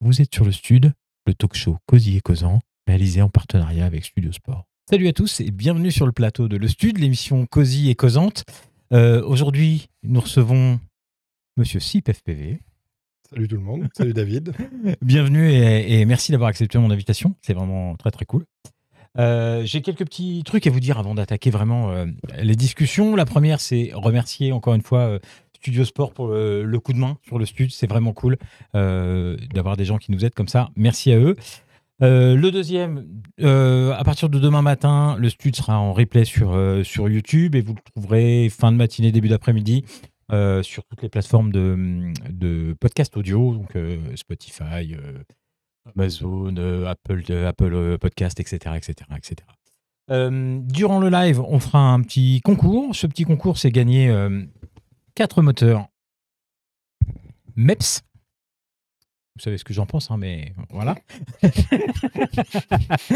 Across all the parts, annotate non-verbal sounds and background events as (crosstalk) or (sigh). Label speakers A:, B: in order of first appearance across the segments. A: Vous êtes sur le Stud, le talk show Cosy et Causant, réalisé en partenariat avec Studio Sport. Salut à tous et bienvenue sur le plateau de Le Stud, l'émission Cosy et Causante. Euh, Aujourd'hui, nous recevons Monsieur Sip FPV.
B: Salut tout le monde, salut David.
A: (laughs) Bienvenue et, et merci d'avoir accepté mon invitation. C'est vraiment très très cool. Euh, J'ai quelques petits trucs à vous dire avant d'attaquer vraiment euh, les discussions. La première, c'est remercier encore une fois euh, Studio Sport pour le, le coup de main sur le stud. C'est vraiment cool euh, d'avoir des gens qui nous aident comme ça. Merci à eux. Euh, le deuxième, euh, à partir de demain matin, le stud sera en replay sur, euh, sur YouTube et vous le trouverez fin de matinée, début d'après-midi euh, sur toutes les plateformes de, de podcast audio, donc euh, Spotify, euh, Amazon, euh, Apple, euh, Apple euh, Podcast, etc. etc., etc. Euh, durant le live, on fera un petit concours. Ce petit concours, c'est gagner euh, quatre moteurs MEPS. Vous savez ce que j'en pense, hein, mais voilà. (laughs)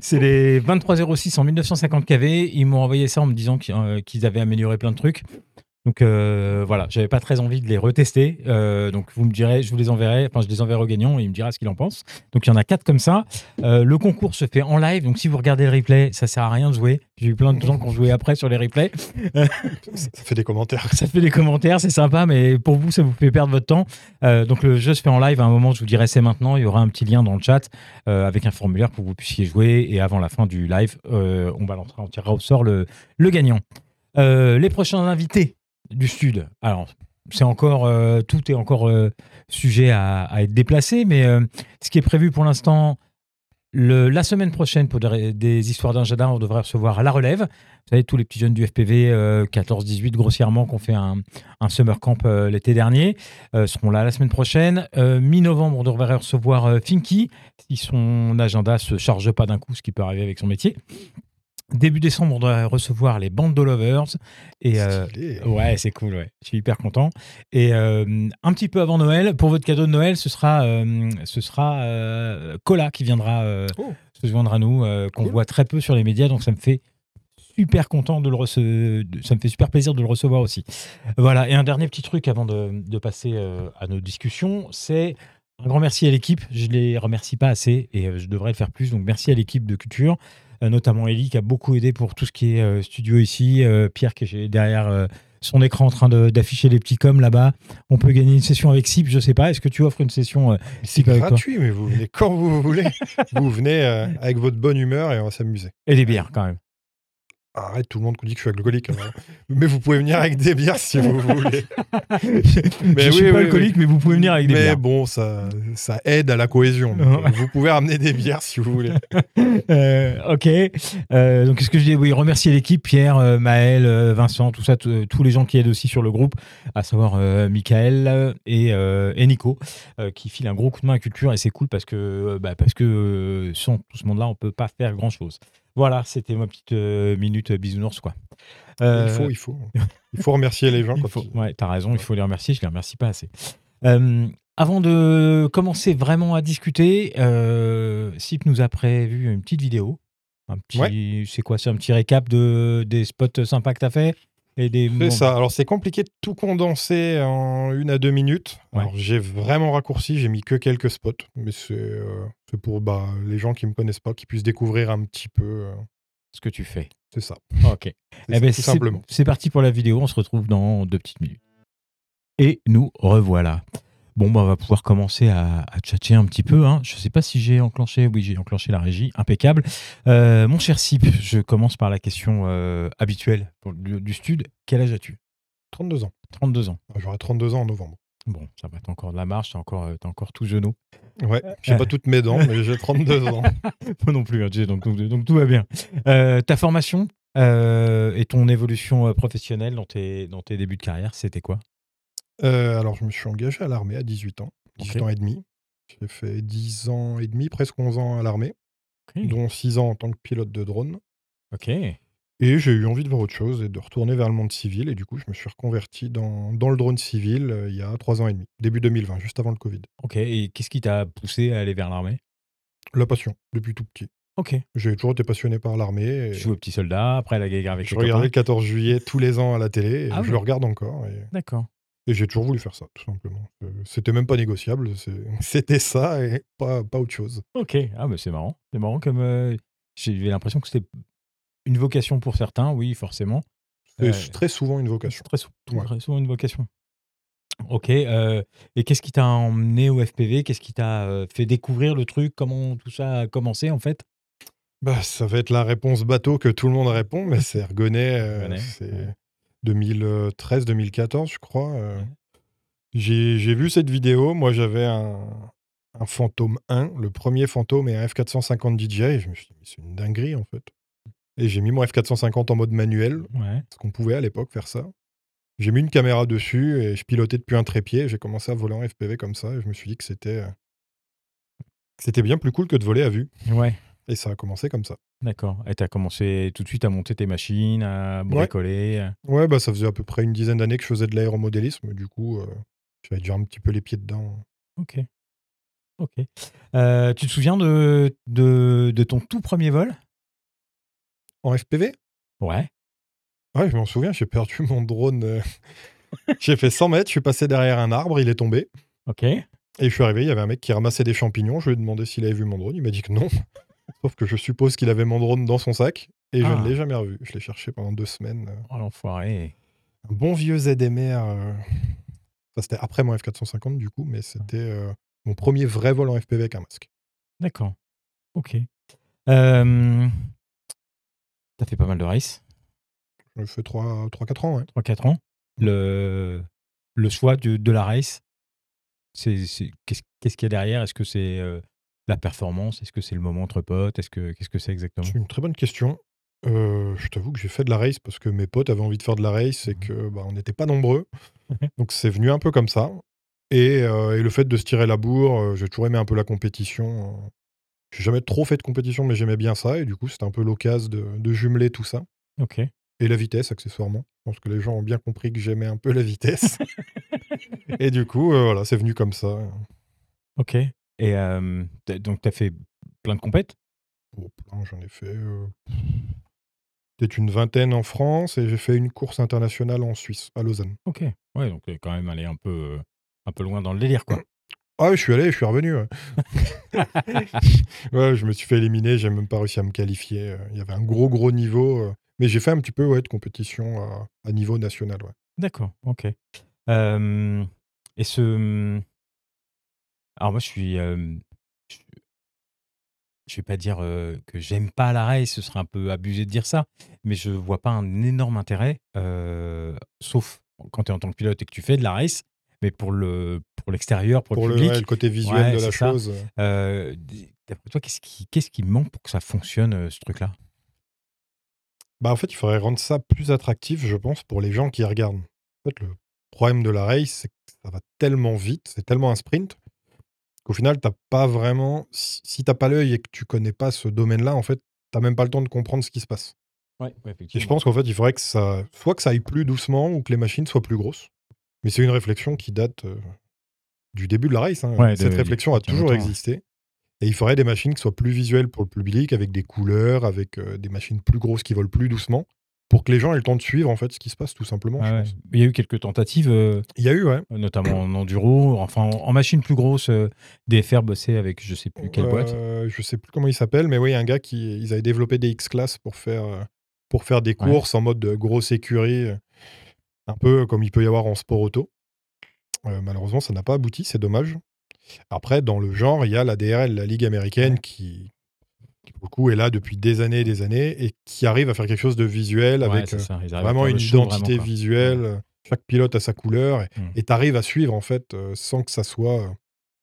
A: c'est les 2306 en 1950 kV. Ils m'ont envoyé ça en me disant qu'ils euh, qu'ils avaient amélioré plein de trucs. Donc euh, voilà, j'avais pas très envie de les retester. Euh, donc vous me direz, je vous les enverrai, enfin je les enverrai au gagnant et il me dira ce qu'il en pense. Donc il y en a quatre comme ça. Euh, le concours se fait en live, donc si vous regardez le replay, ça sert à rien de jouer. J'ai eu plein de gens qui ont joué après sur les replays.
B: Ça fait des commentaires.
A: Ça fait des commentaires, c'est sympa, mais pour vous, ça vous fait perdre votre temps. Euh, donc le jeu se fait en live. À un moment, je vous dirai c'est maintenant. Il y aura un petit lien dans le chat euh, avec un formulaire pour que vous puissiez jouer. Et avant la fin du live, euh, on balancera, on tirera au sort le, le gagnant. Euh, les prochains invités du Sud. Alors, c'est encore euh, tout est encore euh, sujet à, à être déplacé, mais euh, ce qui est prévu pour l'instant. le- la semaine prochaine, pour des, des histoires d'un jardin, on devrait recevoir à la relève. Vous savez, tous les petits jeunes du FPV, euh, 14-18 grossièrement, qu'on fait un, un summer camp euh, l'été dernier, euh, seront là la semaine prochaine. Euh, Mi-novembre, on devrait recevoir euh, Finky, si son agenda se charge pas d'un coup, ce qui peut arriver avec son métier. Début décembre, on devrait recevoir les Bando Lovers. Et, euh,
B: Stylé.
A: Ouais, c'est cool, ouais. Je suis hyper content. Et euh, un petit peu avant Noël, pour votre cadeau de Noël, ce sera, euh, ce sera euh, Cola qui viendra euh,
B: Oh.
A: se joindre à nous, euh, qu'on
B: Cool.
A: voit très peu sur les médias, donc ça me fait super content de le recevoir, ça me fait super plaisir de le recevoir aussi. Voilà, et un dernier petit truc avant de, de passer euh, à nos discussions, c'est un grand merci à l'équipe, je les remercie pas assez et euh, je devrais le faire plus, donc merci à l'équipe de Culture, euh, notamment Ellie qui a beaucoup aidé pour tout ce qui est euh, studio ici, euh, Pierre qui est chez- derrière... euh, son écran en train de- d'afficher les petits coms là-bas. On peut gagner une session avec SIP, je sais pas. Est-ce que tu offres une session euh,
B: C'est
A: SIP avec toi
B: gratuit, mais vous venez quand vous voulez. vous venez euh, avec votre bonne humeur et on va s'amuser.
A: Et des bières quand même.
B: Arrête, tout le monde dit que je suis alcoolique. hein. mais vous pouvez venir avec des bières si vous
A: (laughs)
B: voulez.
A: je
B: oui,
A: suis pas
B: oui,
A: alcoolique, mais vous pouvez venir avec des
B: mais
A: bières.
B: bon, ça, ça aide à la cohésion. Donc, euh, vous pouvez ramener des bières si vous voulez.
A: Euh, ok. Euh, donc, qu'est-ce que je dis Oui, remercier l'équipe, Pierre, euh, Maël, euh, Vincent, tout ça, t- tous les gens qui aident aussi sur le groupe, à savoir euh, Michael euh, et, euh, et Nico, euh, qui filent un gros coup de main à Culture et c'est cool parce que, euh, bah, parce que euh, sans tout ce monde-là, on peut pas faire grand-chose. Voilà, c'était ma petite euh, minute bisounours, quoi. Euh,
B: Il faut, il faut. Il faut remercier les gens.
A: il
B: quand
A: faut-
B: ils-
A: ouais, t'as raison, il faut les remercier, je les remercie pas assez. Euh, avant de commencer vraiment à discuter, euh, Sip nous a prévu une petite vidéo. Un petit, c'est quoi, c'est un petit récap de des spots sympas que t'as fait et des.
B: C'est
A: moments-
B: ça. Alors, c'est compliqué de tout condenser en une à deux minutes.
A: Ouais.
B: Alors, j'ai vraiment raccourci, j'ai mis que quelques spots, mais c'est euh, c'est pour bah, les gens qui me connaissent pas, qui puissent découvrir un petit peu. euh,
A: Ce que tu fais.
B: c'est ça.
A: Ok.
B: C'est
A: Eh ben,
B: ça, tout
A: c'est-
B: simplement.
A: C'est parti pour la vidéo, on se retrouve dans deux petites minutes. Et nous revoilà. Bon, bah, on va pouvoir commencer à, à tchatcher un petit peu. hein. Je ne sais pas si j'ai enclenché. Oui, j'ai enclenché la régie. Impeccable. Euh, mon cher Sip, je commence par la question euh, habituelle pour- du, du stud. Quel âge as-tu
B: 32 ans.
A: 32 ans.
B: Enfin, J'aurai 32 ans en novembre.
A: Bon, ça va, t'as encore de la marche, t'es encore, euh, t'es encore tout genou. (laughs)
B: Ouais,
A: Euh.
B: j'ai pas toutes mes dents, mais j'ai 32 ans.
A: Moi non plus, hein, Jay, donc, donc, donc tout va bien. Euh, ta formation euh, et ton évolution euh, professionnelle dans tes, dans tes débuts de carrière, c'était quoi
B: Euh, alors, je me suis engagé à l'armée à 18 ans, 18
A: Ok.
B: ans et demi. J'ai fait 10 ans et demi, presque 11 ans à l'armée,
A: Mmh.
B: dont 6 ans en tant que pilote de drone.
A: Ok.
B: Et j'ai eu envie de voir autre chose et de retourner vers le monde civil. Et du coup, je me suis reconverti dans, dans le drone civil euh, il y a trois ans et demi, début 2020, juste avant le Covid.
A: Ok, et qu'est-ce qui t'a poussé à aller vers l'armée
B: La passion, depuis tout petit.
A: Ok.
B: J'ai toujours été passionné par l'armée. et
A: Tu joues au petit soldat, après la guerre avec
B: Je
A: les copains.
B: regardais le 14 juillet tous les ans à la télé. et
A: Ah
B: je
A: ouais.
B: le regarde encore. Et,
A: D'accord.
B: Et j'ai toujours voulu faire ça, tout simplement. Euh, C'était même pas négociable, c'est- (laughs) c'était ça et pas, pas autre chose.
A: Ok, ah mais c'est marrant. C'est marrant comme euh, j'ai eu l'impression que c'était une vocation pour certains, oui, forcément.
B: C'est
A: Euh,
B: très souvent une vocation.
A: Très, sou-
B: Ouais.
A: très souvent une vocation. Ok, euh, et qu'est-ce qui t'a emmené au FPV Qu'est-ce qui t'a euh, fait découvrir le truc Comment tout ça a commencé en fait
B: Bah, ça va être la réponse bateau que tout le monde répond, mais c'est Ergonet, euh,
A: Ergonet,
B: c'est
A: ouais.
B: 2013-2014, je crois. euh.
A: Ouais.
B: J'ai j'ai vu cette vidéo, moi j'avais un, un Fantôme 1, le premier Fantôme et un F450 DJI, et je me suis dit, mais c'est une dinguerie en fait. Et j'ai mis mon F450 en mode manuel,
A: Ouais.
B: parce qu'on pouvait à l'époque faire ça. J'ai mis une caméra dessus et je pilotais depuis un trépied. J'ai commencé à voler en FPV comme ça et je me suis dit que c'était euh, que c'était bien plus cool que de voler à vue.
A: Ouais,
B: Et ça a commencé comme ça.
A: d'accord. Et t'as commencé tout de suite à monter tes machines, à bricoler. euh,
B: Ouais, bah ça faisait à peu près une dizaine d'années que je faisais de l'aéromodélisme. Du coup, euh, j'avais déjà un petit peu les pieds dedans.
A: Ok. Ok. Euh, tu te souviens de, de, de ton tout premier vol
B: En FPV
A: Ouais.
B: Ouais, je m'en souviens, j'ai perdu (laughs) mon drone. euh, j'ai fait 100 mètres, je suis passé derrière un arbre, il est tombé.
A: Ok.
B: Et je suis arrivé, il y avait un mec qui ramassait des champignons. Je lui ai demandé s'il avait vu mon drone. Il m'a dit que non. (laughs) Sauf que je suppose qu'il avait mon drone dans son sac. Et je
A: Ah.
B: ne l'ai jamais revu. Je l'ai cherché pendant deux semaines. euh,
A: Oh l'enfoiré.
B: Un bon vieux ZMR. euh, Ça, c'était après mon F450, du coup, mais c'était euh, mon premier vrai vol en FPV avec un masque.
A: D'accord. Ok. Euh, T'as fait pas mal de race,
B: Je fais 3-4 ans, ouais.
A: 3-4 ans. Le, le choix du- de la race, c'est c'est- qu'est-ce qu'est-ce qu'il y a derrière Est-ce que c'est euh, la performance Est-ce que c'est le moment entre potes Est-ce que qu'est-ce que c'est exactement
B: C'est une très bonne question. Euh, je t'avoue que j'ai fait de la race parce que mes potes avaient envie de faire de la race et que bah, on n'était pas nombreux. Donc c'est venu un peu comme ça. Et, euh, et le fait de se tirer la bourre, euh, j'ai toujours aimé un peu la compétition. euh. J'ai jamais trop fait de compétition, mais j'aimais bien ça. Et du coup, c'était un peu l'occasion de, de jumeler tout ça.
A: Ok.
B: Et la vitesse, accessoirement. Je pense que les gens ont bien compris que j'aimais un peu la vitesse. et du coup, euh, voilà, c'est venu comme ça.
A: Ok. Et euh, t'as- donc t'as fait plein de compètes
B: Pour plein, j'en ai fait euh, peut-être une vingtaine en France et j'ai fait une course internationale en Suisse, à Lausanne.
A: Ok. Ouais, donc t'es quand même allé un peu euh, un peu loin dans le délire (clears throat) quoi.
B: Ah, je suis allé, je suis revenu.
A: (laughs)
B: Ouais, Ouais, je me suis fait éliminer, j'ai même pas réussi à me qualifier. euh, Il y avait un gros, gros niveau. euh, Mais j'ai fait un petit peu ouais, de compétition à, à niveau national. ouais.
A: D'accord, ok. Euh, et ce. mmh Alors, moi, je suis. euh, je je vais pas dire euh, que j'aime pas la race, ce serait un peu abusé de dire ça, mais je vois pas un énorme intérêt, euh, sauf quand tu es en tant que pilote et que tu fais de la race, mais pour le pour l'extérieur, pour,
B: Pour
A: le
B: le,
A: public.
B: ouais, le côté visuel
A: Ouais,
B: de la
A: c'est ça.
B: chose. euh,
A: euh, d- D'après toi, qu'est-ce qui, qu'est-ce qui manque pour que ça fonctionne, euh, ce truc-là
B: Bah, en fait, il faudrait rendre ça plus attractif, je pense, pour les gens qui regardent. En fait, le problème de la race, c'est que ça va tellement vite, c'est tellement un sprint, qu'au final, t'as pas vraiment. Si si t'as pas l'œil et que tu connais pas ce domaine-là, en fait, t'as même pas le temps de comprendre ce qui se passe.
A: ouais,
B: Et je pense qu'en fait, il faudrait que ça. Soit que ça aille plus doucement ou que les machines soient plus grosses. Mais c'est une réflexion qui date euh, du début de la race. hein.
A: Ouais, de-
B: Cette réflexion a
A: il y a
B: toujours
A: longtemps, ouais.
B: existé. Et il faudrait des machines qui soient plus visuelles pour le public, avec des couleurs, avec euh, des machines plus grosses qui volent plus doucement, pour que les gens aient le temps de suivre en fait ce qui se passe tout simplement. je pense.
A: Ah Il y a eu quelques tentatives. euh,
B: Il y a eu, ouais.
A: notamment en enduro, enfin en, en machine plus grosse, euh, DFR bossait avec je sais plus quelle boîte.
B: Euh, Je sais plus comment il s'appelle, mais oui, un gars qui ils avaient développé des X-Class pour faire euh, pour faire des
A: Ouais.
B: courses en mode de grosse écurie, euh, un peu comme il peut y avoir en sport auto. Euh, malheureusement, ça n'a pas abouti, c'est dommage. Après, dans le genre, il y a la DRL, la Ligue américaine, qui, qui, pour le coup est là depuis des années et des années et qui arrive à faire quelque chose de visuel
A: Ouais,
B: avec
A: c'est
B: euh,
A: ça, ils arrivent à
B: vraiment
A: faire
B: une
A: le show,
B: identité
A: vraiment, quoi.
B: visuelle. euh, Chaque pilote a sa couleur et
A: Mm.
B: tu arrives à suivre en fait euh, sans que ça soit euh,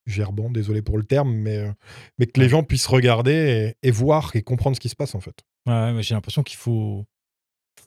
B: gerbant, désolé pour le terme, mais, euh, mais que les gens puissent regarder et, et voir et comprendre ce qui se passe en fait.
A: Ouais, ouais, mais j'ai l'impression qu'il faut,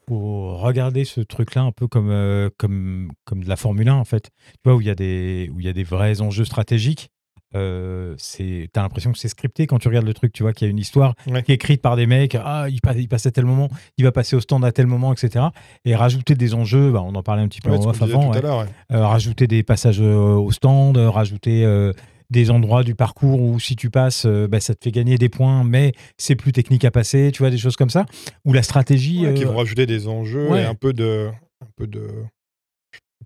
A: faut regarder ce truc-là un peu comme, euh, comme, comme de la Formule 1, en fait. Tu vois, où il y a des, où il y a des vrais enjeux stratégiques. Euh, c'est- T'as l'impression que c'est scripté quand tu regardes le truc, tu vois, qu'il y a une histoire
B: Ouais.
A: qui est écrite par des mecs. Ah, il passe, il passe à tel moment, il va passer au stand à tel moment, etc. Et rajouter des enjeux, bah, on en parlait un petit peu
B: Ouais, ce
A: en
B: qu'on
A: off
B: disait
A: avant.
B: tout
A: ouais.
B: à l'heure, ouais.
A: Euh, rajouter des passages euh, au stand, euh, rajouter euh, des endroits du parcours où si tu passes, euh, bah, ça te fait gagner des points, mais c'est plus technique à passer, tu vois, des choses comme ça. Ou la stratégie.
B: Ouais, qui
A: euh,
B: vont rajouter des enjeux
A: ouais.
B: et un peu de, un peu de,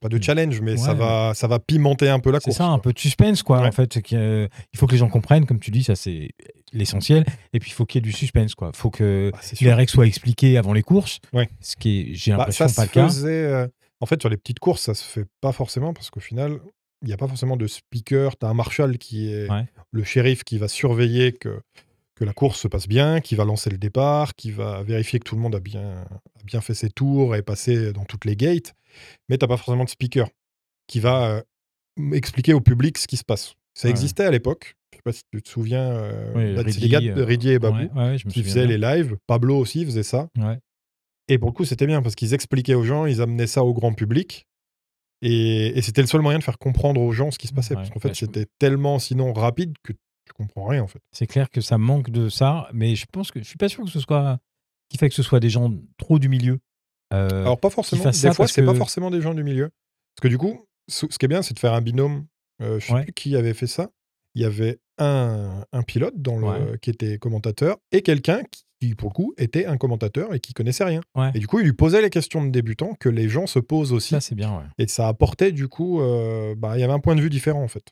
B: Pas de challenge, mais ça,
A: Mm. Ouais.
B: va, ça va pimenter un peu la
A: C'est
B: course.
A: ça, un
B: quoi.
A: peu de suspense, quoi.
B: Ouais.
A: En fait, c'est qu'il y a- il faut que les gens comprennent, comme tu dis, ça c'est l'essentiel. Et puis, il faut qu'il y ait du suspense, quoi. Il faut que
B: Ah, c'est sûr.
A: les règles soient expliquées avant les courses.
B: Ouais.
A: Ce qui est, j'ai
B: Bah,
A: l'impression,
B: ça se
A: pas le cas.
B: faisait, euh, En fait, sur les petites courses, ça se fait pas forcément parce qu'au final, il n'y a pas forcément de speaker. Tu as un marshal qui est
A: Ouais.
B: le shérif qui va surveiller que, que la course se passe bien, qui va lancer le départ, qui va vérifier que tout le monde a bien, a bien fait ses tours et passé dans toutes les gates. Mais tu pas forcément de speaker qui va euh, expliquer au public ce qui se passe. Ça
A: Ouais.
B: existait à l'époque. Je sais pas si tu te souviens euh,
A: Oui,
B: bah, c'est les
A: Ridley,
B: gars de
A: euh,
B: Ridley et Babou
A: Ouais, ouais, je me
B: qui
A: souviens
B: faisaient
A: bien.
B: les lives. Pablo aussi faisait ça.
A: Ouais.
B: Et pour le coup, c'était bien parce qu'ils expliquaient aux gens, ils amenaient ça au grand public. Et, et c'était le seul moyen de faire comprendre aux gens ce qui se passait.
A: Ouais,
B: parce qu'en fait,
A: bah, je-
B: c'était tellement sinon rapide que tu comprends rien en fait.
A: C'est clair que ça manque de ça, mais je pense que je suis pas sûr que ce soit qui fait que ce soit des gens trop du milieu. Euh,
B: Alors, pas forcément. Des
A: fassent ça
B: fois,
A: parce
B: c'est
A: que-
B: pas forcément des gens du milieu. Parce que du coup, ce ce qui est bien, c'est de faire un binôme. Euh, je sais
A: Ouais.
B: plus qui avait fait ça. Il y avait un, un pilote dans le,
A: Ouais.
B: qui était commentateur et quelqu'un qui, qui, pour le coup, était un commentateur et qui connaissait rien.
A: Ouais.
B: Et du coup, il lui posait les questions de débutants que les gens se posent aussi.
A: ça c'est bien, ouais.
B: Et ça apportait du coup, euh, bah, il y avait un point de vue différent en fait.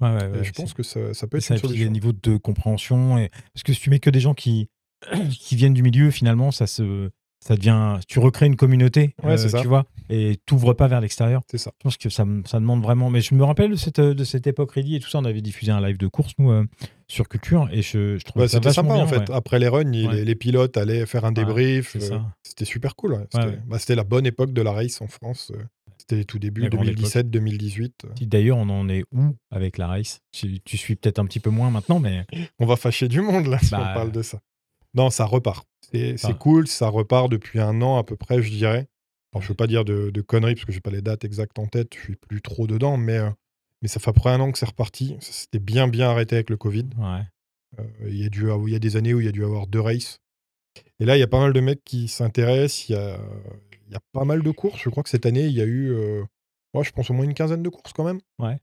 A: Ouais, ouais, ouais,
B: Et je
A: c'est-
B: pense que ça, ça peut être
A: ça
B: une
A: puis il y a un
B: solution.
A: niveau de compréhension et parce que si tu mets que des gens qui (clears throat) qui viennent du milieu, finalement, ça se ça devient tu recrées une communauté, euh,
B: Ouais, c'est ça.
A: tu vois, et t'ouvres pas vers l'extérieur.
B: C'est ça.
A: Je pense que ça, me- ça demande vraiment. Mais je me rappelle de cette, euh, de cette époque Rally et tout ça. On avait diffusé un live de course, nous, euh, sur Culture. Et je, je trouvais
B: Bah,
A: ça
B: c'était
A: vachement
B: sympa en
A: bien,
B: fait. Après les runs, il-
A: Ouais.
B: les, les pilotes allaient faire un débrief.
A: c'est
B: euh,
A: ça.
B: C'était super cool. ouais. C'était
A: ouais.
B: bah, c'était la bonne époque de la race en France. euh. C'était les tout débuts,
A: La grande époque.
B: 2017-2018.
A: ouais. D'ailleurs, on en est où avec la race tu, tu suis peut-être un petit peu moins maintenant, mais
B: On va fâcher du monde là (laughs) si
A: Bah,
B: on parle de ça. Non, ça repart. C'est c'est
A: Bah.
B: cool, ça repart depuis un an à peu près, je dirais. Alors, je veux pas dire de, de conneries parce que j'ai pas les dates exactes en tête, je suis plus trop dedans, mais, euh, mais ça fait à peu près un an que c'est reparti. Ça s'était bien bien arrêté avec le Covid.
A: ouais.
B: Euh, Il y, a dû avoir- il y a des années où il y a dû avoir deux races. Et là, il y a pas mal de mecs qui s'intéressent. Il y a, il y a pas mal de courses. Je crois que cette année, il y a eu, euh, ouais, je pense, au moins une quinzaine de courses quand même.
A: Ouais.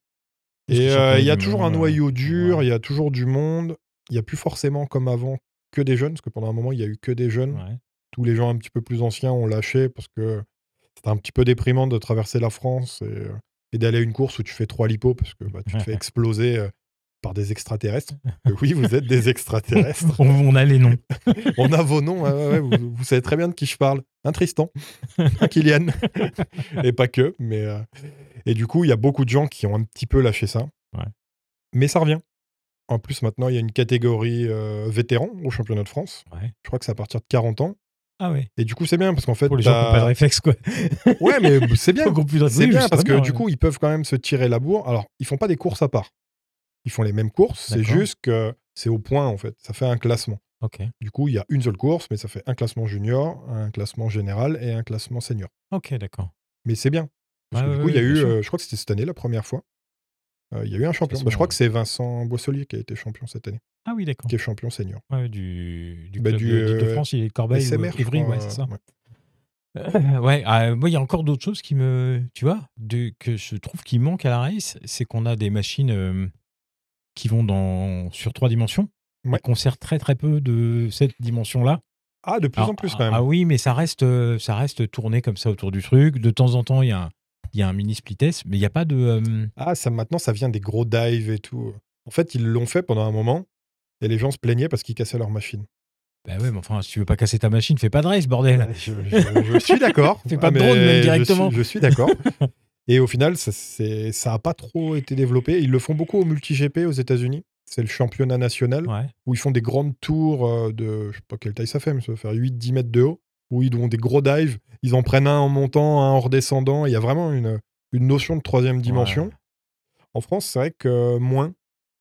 A: Parce que
B: Et
A: championnat
B: euh, il y a
A: du
B: toujours
A: monde,
B: un noyau
A: euh,
B: dur,
A: ouais.
B: il y a toujours du monde. Il n'y a plus forcément, comme avant, que des jeunes. Parce que pendant un moment, il y a eu que des jeunes.
A: ouais.
B: Tous les gens un petit peu plus anciens ont lâché parce que c'était un petit peu déprimant de traverser la France et, euh, et d'aller à une course où tu fais trois lipos parce que bah, tu
A: (laughs)
B: te fais exploser euh, par des extraterrestres. Euh, Oui, vous êtes des extraterrestres.
A: (laughs) On, on a les noms.
B: On a vos noms, ouais, ouais, ouais, vous, vous savez très bien de qui je parle. Un Tristan, un
A: (laughs)
B: Kylian, et pas que. Mais euh, et du coup, il y a beaucoup de gens qui ont un petit peu lâché ça.
A: Ouais.
B: Mais ça revient. En plus, maintenant, il y a une catégorie euh, vétéran au championnat de France.
A: Ouais.
B: Je crois que c'est à partir de 40 ans.
A: Ah ouais.
B: Et du coup, c'est bien parce qu'en fait, bah,
A: Pour les gens qui n'ont pas de
B: t'as-
A: réflexe, (laughs) quoi.
B: ouais, mais c'est bien.
A: Au plus de- (laughs)
B: C'est
A: Oui,
B: bien
A: c'est
B: parce
A: très
B: que
A: bien,
B: du
A: ouais.
B: coup, ils peuvent quand même se tirer la bourre. Alors, ils font pas des courses à part. Ils font les mêmes courses. C'est
A: D'accord.
B: juste que c'est au point en fait. Ça fait un classement.
A: Ok.
B: Du coup, il y a une seule course, mais ça fait un classement junior, un classement général et un classement senior.
A: Ok, d'accord.
B: Mais c'est bien. Parce que
A: Ouais,
B: du
A: ouais,
B: coup, il y a
A: ouais,
B: eu,
A: bien sûr.
B: euh, je crois que c'était cette année la première fois, euh, il y a eu un champion.
A: façon,
B: Bah, je crois
A: euh,
B: que c'est Vincent Boisselier qui a été champion cette année,
A: Ah oui, d'accord.
B: qui est champion senior.
A: Ouais, du du
B: Bah,
A: club
B: du,
A: de, l'Île de
B: euh,
A: France, il est de Corbeil, ou,
B: SMR,
A: euh,
B: je
A: Évry,
B: crois,
A: ouais, c'est ça.
B: ouais.
A: Euh, (laughs) ouais, euh, moi, il y a encore d'autres choses qui me. Tu vois, de, que je trouve qui manque à la race, c'est qu'on a des machines euh, qui vont dans, sur trois dimensions.
B: Ouais.
A: et qu'on sert très très peu de cette dimension-là.
B: Ah, de plus
A: Alors,
B: en plus quand même.
A: Ah oui, mais ça reste, euh, ça reste tourné comme ça autour du truc. De temps en temps, il y a un, il y a un mini split test, mais il n'y a pas de. euh,
B: Ah, ça, maintenant, ça vient des gros dives et tout. En fait, ils l'ont fait pendant un moment et les gens se plaignaient parce qu'ils cassaient leur machine.
A: bah ouais, mais enfin, si tu veux pas casser ta machine, fais pas de race, bordel.
B: Ouais, Je, je- je
A: (laughs)
B: suis d'accord. ah,
A: Fais Ah, pas de
B: mais
A: drone, même,
B: je suis-
A: directement.
B: Je
A: (laughs)
B: suis, d'accord. Et au final, ça n'a ça a pas trop été développé. Ils le font beaucoup au multi-GP aux États-Unis. C'est le championnat national
A: Ouais.
B: où ils font des grandes tours euh, de, je sais pas quelle taille ça fait, mais ça va faire 8-10 mètres de haut, où ils ont des gros dives. Ils en prennent un en montant, un en redescendant. Il y a vraiment une, une notion de troisième dimension.
A: Ouais.
B: En France, c'est vrai que euh, moins.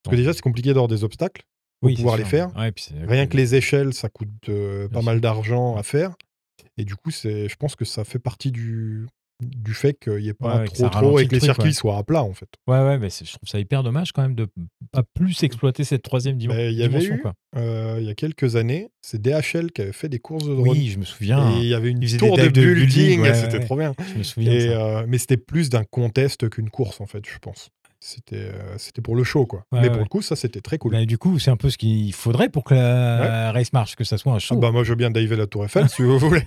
B: Parce que déjà, c'est compliqué d'avoir des obstacles.
A: Oui,
B: pouvoir
A: c'est
B: les
A: sûr.
B: faire.
A: Ouais, puis c'est-
B: Rien que les échelles, ça coûte euh,
A: Bien
B: pas mal d'argent à faire. Et du coup, c'est, je pense que ça fait partie du, du fait qu'il n'y ait
A: Ouais,
B: pas
A: ouais, que ça
B: trop, trop
A: ralentit
B: et que
A: le
B: les
A: truc,
B: circuits
A: ouais.
B: soient à plat, en fait.
A: Ouais, ouais, mais c'est- je trouve ça hyper dommage quand même de pas plus exploiter cette troisième dimen-
B: Mais Bah, il y avait
A: dimension.
B: eu,
A: quoi.
B: Euh, il y a quelques années, c'est DHL qui avait fait des courses de drone.
A: Oui, je me souviens.
B: Et il y avait une
A: Ils faisaient
B: tour
A: des
B: de
A: dives de
B: building, Ah,
A: building, ouais,
B: c'était
A: ouais, ouais.
B: trop bien.
A: Je me souviens. de
B: Et,
A: ça.
B: euh, mais c'était plus d'un contest qu'une course, en fait, je pense. C'était euh, c'était pour le show, quoi.
A: Ouais,
B: mais
A: ouais.
B: pour le coup, ça, c'était très cool.
A: Bah, du coup, c'est un peu ce qu'il faudrait pour que la race marche, que ça soit un
B: Ah
A: show. (laughs)
B: bah moi je veux bien diver la tour Eiffel si vous voulez.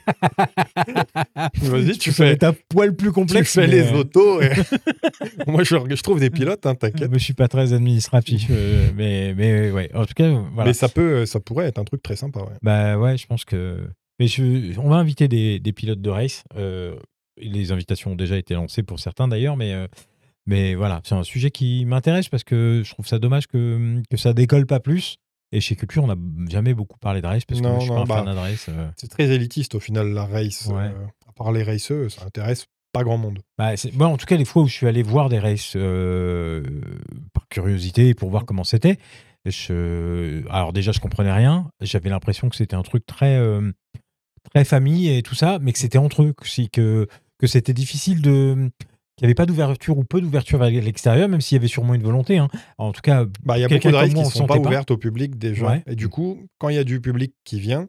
B: Vas-y, tu
A: Ça va
B: fais,
A: être un poil plus
B: tu
A: complexe.
B: fais
A: mais,
B: les
A: euh,
B: autos. et- (laughs) moi je, je trouve des pilotes, hein,
A: Je
B: t'inquiète.
A: ne suis pas très administratif, euh, mais, mais ouais. En tout cas, voilà.
B: Mais ça peut, euh, ça pourrait être un truc très sympa. ouais.
A: Bah ouais, je pense que. Mais je- on va inviter des, des pilotes de race. euh, les invitations ont déjà été lancées pour certains d'ailleurs, mais, euh, mais voilà, c'est un sujet qui m'intéresse parce que je trouve ça dommage que, que ça décolle pas plus. Et chez Culture, on n'a jamais beaucoup parlé de race parce que
B: Non,
A: moi, je suis
B: non,
A: pas un
B: bah,
A: fan de race. euh.
B: C'est très élitiste au final la race.
A: Ouais.
B: euh, à part les raceux, ça intéresse pas grand monde.
A: Bah, c'est- moi, en tout cas, les fois où je suis allé voir des races euh, par curiosité pour voir comment c'était, je... alors déjà, je comprenais rien. J'avais l'impression que c'était un truc très, euh, très famille et tout ça, mais que c'était entre eux, que, si- que, que c'était difficile de. qu'il n'y avait pas d'ouverture ou peu d'ouverture vers l'extérieur, même s'il y avait sûrement une volonté. hein. En tout cas,
B: Bah, il y a
A: Quelqu'un
B: beaucoup de races
A: comme moi,
B: qui
A: on
B: ne sont pas
A: sentait pas.
B: ouvertes au public déjà.
A: Ouais.
B: Et du coup, quand il y a du public qui vient,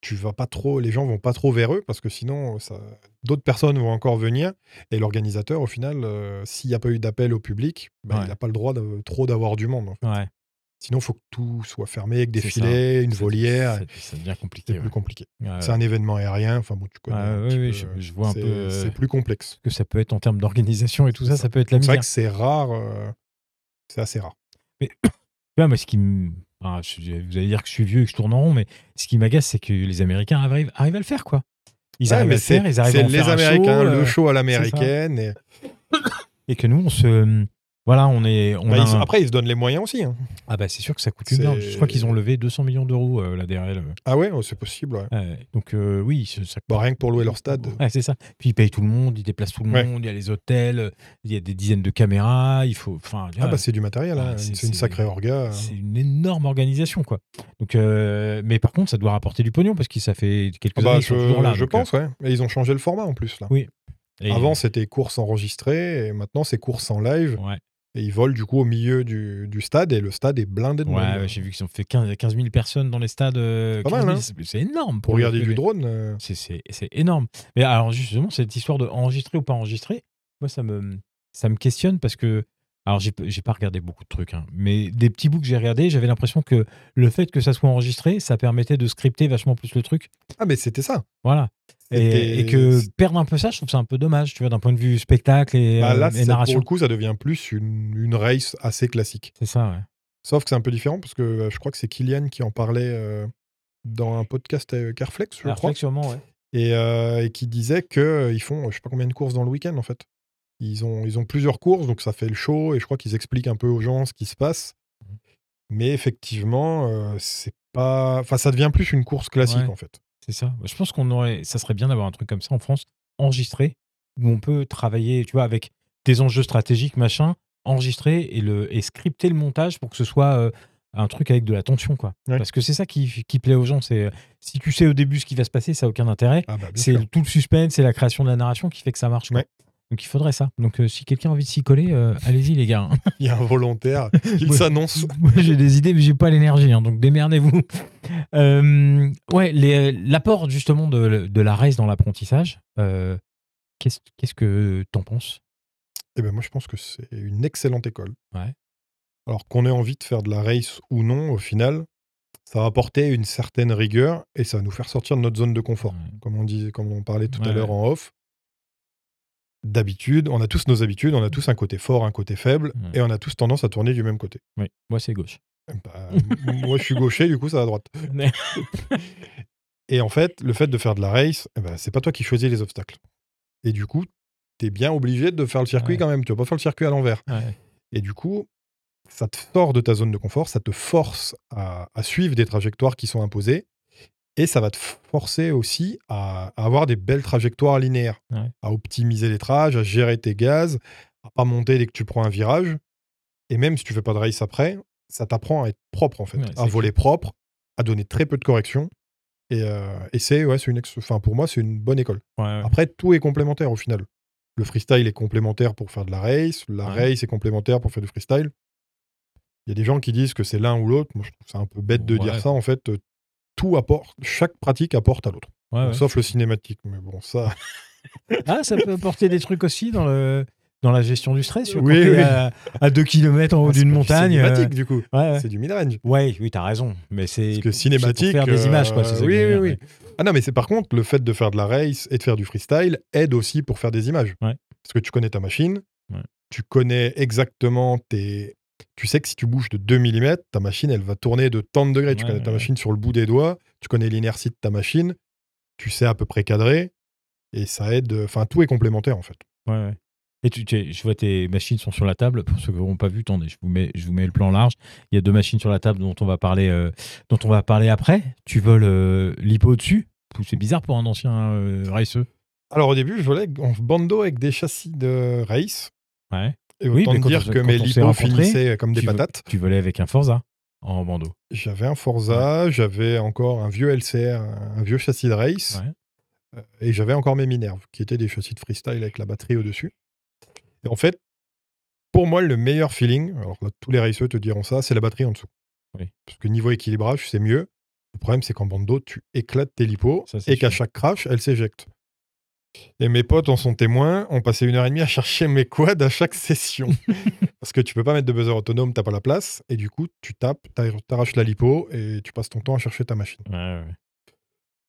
B: tu vas pas trop, les gens vont pas trop vers eux parce que sinon, ça- d'autres personnes vont encore venir. Et l'organisateur, au final, euh, s'il n'y a pas eu d'appel au public, bah,
A: Ouais.
B: il n'a pas le droit de, trop d'avoir du monde.
A: ouais,
B: Sinon, il faut que tout soit fermé avec des
A: C'est ça.
B: filets, une
A: c'est-
B: volière.
A: c'est- Ça devient
B: C'est
A: compliqué.
B: plus
A: ouais.
B: compliqué.
A: Ouais,
B: C'est un événement aérien. Enfin bon, tu connais.
A: ouais,
B: un
A: ouais,
B: petit
A: ouais,
B: peu,
A: je,
B: euh,
A: je vois un peu
B: c'est-
A: euh,
B: C'est plus complexe.
A: que ça peut être en termes d'organisation et tout ça,
B: C'est
A: ça peut être la
B: C'est
A: misère.
B: vrai que c'est rare. euh, c'est assez rare.
A: Tu vois, moi, ce qui me- ah, je- vous allez dire que je suis vieux et que je tourne en rond, mais ce qui m'agace, c'est que les Américains arrivent, arrivent à le faire, quoi. Ils
B: Ouais,
A: arrivent à
B: mais
A: le
B: c'est
A: faire, ils arrivent à
B: c'est
A: en
B: les
A: faire un show,
B: Américains,
A: euh,
B: le show à l'américaine. et-
A: et que nous, on se, voilà, on est, on
B: Bah,
A: a
B: ils-
A: un-
B: Après, ils se donnent les moyens aussi. hein.
A: ah bah c'est sûr que ça coûte une
B: C'est-
A: blinde. Je crois
B: Euh,
A: qu'ils ont levé 200 millions d'euros euh, la DRL.
B: Ah ouais, oh, c'est possible. ouais.
A: Ouais, donc euh, oui, ça- ça.
B: Bah, rien que pour louer leur stade.
A: Ouais, c'est ça. Puis ils payent tout le monde, ils déplacent tout le
B: Ouais.
A: monde, il y a les hôtels, il y a des dizaines de caméras, il faut, enfin,
B: Ah
A: ouais,
B: bah c'est du matériel,
A: Ah,
B: hein.
A: c'est-
B: c'est une
A: c'est-
B: sacrée orga. hein.
A: C'est une énorme organisation, quoi. Donc, euh, mais par contre, ça doit rapporter du pognon parce que ça fait quelques
B: Ah bah,
A: années qu'ils
B: je
A: sont toujours là.
B: je
A: donc, euh.
B: pense, ouais. Et ils ont changé le format en plus là.
A: Oui. euh, et-
B: Avant c'était courses enregistrées et maintenant c'est courses en live.
A: ouais,
B: Et ils volent du coup au milieu du, du stade et le stade est blindé de
A: ouais,
B: monde.
A: ouais, j'ai vu qu'ils ont fait 15, 15 000 personnes dans les stades. euh,
B: hein. pas mal,
A: 15 000,
B: hein.
A: c'est- C'est énorme
B: Pour
A: le
B: regarder
A: PV.
B: du drone, euh,
A: C'est- C'est c'est énorme. Mais alors, justement, cette histoire de enregistrer ou pas enregistrer, moi, ça me, ça me questionne parce que. Alors, j'ai p- j'ai pas regardé beaucoup de trucs, hein, mais des petits bouts que j'ai regardés, j'avais l'impression que le fait que ça soit enregistré, ça permettait de scripter vachement plus le truc.
B: ah mais c'était ça.
A: Voilà. Et,
B: C'était-
A: et que perdre un peu ça, je trouve ça un peu dommage, tu vois, d'un point de vue spectacle et,
B: Bah,
A: euh,
B: là
A: et
B: c'est- pour
A: narration.
B: le coup ça devient plus une, une race assez classique.
A: C'est ça, ouais.
B: Sauf que c'est un peu différent parce que euh, je crois que c'est Kylian qui en parlait euh, dans un podcast euh, Carflex, je
A: Alors,
B: crois.
A: Flex, sûrement, ouais.
B: et, euh, et qui disait que euh, ils font euh, je sais pas combien de courses dans le week-end en fait. Ils ont, ils ont plusieurs courses, donc ça fait le show, et je crois qu'ils expliquent un peu aux gens ce qui se passe.
A: Mmh.
B: Mais effectivement, euh, c'est pas. Enfin, ça devient plus une course classique
A: Ouais.
B: en fait.
A: C'est ça. Bah, Je pense qu'on aurait, ça serait bien d'avoir un truc comme ça en France, enregistré, où on peut travailler, tu vois, avec des enjeux stratégiques, machin, enregistrer et, le, et scripter le montage pour que ce soit euh, un truc avec de la tension, quoi.
B: Ouais.
A: Parce que c'est ça qui, qui plaît aux gens. C'est euh, si tu sais au début ce qui va se passer, ça n'a aucun intérêt.
B: Ah bah, bien
A: C'est
B: sûr.
A: le- tout le suspense, c'est la création de la narration qui fait que ça marche. quoi.
B: Ouais.
A: Donc il faudrait ça. Donc euh, si quelqu'un a envie de s'y coller, euh, allez-y les gars.
B: Il y a un volontaire,
A: (laughs)
B: il
A: Ouais.
B: s'annonce.
A: (laughs) Moi, j'ai des idées, mais j'ai pas l'énergie, hein, donc démerdez-vous. (laughs) Euh, ouais, les- l'apport justement de, de la race dans l'apprentissage, euh, qu'est-ce qu'est-ce que t'en penses
B: Eh ben moi, je pense que c'est une excellente école.
A: Ouais.
B: Alors qu'on ait envie de faire de la race ou non, au final, ça va apporter une certaine rigueur et ça va nous faire sortir de notre zone de confort.
A: Ouais.
B: Comme on, disait, comme on parlait tout
A: Mmh. Ouais,
B: à l'heure en off. D'habitude, on a tous nos habitudes, on a tous un côté fort, un côté faible,
A: Ouais.
B: et on a tous tendance à tourner du même côté.
A: Oui, moi c'est gauche.
B: Bah, m- moi, je suis gaucher, du coup, ça va à droite.
A: Mais-
B: et en fait, le fait de faire de la race, eh ben, c'est pas toi qui choisis les obstacles. Et du coup, t'es bien obligé de faire le circuit
A: Ouais.
B: quand même. Tu vas pas faire le circuit à l'envers.
A: Ouais.
B: Et du coup, ça te sort de ta zone de confort, ça te force à, à suivre des trajectoires qui sont imposées. Et ça va te forcer aussi à, à avoir des belles trajectoires linéaires,
A: Ouais.
B: à optimiser les trages, à gérer tes gaz, à pas monter dès que tu prends un virage. Et même si tu fais pas de race après, ça t'apprend à être propre en fait,
A: Ouais,
B: à
A: c'est
B: voler propre, à donner très peu de corrections. Et, euh, et c'est ouais, c'est une, ex- enfin pour moi c'est une bonne école.
A: Ouais, ouais.
B: Après, tout est complémentaire au final. Le freestyle est complémentaire pour faire de la race, la
A: Ouais.
B: race est complémentaire pour faire du freestyle. Il y a des gens qui disent que c'est l'un ou l'autre. Moi, je trouve c'est un peu bête de
A: Ouais.
B: dire ça. En fait, euh, tout apporte, chaque pratique apporte à l'autre,
A: Ouais, ouais.
B: sauf le cinématique. Mais bon, ça,
A: Ah, ça peut apporter des trucs aussi dans le dans la gestion du stress.
B: Oui,
A: quand t'es
B: oui.
A: À, à 2 km en haut
B: Ah, (laughs) c'est
A: d'une
B: pas-
A: montagne.
B: C'est
A: euh,
B: cinématique, du coup.
A: ouais, ouais.
B: C'est du mid-range.
A: Ouais, oui, t'as raison. Mais c'est
B: Parce
A: c'est
B: que
A: pour
B: cinématique.
A: faire des
B: euh,
A: images, quoi. c'est ça que je
B: oui,
A: veux
B: oui,
A: dire,
B: oui.
A: ouais.
B: Ah non, mais c'est par contre, le fait de faire de la race et de faire du freestyle aide aussi pour faire des images.
A: Ouais.
B: Parce que tu connais ta machine,
A: Ouais.
B: tu connais exactement tes. Tu sais que si tu bouges de 2 mm, ta machine, elle va tourner de tant de degrés. tu
A: Ouais,
B: connais
A: ouais,
B: ta
A: ouais.
B: machine sur le bout des doigts, tu connais l'inertie de ta machine, tu sais à peu près cadrer, et ça aide. Enfin, tout est complémentaire, en fait.
A: Ouais, ouais. Et tu, tu- je vois tes machines sont sur la table. Pour ceux qui n'auront pas vu, attendez, je vous, mets, je vous mets le plan large. Il y a deux machines sur la table dont on va parler, euh, dont on va parler après. Tu voles euh, l'hippo dessus. Pou- C'est bizarre pour un ancien euh, raceux.
B: Alors, au début, je volais en bandeau avec des châssis de race.
A: Ouais.
B: Et
A: Oui,
B: autant
A: mais
B: te
A: quand
B: dire
A: on-
B: que
A: quand
B: mes
A: on s'est
B: lipos
A: rencontrés,
B: finissaient comme des
A: tu veux-
B: patates.
A: Tu volais avec un Forza en bandeau.
B: J'avais un Forza, j'avais encore un vieux LCR, un vieux châssis de race,
A: Ouais.
B: euh, et j'avais encore mes Minerve, qui étaient des châssis de freestyle avec la batterie au-dessus. Et en fait, pour moi, le meilleur feeling, alors là, tous les raceux te diront ça, c'est la batterie en dessous.
A: Oui.
B: Parce que niveau équilibrage, c'est mieux. Le problème, c'est qu'en bandeau, tu éclates tes lipos,
A: Ça, c'est
B: et qu'à
A: sûr.
B: chaque crash, elles s'éjectent. Et mes potes en sont témoins, on passait une heure et demie à chercher mes quads à
A: (laughs)
B: chaque session. Parce que tu peux pas mettre de buzzer autonome, t'as pas la place, et du coup, tu tapes, t'ar- t'arraches la lipo, et tu passes ton temps à chercher ta machine.
A: Ouais, ouais.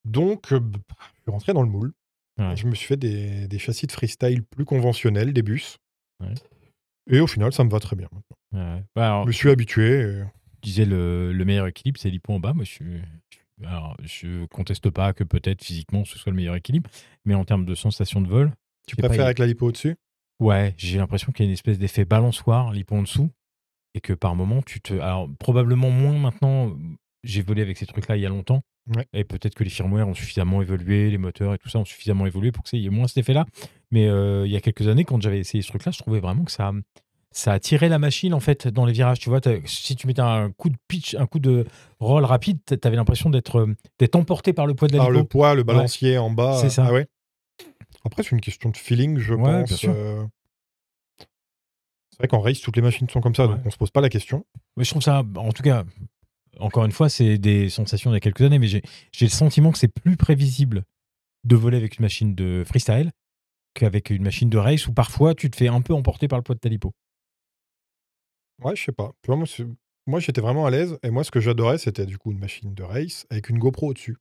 B: Donc, euh, bah, je suis rentré dans le moule.
A: Ouais.
B: Et Je me suis fait des, des châssis de freestyle plus conventionnels, des bus.
A: Ouais.
B: Et au final, ça me va très bien.
A: Ouais. Bah, alors,
B: Je me suis habitué. euh, et-
A: Tu disais le, le meilleur équilibre, c'est l'hippo en bas. Moi, je suis- je- Alors, je conteste pas que peut-être physiquement ce soit le meilleur équilibre, mais en termes de sensation de vol,
B: Tu
A: sais pas, il y
B: préfères
A: a-
B: avec la lipo au-dessus
A: Ouais, j'ai l'impression qu'il y a une espèce d'effet balançoire, l'hippo en dessous, et que par moment, tu te. Alors, probablement moins maintenant, j'ai volé avec ces trucs-là il y a longtemps,
B: Ouais.
A: et peut-être que les firmwares ont suffisamment évolué, les moteurs et tout ça ont suffisamment évolué pour qu'il y ait moins cet effet-là. Mais euh, il y a quelques années, quand j'avais essayé ce truc-là, je trouvais vraiment que ça. Ça attirait la machine en fait dans les virages. Tu vois, t'as- si tu mettais un coup de pitch, un coup de roll rapide, t'a- t'avais l'impression d'être euh, d'être emporté par le poids de la
B: Par le
A: lipo.
B: poids, le balancier en bas.
A: C'est
B: euh,
A: ça.
B: ah ouais. Après, c'est une question de feeling, je
A: Ouais,
B: pense.
A: bien sûr.
B: euh. C'est vrai qu'en race, toutes les machines sont comme ça,
A: Ouais.
B: donc on se pose pas la question.
A: Mais je trouve ça, en tout cas, encore une fois, c'est des sensations d'il y a quelques années, mais j'ai j'ai le sentiment que c'est plus prévisible de voler avec une machine de freestyle qu'avec une machine de race où parfois tu te fais un peu emporter par le poids de ta lipo.
B: Ouais, je sais pas. Tu vois, moi, c'est- moi, j'étais vraiment à l'aise. Et moi, ce que j'adorais, c'était du coup une machine de race avec une GoPro au-dessus.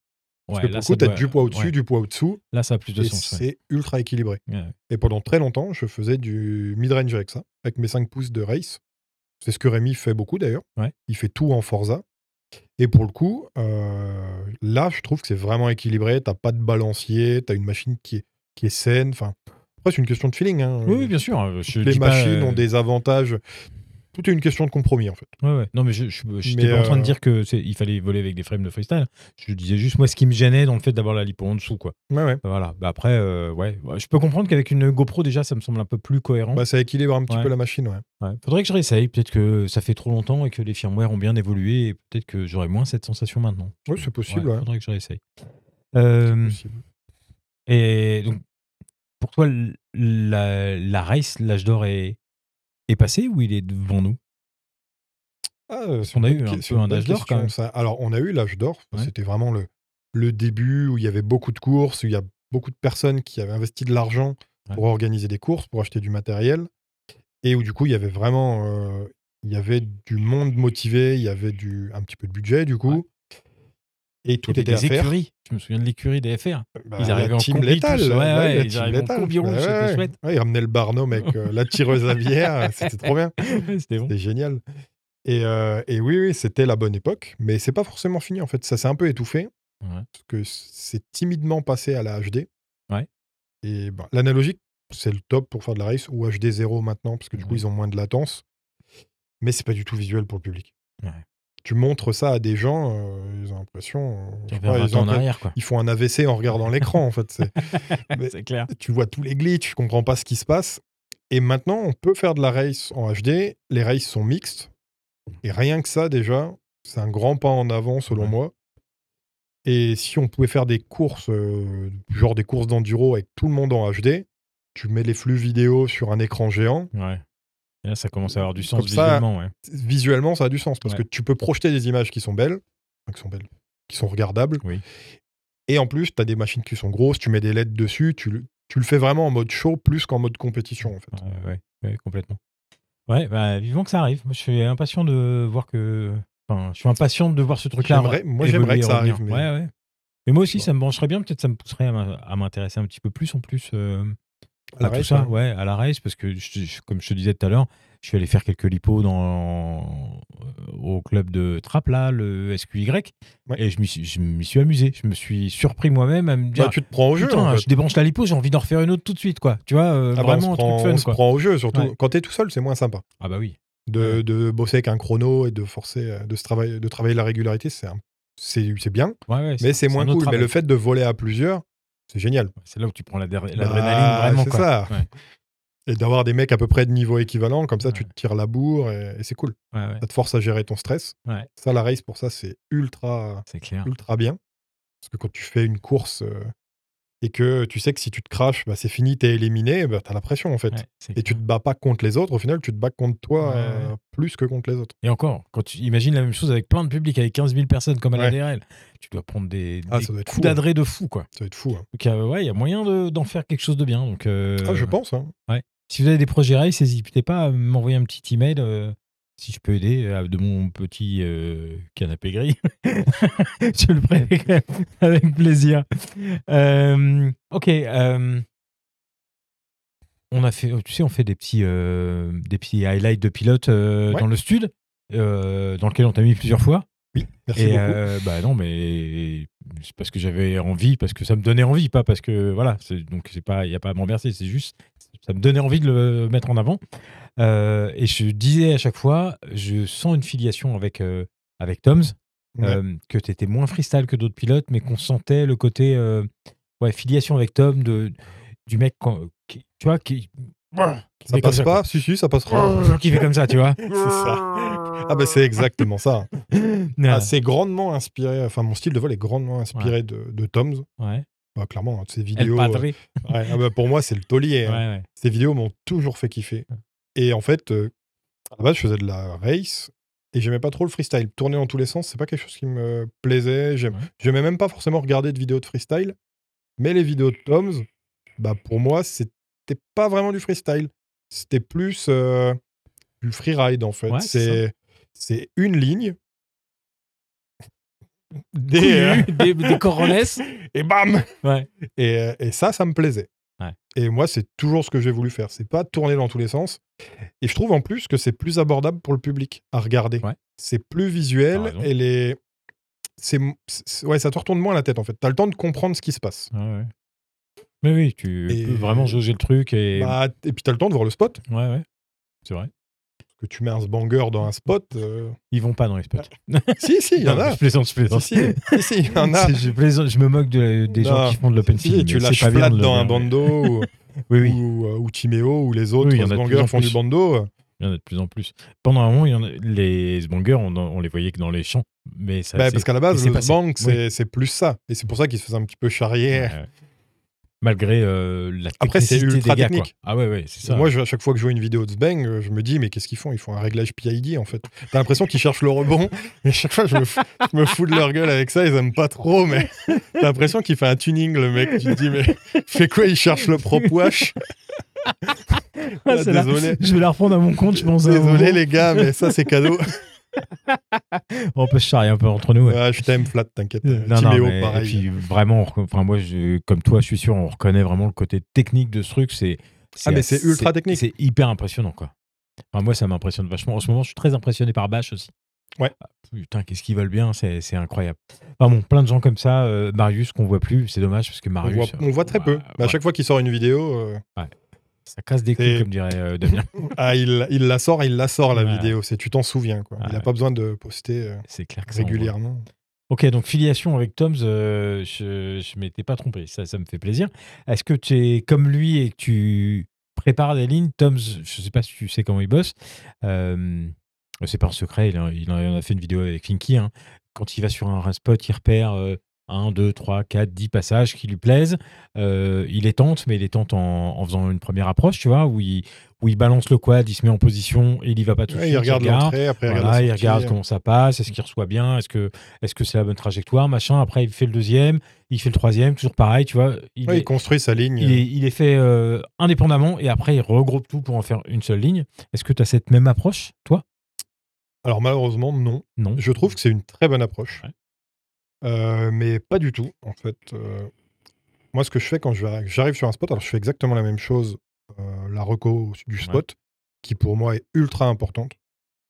B: Parce
A: Ouais,
B: que
A: là,
B: pour le
A: ça
B: coup, t'as
A: doit-
B: du poids au-dessus,
A: ouais,
B: du poids au-dessous.
A: là, ça a plus de
B: Et
A: sens. ouais.
B: c'est ultra équilibré.
A: Ouais.
B: Et pendant très longtemps, je faisais du mid-range avec ça, avec mes 5 pouces de race. C'est ce que Rémi fait beaucoup d'ailleurs.
A: Ouais.
B: Il fait tout en Forza. Et pour le coup, euh, là, je trouve que c'est vraiment équilibré. T'as pas de balancier, t'as une machine qui est, qui est saine. Enfin, après, c'est une question de feeling. hein.
A: Oui, oui, bien sûr. hein, je
B: Les
A: dis pas,
B: machines
A: euh,
B: ont des avantages. Tout est une question de compromis en fait.
A: Ouais, ouais. Non, mais je je- je- j'étais
B: Mais,
A: pas en train de
B: euh,
A: dire que c'est- il fallait voler avec des frames de freestyle. Je disais juste moi ce qui me gênait dans le fait d'avoir la lipo en dessous, quoi.
B: Ouais, ouais.
A: Voilà. Bah, après, euh, ouais, Ouais, je peux comprendre qu'avec une GoPro déjà, ça me semble un peu plus cohérent.
B: Bah, ça équilibre un petit
A: Ouais.
B: peu la machine. Ouais.
A: Ouais, Faudrait que je réessaye. Peut-être que ça fait trop longtemps et que les firmwares ont bien évolué et peut-être que j'aurai moins cette sensation maintenant.
B: Oui, c'est possible.
A: Ouais,
B: ouais.
A: Faudrait que je réessaye. Euh,
B: Possible.
A: et donc, pour toi, l- la, la race, l'âge d'or est, est passé ou il est devant nous
B: Ah, euh, c'est
A: qu'on a
B: une
A: eu
B: bonne
A: un
B: que- c'est
A: peu
B: une
A: un
B: bonne
A: âge d'or, quand
B: question,
A: même.
B: ça. Alors, on a eu l'âge d'or. Ça,
A: Ouais.
B: C'était vraiment le, le début où il y avait beaucoup de courses, où il y a beaucoup de personnes qui avaient investi de l'argent
A: Ouais.
B: pour organiser des courses, pour acheter du matériel. Et où, du coup, il y avait vraiment. euh, il y avait du monde motivé, il y avait du, un petit peu de budget, du coup. Et tout
A: Il y avait
B: était à
A: des
B: faire.
A: écuries. Je me souviens de l'écurie des
B: (laughs)
A: FR.
B: Bah,
A: Ils arrivaient
B: la
A: en
B: team
A: combi
B: létale.
A: tous, ouais,
B: là,
A: ouais,
B: la
A: ils
B: team
A: arrivaient en
B: létale.
A: combi rouge,
B: Ouais,
A: c'était
B: ouais.
A: chouette.
B: Ouais, ils ramenaient le barnum avec euh, la tireuse à bière. C'était trop bien.
A: C'était bon.
B: C'était génial. Et, euh, et oui, oui, c'était la bonne époque, mais c'est pas forcément fini en fait. Ça s'est un peu étouffé
A: Ouais.
B: parce que c'est timidement passé à la HD.
A: Ouais.
B: Et bah, l'analogique, c'est le top pour faire de la race ou HD 0 maintenant parce que du coup
A: Ouais.
B: ils ont moins de latence, mais c'est pas du tout visuel pour le public.
A: Ouais.
B: Tu montres ça à des gens, euh, ils ont l'impression, euh, je
A: Il y
B: sais
A: avait un
B: pas, ils,
A: raton
B: ont
A: en
B: l'impression-
A: arrière, quoi.
B: ils font un AVC en regardant l'écran en fait. C'est- Mais-
A: C'est clair.
B: tu vois tous les glitches, tu comprends pas ce qui se passe. Et maintenant, on peut faire de la race en HD. Les races sont mixtes. Et rien que ça, déjà, c'est un grand pas en avant, selon
A: Ouais.
B: moi. Et si on pouvait faire des courses, euh, genre des courses d'enduro avec tout le monde en HD, tu mets les flux vidéo sur un écran géant,
A: Ouais. Et là, ça commence à avoir du sens
B: Comme ça,
A: visuellement. ouais.
B: visuellement, ça a du sens. Parce
A: Ouais.
B: que tu peux projeter des images qui sont belles, enfin, qui sont belles, qui sont regardables.
A: Oui.
B: Et en plus, tu as des machines qui sont grosses, tu mets des LED dessus, tu, le- tu le fais vraiment en mode show plus qu'en mode compétition en fait.
A: Ouais, ouais, ouais, complètement. Ouais, bah, vivement que ça arrive. Moi, je suis impatient de voir que. Enfin, je suis impatient de voir ce truc-là.
B: J'aimerais- moi, j'aimerais
A: évoluer,
B: que ça
A: revenir.
B: arrive, mais-
A: Ouais, ouais. Mais moi aussi,
B: Ouais.
A: ça me brancherait bien. Peut-être ça me pousserait à m'in- à m'intéresser un petit peu plus en plus euh, à,
B: La
A: tout
B: race,
A: ça.
B: ouais.
A: Ouais, à la race, parce que je- je- comme je te disais tout à l'heure, je suis allé faire quelques lipos dans, euh, au club de Trappe, là, le SQY.
B: Ouais.
A: Et je m'y suis, je m'y suis amusé. Je me suis surpris moi-même à me dire.
B: Bah, tu te prends au jeu.
A: Putain,
B: en fait.
A: je débranche la lipo, j'ai envie d'en refaire une autre tout de suite, quoi. Tu vois, euh,
B: Ah bah,
A: vraiment
B: on
A: un
B: se prend,
A: truc
B: on
A: fun,
B: se
A: quoi.
B: prend au jeu, surtout
A: Ouais.
B: quand t'es tout seul, c'est moins sympa.
A: Ah bah oui.
B: De,
A: Ouais.
B: de bosser avec un chrono et de forcer, euh, de, se travailler, de travailler la régularité, c'est un- c'est c'est bien,
A: Ouais, ouais,
B: mais c'est
A: un
B: moins
A: autre
B: cool.
A: travail.
B: Mais le fait de voler à plusieurs, c'est génial.
A: C'est là où tu prends l'adré- l'adrénaline
B: Bah,
A: vraiment.
B: c'est
A: quoi.
B: ça.
A: Ouais,
B: Et d'avoir des mecs à peu près de niveau équivalent, comme ça, tu
A: Ouais.
B: te tires la bourre et, et c'est cool.
A: ouais, ouais,
B: Ça te force à gérer ton stress.
A: Ouais.
B: Ça, la race, pour ça, c'est ultra,
A: c'est clair.
B: ultra bien. Parce que quand tu fais une course euh, et que tu sais que si tu te craches, bah, c'est fini, t'es éliminé, bah, t'as la pression en fait.
A: Ouais, c'est
B: Et tu te
A: clair.
B: bats pas contre les autres, au final, tu te bats contre toi
A: Ouais,
B: euh, plus que contre les autres.
A: Et encore, quand tu imagines la même chose avec plein de public, avec 15 000 personnes comme à la
B: Ouais.
A: DRL, tu dois prendre des,
B: Ah,
A: des
B: ça doit être
A: coups
B: fou,
A: d'adré de fou, quoi.
B: Ça va être fou. hein.
A: Donc, euh, ouais, il y a moyen de- d'en faire quelque chose de bien. Donc, euh,
B: Ah, je pense. hein.
A: Si vous avez des projets rails, n'hésitez pas à m'envoyer un petit email euh, si je peux aider euh, de mon petit euh, canapé gris. (laughs) je le ferai (laughs) avec plaisir. Euh, ok. euh, on a fait, oh, tu sais, on fait des petits, euh, des petits highlights de pilotes euh,
B: Ouais.
A: dans le stud, euh, dans lequel on t'a mis plusieurs fois.
B: Oui, merci
A: Et
B: beaucoup.
A: euh, bah non, mais c'est parce que j'avais envie, parce que ça me donnait envie, pas parce que voilà. c'est- Donc c'est pas, il y a pas à me remercier, c'est juste ça me donnait envie de le mettre en avant. Euh, et je disais à chaque fois, je sens une filiation avec euh, avec Tom's,
B: Ouais.
A: euh, que tu étais moins freestyle que d'autres pilotes, mais qu'on sentait le côté euh, ouais filiation avec Tom de du mec quand- qui- tu vois qui qui
B: ça
A: fait comme
B: passe
A: ça,
B: pas Si, si, ça
A: (laughs)
B: passera.
A: quoi. qui fait comme ça, tu
B: (laughs)
A: vois.
B: c'est ça. Ah, bah, c'est
A: (laughs)
B: exactement ça. Ah, c'est grandement inspiré. Enfin, mon style de vol est grandement inspiré de, de Tom's.
A: ouais.
B: Bah, clairement, hein, de ses
A: El
B: vidéos. euh,
A: Padre.
B: ouais, ah bah, pour moi, c'est le taulier.
A: Ouais,
B: hein.
A: ouais.
B: Ces vidéos m'ont toujours fait kiffer.
A: Ouais.
B: Et en fait, euh, à la base, je faisais de la race et j'aimais pas trop le freestyle. Tourner dans tous les sens, c'est pas quelque chose qui me plaisait. J'aime-
A: Ouais.
B: J'aimais même pas forcément regarder de vidéos de freestyle. Mais les vidéos de Tom's, bah, pour moi, c'était pas vraiment du freestyle. C'était plus euh, du freeride, en fait.
A: Ouais, c'est
B: c'est c'est une ligne.
A: Couillu,
B: Des, euh,
A: des, des coronesses.
B: et bam
A: Ouais.
B: et, euh, et ça, ça me plaisait.
A: Ouais.
B: Et moi, c'est toujours ce que j'ai voulu faire. C'est pas tourner dans tous les sens. Et je trouve en plus que c'est plus abordable pour le public à regarder.
A: Ouais.
B: C'est plus
A: T'as
B: visuel
A: raison.
B: et les. C'est, c'est- ouais, ça te retourne moins la tête en fait. T'as le temps de comprendre ce qui se passe.
A: Ouais, ouais. Mais oui, tu
B: Et-
A: peux vraiment jauger le truc et.
B: Bah, et puis t'as le temps de voir le spot.
A: Ouais, ouais. C'est vrai.
B: Parce que tu mets un banger
A: (laughs)
B: dans un spot. euh,
A: Ils vont pas dans les spots.
B: si, si, Ah, il y en
A: Non,
B: a.
A: Je plaisante, je
B: Si,
A: plaisante.
B: si, si, si, il y en a.
A: (laughs) C'est- Je, plaisante, je me moque de- des gens
B: Non,
A: qui font de l'open
B: Si,
A: field.
B: tu
A: mais c'est
B: lâches
A: pas bien
B: flat
A: de le
B: dans un
A: dire. (laughs)
B: bandeau ou,
A: Oui, oui.
B: ou, euh, ou Timéo ou les autres
A: Oui, il y en a de plus en
B: bangers font
A: plus.
B: du euh, bandeau.
A: Il y en a de plus en plus. Pendant un moment, il y en a- les bangers, on, en- on les voyait que dans les champs. Mais ça.
B: Bah,
A: c'est-
B: parce qu'à la
A: et
B: base,
A: c'est
B: le
A: passé.
B: bank, c'est c'est plus ça. Et c'est pour ça qu'il se faisait un petit peu charrier.
A: Ouais, ouais. Malgré euh, la
B: Après, c'est
A: technicité
B: ultra
A: des gars,
B: technique.
A: quoi. Ah ouais, ouais, c'est
B: Et
A: ça. (laughs)
B: Moi, je- à chaque fois que je vois une vidéo de Sbeng, euh, je me dis, mais qu'est-ce qu'ils font Ils font un réglage PID, en fait. T'as l'impression qu'ils cherchent le rebond. Et à chaque fois, je me, fous, je me fous de leur gueule avec ça. Ils aiment pas trop, mais t'as l'impression qu'il fait un tuning, le mec. Tu te dis, mais fait quoi Il cherche le prop wash
A: Ah,
B: Ah,
A: c'est là.
B: Désolé.
A: Je vais la reprendre à mon compte, je pense. à un
B: Désolé,
A: moment.
B: les gars, mais ça, c'est cadeau.
A: On peut se charrier un peu entre nous. (laughs) ouais.
B: Ah, je t'aime, Flat, t'inquiète.
A: Euh, non, non,
B: Timéo,
A: mais-
B: pareil.
A: Et puis vraiment, on reco- enfin moi, je- comme toi, je suis sûr, on reconnaît vraiment le côté technique de ce truc. C'est
B: Ah, mais c'est ultra technique.
A: C'est hyper impressionnant, quoi. Enfin, moi, ça m'impressionne vachement. En ce moment, je suis très impressionné par Bash aussi.
B: Ouais.
A: Ah, putain, qu'est-ce qu'ils veulent bien, c'est c'est incroyable. Enfin bon, plein de gens comme ça, euh, Marius qu'on voit plus, c'est dommage parce que
B: on, voit,
A: Marius,
B: on voit très
A: bah,
B: peu. Mais à
A: ouais,
B: chaque fois qu'il sort une vidéo, euh,
A: ça casse des couilles,
B: C'est-
A: comme dirait euh, Damien. (laughs)
B: ah, il, il la sort, il la sort, la
A: Ouais. Ah
B: vidéo. C'est Tu t'en souviens, quoi.
A: Ouais.
B: Il a pas besoin de poster euh,
A: c'est clair que ça, on voit.
B: régulièrement.
A: Ok, donc filiation avec Tom's, euh, je ne m'étais pas trompé, ça, ça me fait plaisir. Est-ce que tu es comme lui et que tu prépares des lignes Tom's, je ne sais pas si tu sais comment il bosse, euh, c'est pas un secret, il, en- il en a fait une vidéo avec Finky, hein. quand il va sur un, un spot, il repère euh, 1, 2, 3, 4, 10 passages qui lui plaisent. Euh, il les tente, mais il les tente en, en faisant une première approche, tu vois, où il, où il balance le quad, il se met en position, il y va pas tout de
B: Ouais,
A: suite.
B: il regarde l'entrée, après
A: Voilà,
B: il regarde la
A: il
B: sortie. hein.
A: regarde comment ça passe, est-ce qu'il reçoit bien, est-ce que est-ce que c'est la bonne trajectoire, machin. Après, il fait le deuxième, il fait le troisième, toujours pareil, tu vois. Il,
B: Ouais,
A: est,
B: il construit sa ligne.
A: il est- il est fait euh, indépendamment et après, il regroupe tout pour en faire une seule ligne. Est-ce que tu as cette même approche, toi
B: Alors malheureusement, non.
A: Non.
B: Je trouve que c'est une très bonne approche.
A: Ouais.
B: Euh, mais pas du tout, en fait. Euh, moi, ce que je fais quand je vais- j'arrive sur un spot, alors je fais exactement la même chose, euh, la reco du spot, qui pour moi est ultra importante.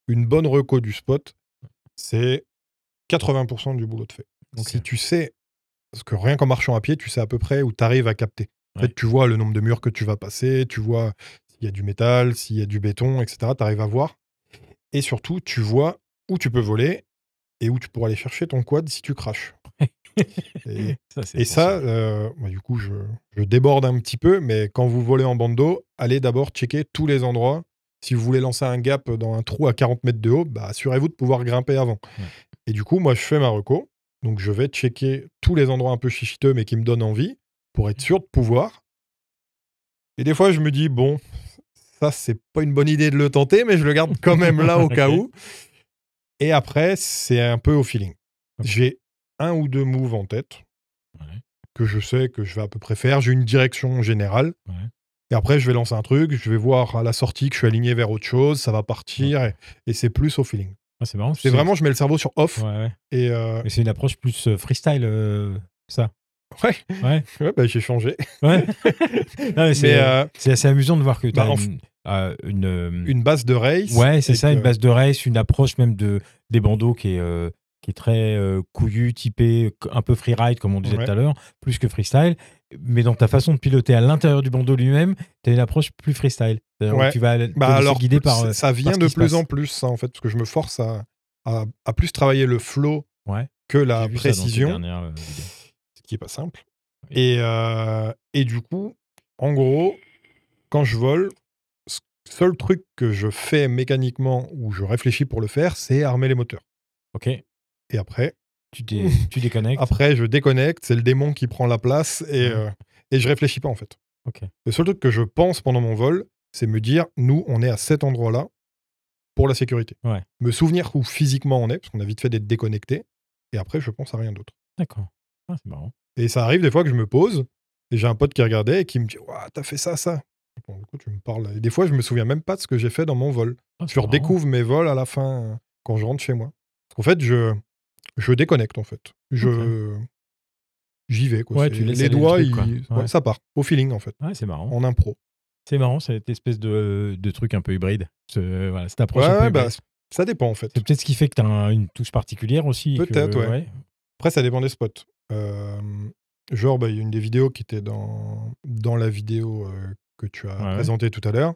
B: Une bonne reco du spot, c'est 80% du boulot de fait.
A: Ok.
B: Si tu sais, parce que rien qu'en marchant à pied, tu sais à peu près où tu arrives à capter. En fait,
A: Ouais.
B: tu vois le nombre de murs que tu vas passer, tu vois s'il y a du métal, s'il y a du béton, etc. Tu arrives à voir. Et surtout, tu vois où tu peux voler et où tu pourras aller chercher ton quad si tu craches.
A: (laughs)
B: et,
A: c'est
B: et ça,
A: essentiel.
B: euh, bah, du coup, je, je déborde un petit peu, mais quand vous volez en bandeau, allez d'abord checker tous les endroits. Si vous voulez lancer un gap dans un trou à 40 mètres de haut, bah, assurez-vous de pouvoir grimper avant.
A: Ouais.
B: Et du coup, moi, je fais ma reco. Donc, je vais checker tous les endroits un peu chichiteux, mais qui me donnent envie, pour être sûr de pouvoir. Et des fois, je me dis, bon, ça, c'est pas une bonne idée de le tenter, mais je le garde quand même là au cas
A: (laughs) Ok.
B: où. Et après, c'est un peu au feeling.
A: Ok.
B: J'ai un ou deux moves en tête
A: Ouais.
B: que je sais que je vais à peu près faire. J'ai une direction générale.
A: Ouais.
B: Et après, je vais lancer un truc. Je vais voir à la sortie que je suis aligné vers autre chose. Ça va partir. Et, et c'est plus au feeling.
A: Ah, c'est marrant.
B: C'est vraiment, je mets le cerveau sur off.
A: Ouais, ouais.
B: Et euh,
A: Mais c'est une approche plus euh, freestyle,
B: (laughs)
A: euh, ça.
B: ouais,
A: Ouais.
B: ouais, bah, j'ai changé.
A: Ouais. (laughs) Non, mais
B: Mais
A: c'est
B: euh,
A: c'est assez amusant de voir que tu as
B: bah, en
A: une, euh, une, euh,
B: une base de race.
A: Ouais,
B: et
A: c'est ça,
B: que-
A: une base de race, une approche même de, des bandeaux qui est, euh, qui est très euh, couillu, typé, c- un peu freeride, comme on disait
B: Ouais.
A: tout à l'heure, plus que freestyle. Mais dans ta façon de piloter à l'intérieur du bandeau lui-même, tu as une approche plus freestyle. C'est-à-dire où
B: Ouais.
A: Tu vas te
B: Bah,
A: laisser
B: alors,
A: guider par.
B: ça-
A: euh,
B: ça vient
A: ce
B: de
A: qui se
B: plus en
A: passe.
B: plus, ça, en fait, parce que je me force à, à- à plus travailler le flow
A: Ouais.
B: que la
A: j'ai vu ça dans tes
B: précision.
A: dernières, euh, vidéos.
B: ce qui est pas simple.
A: Oui.
B: Et, euh, et du coup, en gros, quand je vole, s- seul truc que je fais mécaniquement ou je réfléchis pour le faire, c'est armer les moteurs.
A: ok,
B: Et après,
A: tu, dé- tu déconnectes.
B: après je déconnecte, c'est le démon qui prend la place et,
A: Ouais.
B: euh, et je réfléchis pas en fait.
A: Ok.
B: Le seul truc que je pense pendant mon vol, c'est me dire, nous, on est à cet endroit-là pour la sécurité.
A: Ouais.
B: Me souvenir où physiquement on est, parce qu'on a vite fait d'être déconnecté, et après, je pense à rien d'autre.
A: D'accord. Ah, c'est marrant.
B: Et ça arrive des fois que je me pose et j'ai un pote qui regardait et qui me dit Ouah, t'as fait ça, ça. Bon, du coup, tu me parles. Et des fois, je me souviens même pas de ce que j'ai fait dans mon vol.
A: Ah, c'est
B: Je
A: marrant.
B: redécouvre mes vols à la fin euh, quand je rentre chez moi. En fait, je, je déconnecte, en fait. Je. J'y vais, quoi.
A: Ouais,
B: C'est-
A: tu laisses
B: les
A: aller le
B: doigts,
A: truc, quoi.
B: ils-
A: Ouais.
B: ouais, ça part. Au feeling, en fait.
A: Ouais, c'est marrant.
B: En impro.
A: C'est marrant, cette espèce de, de truc un peu hybride. Ce- voilà, cette approche
B: Ouais,
A: un peu
B: ouais,
A: hybride.
B: bah, ça dépend, en fait.
A: C'est peut-être ce qui fait que tu as une touche particulière aussi. et que-
B: Peut-être, ouais. Après, ça dépend des spots. Euh, genre, bah, il y a une des vidéos qui était dans, dans la vidéo euh, que tu as
A: Ouais.
B: présentée tout à l'heure.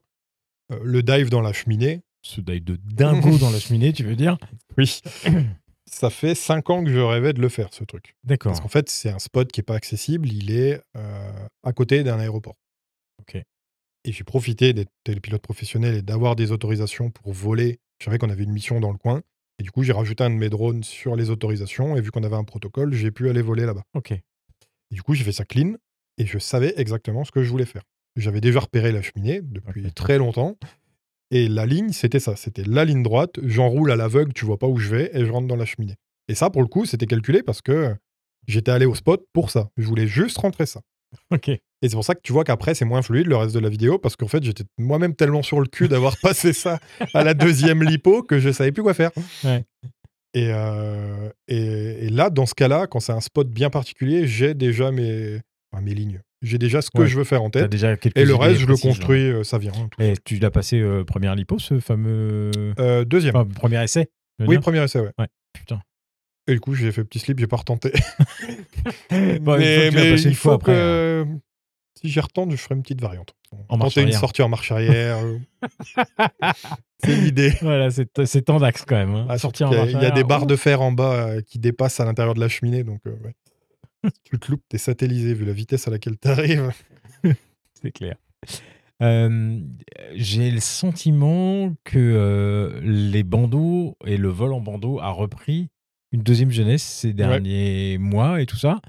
B: Euh, le dive dans la cheminée.
A: Ce dive de dingo dans la cheminée, tu veux (laughs) dire
B: Oui. ça fait cinq ans que je rêvais de le faire, ce truc. Parce
A: D'accord.
B: qu'en fait, c'est un spot qui n'est pas accessible. Il est euh, à côté d'un aéroport.
A: Ok.
B: Et j'ai profité d'être télépilote professionnel et d'avoir des autorisations pour voler. Je savais qu'on avait une mission dans le coin. Et du coup, j'ai rajouté un de mes drones sur les autorisations. Et vu qu'on avait un protocole, j'ai pu aller voler là-bas.
A: Ok.
B: Et du coup, j'ai fait ça clean et je savais exactement ce que je voulais faire. J'avais déjà repéré la cheminée depuis
A: Ok.
B: très longtemps. Et la ligne, c'était ça. C'était la ligne droite. J'enroule à l'aveugle, tu vois pas où je vais et je rentre dans la cheminée. Et ça, pour le coup, c'était calculé parce que j'étais allé au spot pour ça. Je voulais juste rentrer ça.
A: Ok.
B: Et c'est pour ça que tu vois qu'après, c'est moins fluide le reste de la vidéo parce qu'en fait, j'étais moi-même tellement sur le cul d'avoir (laughs) passé ça à la deuxième lipo que je savais plus quoi faire.
A: Ouais.
B: Et, euh, et, et là, dans ce cas-là, quand c'est un spot bien particulier, j'ai déjà mes, enfin, mes lignes. J'ai déjà ce que
A: Ouais.
B: je veux faire en
A: T'as
B: tête.
A: déjà quelques
B: Et le
A: idées
B: reste, je le
A: précises, là.
B: construis, euh, ça vient. hein, tout.
A: Et tu l'as passé euh, première lipo, ce fameux.
B: Euh, deuxième.
A: Enfin, premier essai je veux
B: oui,
A: dire.
B: premier essai, ouais. (gasps)
A: Putain.
B: Et du coup, j'ai fait petit slip, j'ai
A: (laughs)
B: pas retenté.
A: Bon, Bah, une fois que tu l'as passé une fois après, euh,
B: que, si j'y retente, je ferai une petite variante.
A: En marche
B: Tenter une
A: arrière.
B: sortie en marche arrière.
A: (laughs)
B: euh. c'est l'idée.
A: Voilà, c'est c'est tendax quand même. hein.
B: Ah,
A: Sortir en
B: Il y a-
A: marche
B: il y a des
A: arrière,
B: barres
A: ouh.
B: de fer en bas euh, qui dépassent à l'intérieur de la cheminée, donc euh,
A: (laughs)
B: ouais. Si tu te loupes, t'es satellisé vu la vitesse à
A: (laughs)
B: laquelle t'arrives.
A: C'est clair. Euh, J'ai le sentiment que euh, les bandeaux et le vol en bandeau a repris une deuxième jeunesse ces derniers mois et tout ça,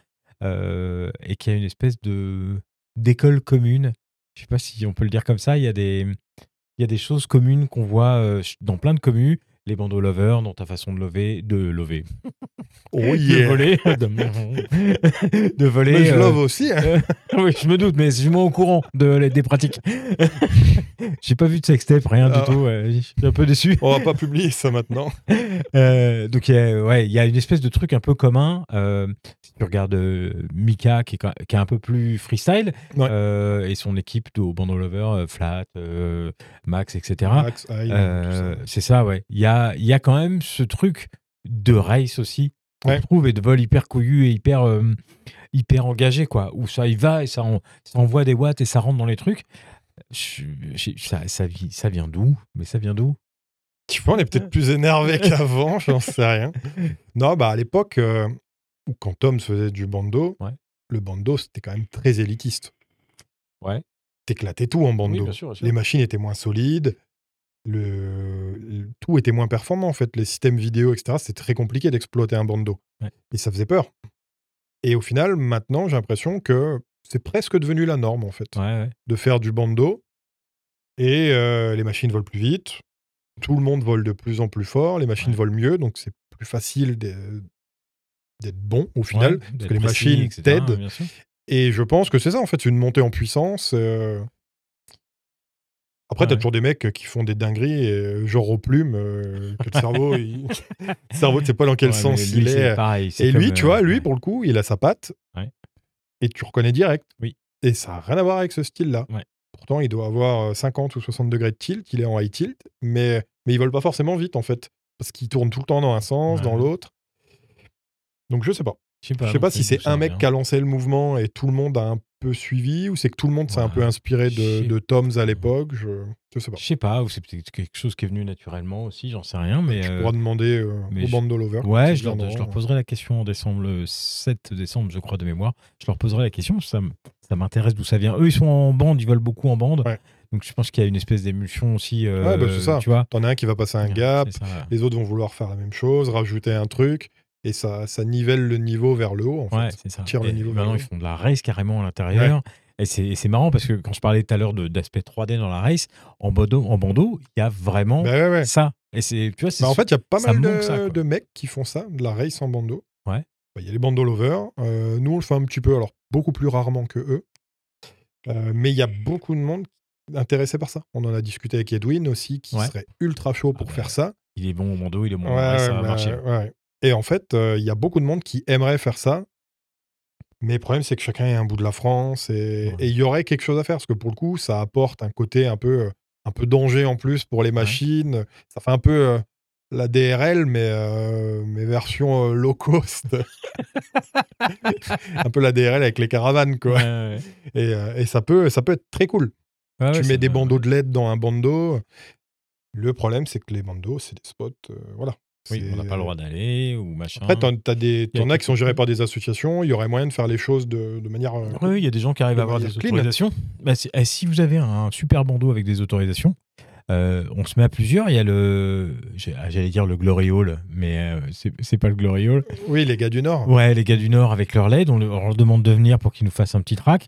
A: euh, et qu'il y a une espèce de d'école commune. Je sais pas si on peut le dire comme ça. Il y a des il y a des choses communes qu'on voit euh, dans plein de communes. Les bandeaux lovers, dans ta façon de lever, de lever,
B: Oh
A: de
B: yeah. (laughs)
A: voler, (laughs) de, de voler.
B: Mais je
A: euh,
B: love
A: (laughs)
B: aussi. hein.
A: oui, je me doute, mais je suis moins au courant de, des pratiques. (laughs) J'ai pas vu de sextape, rien
B: Ah.
A: du tout. euh, je suis un peu déçu. (laughs)
B: On va pas publier ça maintenant.
A: Euh, donc, il y a- ouais, il y a une espèce de truc un peu commun. euh, si tu regardes euh, Mika, qui est, quand- qui est un peu plus freestyle,
B: Ouais.
A: euh, et son équipe de Bando Lover, euh, Flat, euh, Max, etc.
B: Max,
A: Hein
B: Hyde,
A: Euh,
B: tout ça.
A: c'est ça, ouais. Il y a, il y a quand même ce truc de race aussi, qu'on
B: Ouais.
A: trouve, et de vol hyper couillu et hyper, euh, hyper engagé, quoi. Où ça y va et ça, en- ça envoie des watts et ça rentre dans les trucs. Je- je- ça, ça, vi- ça vient d'où Mais ça vient d'où
B: Tu vois, on est peut-être
A: (laughs)
B: plus énervé qu'avant, j'en sais rien. Non, bah à l'époque, euh, où quand Tom se faisait du bando,
A: Ouais.
B: le bando c'était quand même très élitiste.
A: Ouais.
B: T'éclatais tout en bando.
A: sûr.
B: les machines étaient moins solides, le... le- tout était moins performant en fait. Les systèmes vidéo, etc., c'était très compliqué d'exploiter un bandeau.
A: Ouais.
B: Et ça faisait peur. Et au final, maintenant, j'ai l'impression que c'est presque devenu la norme en fait,
A: Ouais, ouais.
B: de faire du bandeau. Et euh, les machines volent plus vite, tout le monde vole de plus en plus fort, les machines
A: Ouais.
B: volent mieux, donc c'est plus facile d'e- d'être bon au final.
A: Ouais,
B: parce
A: d'être
B: que les
A: précis,
B: machines
A: etc.,
B: t'aident.
A: bien sûr.
B: Et je pense que c'est ça, en fait, c'est une montée en puissance. euh. Après,
A: Ah
B: t'as
A: ouais.
B: toujours des mecs qui font des dingueries, et, euh, genre aux plumes, euh, que le
A: (laughs)
B: cerveau, il- le cerveau, tu sais pas dans quel
A: Ouais,
B: sens
A: mais lui,
B: il
A: c'est
B: est.
A: pareil, c'est
B: Et
A: comme,
B: lui, tu
A: euh,
B: vois, lui,
A: ouais.
B: pour le coup, il a sa patte,
A: Ouais.
B: et tu reconnais direct.
A: Oui.
B: Et ça n'a rien à voir avec ce style-là.
A: Ouais.
B: Pourtant, il doit avoir euh, 50 ou 60 degrés de tilt, il est en high tilt, mais, mais il vole pas forcément vite, en fait, parce qu'il tourne tout le temps dans un sens,
A: Ouais.
B: dans l'autre. Donc, je sais pas.
A: Je sais pas,
B: Je sais
A: non,
B: pas si
A: d'où
B: c'est
A: ça
B: un mec
A: vient.
B: qui a lancé le mouvement et tout le monde a un peu suivi, ou c'est que tout le monde s'est un
A: Ouais,
B: peu inspiré
A: je
B: de,
A: sais
B: de Tom's à
A: pas.
B: l'époque. Je, je sais pas.
A: Je sais pas, ou c'est peut-être quelque chose qui est venu naturellement aussi, j'en sais rien, mais.
B: tu
A: euh,
B: pourras demander euh,
A: mais
B: au
A: je-
B: bando lover.
A: Ouais,
B: qui
A: je leur,
B: viendront.
A: je leur poserai la question en décembre, le 7 décembre, je crois, de mémoire. Je leur poserai la question, ça, m- ça m'intéresse d'où ça vient. Eux, ils sont en bande, ils volent beaucoup en bande.
B: Ouais.
A: Donc, je pense qu'il y a une espèce d'émulsion aussi. euh,
B: Ouais, bah, c'est ça.
A: Tu vois
B: T'en as un qui va passer un gap,
A: C'est ça.
B: les autres vont vouloir faire la même chose, rajouter un truc, et ça, ça nivelle le niveau vers le haut, en
A: Ouais,
B: fait.
A: c'est ça.
B: tire le
A: Et
B: niveau vers
A: maintenant,
B: le
A: ils
B: haut.
A: font de la race carrément à l'intérieur. Et c'est- Et c'est marrant parce que quand je parlais tout à l'heure de- d'aspect 3D dans la race, en bandeau, en bandeau, il y a vraiment
B: Bah ouais, ouais.
A: ça. Et c'est, tu vois, c'est
B: Bah, en fait, il y a pas
A: ça
B: mal de,
A: manque, ça, quoi.
B: de mecs qui font ça, de la race en bandeau.
A: Ouais.
B: Bah, Il y a les bandeaux lovers. euh, nous, on le fait un petit peu, alors beaucoup plus rarement que eux. Euh, mais il y a beaucoup de monde intéressé par ça. On en a discuté avec Edwin aussi, qui
A: Ouais.
B: serait ultra chaud pour
A: bah,
B: faire ça.
A: il est bon au bandeau, il est bon en
B: Ouais,
A: race, ça
B: ouais,
A: va
B: bah,
A: marcher.
B: ouais. Et en fait, euh, il y a beaucoup de monde qui aimerait faire ça. Mais le problème, c'est que chacun est un bout de la France et
A: Ouais.
B: et il y aurait quelque chose à faire. Parce que pour le coup, ça apporte un côté un peu, euh, un peu danger en plus pour les machines. Ça fait un peu euh, la DRL, mais, euh, mais version euh, low cost. (laughs) un peu la DRL avec les caravanes, quoi.
A: Ouais, ouais.
B: Et, euh, et ça, peut, ça peut être très cool.
A: Ah Ouais, ouais,
B: tu
A: ça
B: mets des
A: va-
B: bandeaux de LED dans un bandeau. Le problème, c'est que les bandeaux, c'est des spots. euh, voilà.
A: Oui, on n'a
B: C'est- euh,
A: pas le droit d'aller ou machin.
B: après, t'en as, des,
A: Il Hein. y a
B: t'en as qui sont
A: quelques-
B: gérés par des associations. Il y aurait moyen de faire les choses de, de manière. euh,
A: Oui, il y a des gens qui arrivent à
B: de
A: avoir
B: manière
A: des
B: clean.
A: autorisations. Bah, si, eh, si vous avez un super bandeau avec des autorisations, euh, on se met à plusieurs. Il y a le, j'ai- ah, j'allais dire le Glory Hall, mais euh, c'est c'est pas le Glory Hall.
B: Oui, les gars du Nord.
A: Ouais, les gars du Nord avec leur LED, on, le- on leur demande de venir pour qu'ils nous fassent un petit track.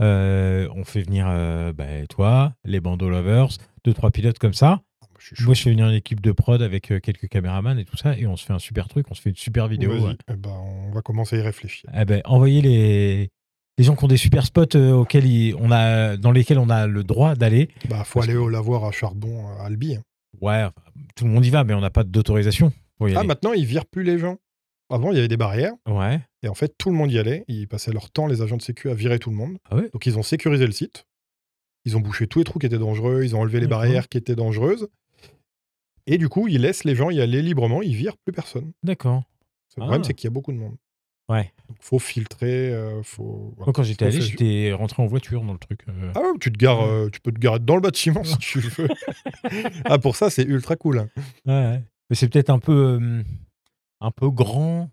A: Euh, on fait venir euh, bah, toi, les bandeaux lovers, deux trois pilotes comme ça.
B: Je suis chaud.
A: Moi, je fais venir une équipe de prod avec euh, quelques caméramans et tout ça, et on se fait un super truc, on se fait une super vidéo. euh.
B: Vas-y.
A: ouais.
B: Eh ben, on va commencer à y réfléchir.
A: Eh ben, envoyez les, les gens qui ont des super spots euh, auxquels il- on a, dans lesquels on a le droit d'aller.
B: Bah, faut
A: Parce
B: aller au lavoir à Charbon, à Albi. hein.
A: Ouais, enfin, tout le monde y va, mais on n'a pas d'autorisation pour y
B: Ah, bah.
A: aller.
B: maintenant, ils virent plus les gens. Avant, il y avait des barrières.
A: Ouais.
B: Et en fait, tout le monde y allait. Ils passaient leur temps, les agents de sécu, à virer tout le monde.
A: Ah ouais
B: Donc, ils ont sécurisé le site. Ils ont bouché tous les trous qui étaient dangereux. Ils ont enlevé les
A: D'accord.
B: barrières qui étaient dangereuses. Et du coup, ils laissent les gens y aller librement. Ils virent plus personne.
A: D'accord.
B: Le problème,
A: Ah.
B: c'est qu'il y a beaucoup de monde.
A: Ouais.
B: Donc, faut filtrer. euh, faut... voilà.
A: Moi, quand j'étais
B: Faut
A: allé,
B: faire-
A: j'étais rentré en voiture dans le truc. euh.
B: Ah ouais, tu te gares,
A: Ouais.
B: euh, tu peux te garer dans le bâtiment si
A: (laughs)
B: tu veux. ah pour ça c'est ultra cool. hein.
A: Ouais, ouais. Mais c'est peut-être un peu, euh, un peu grand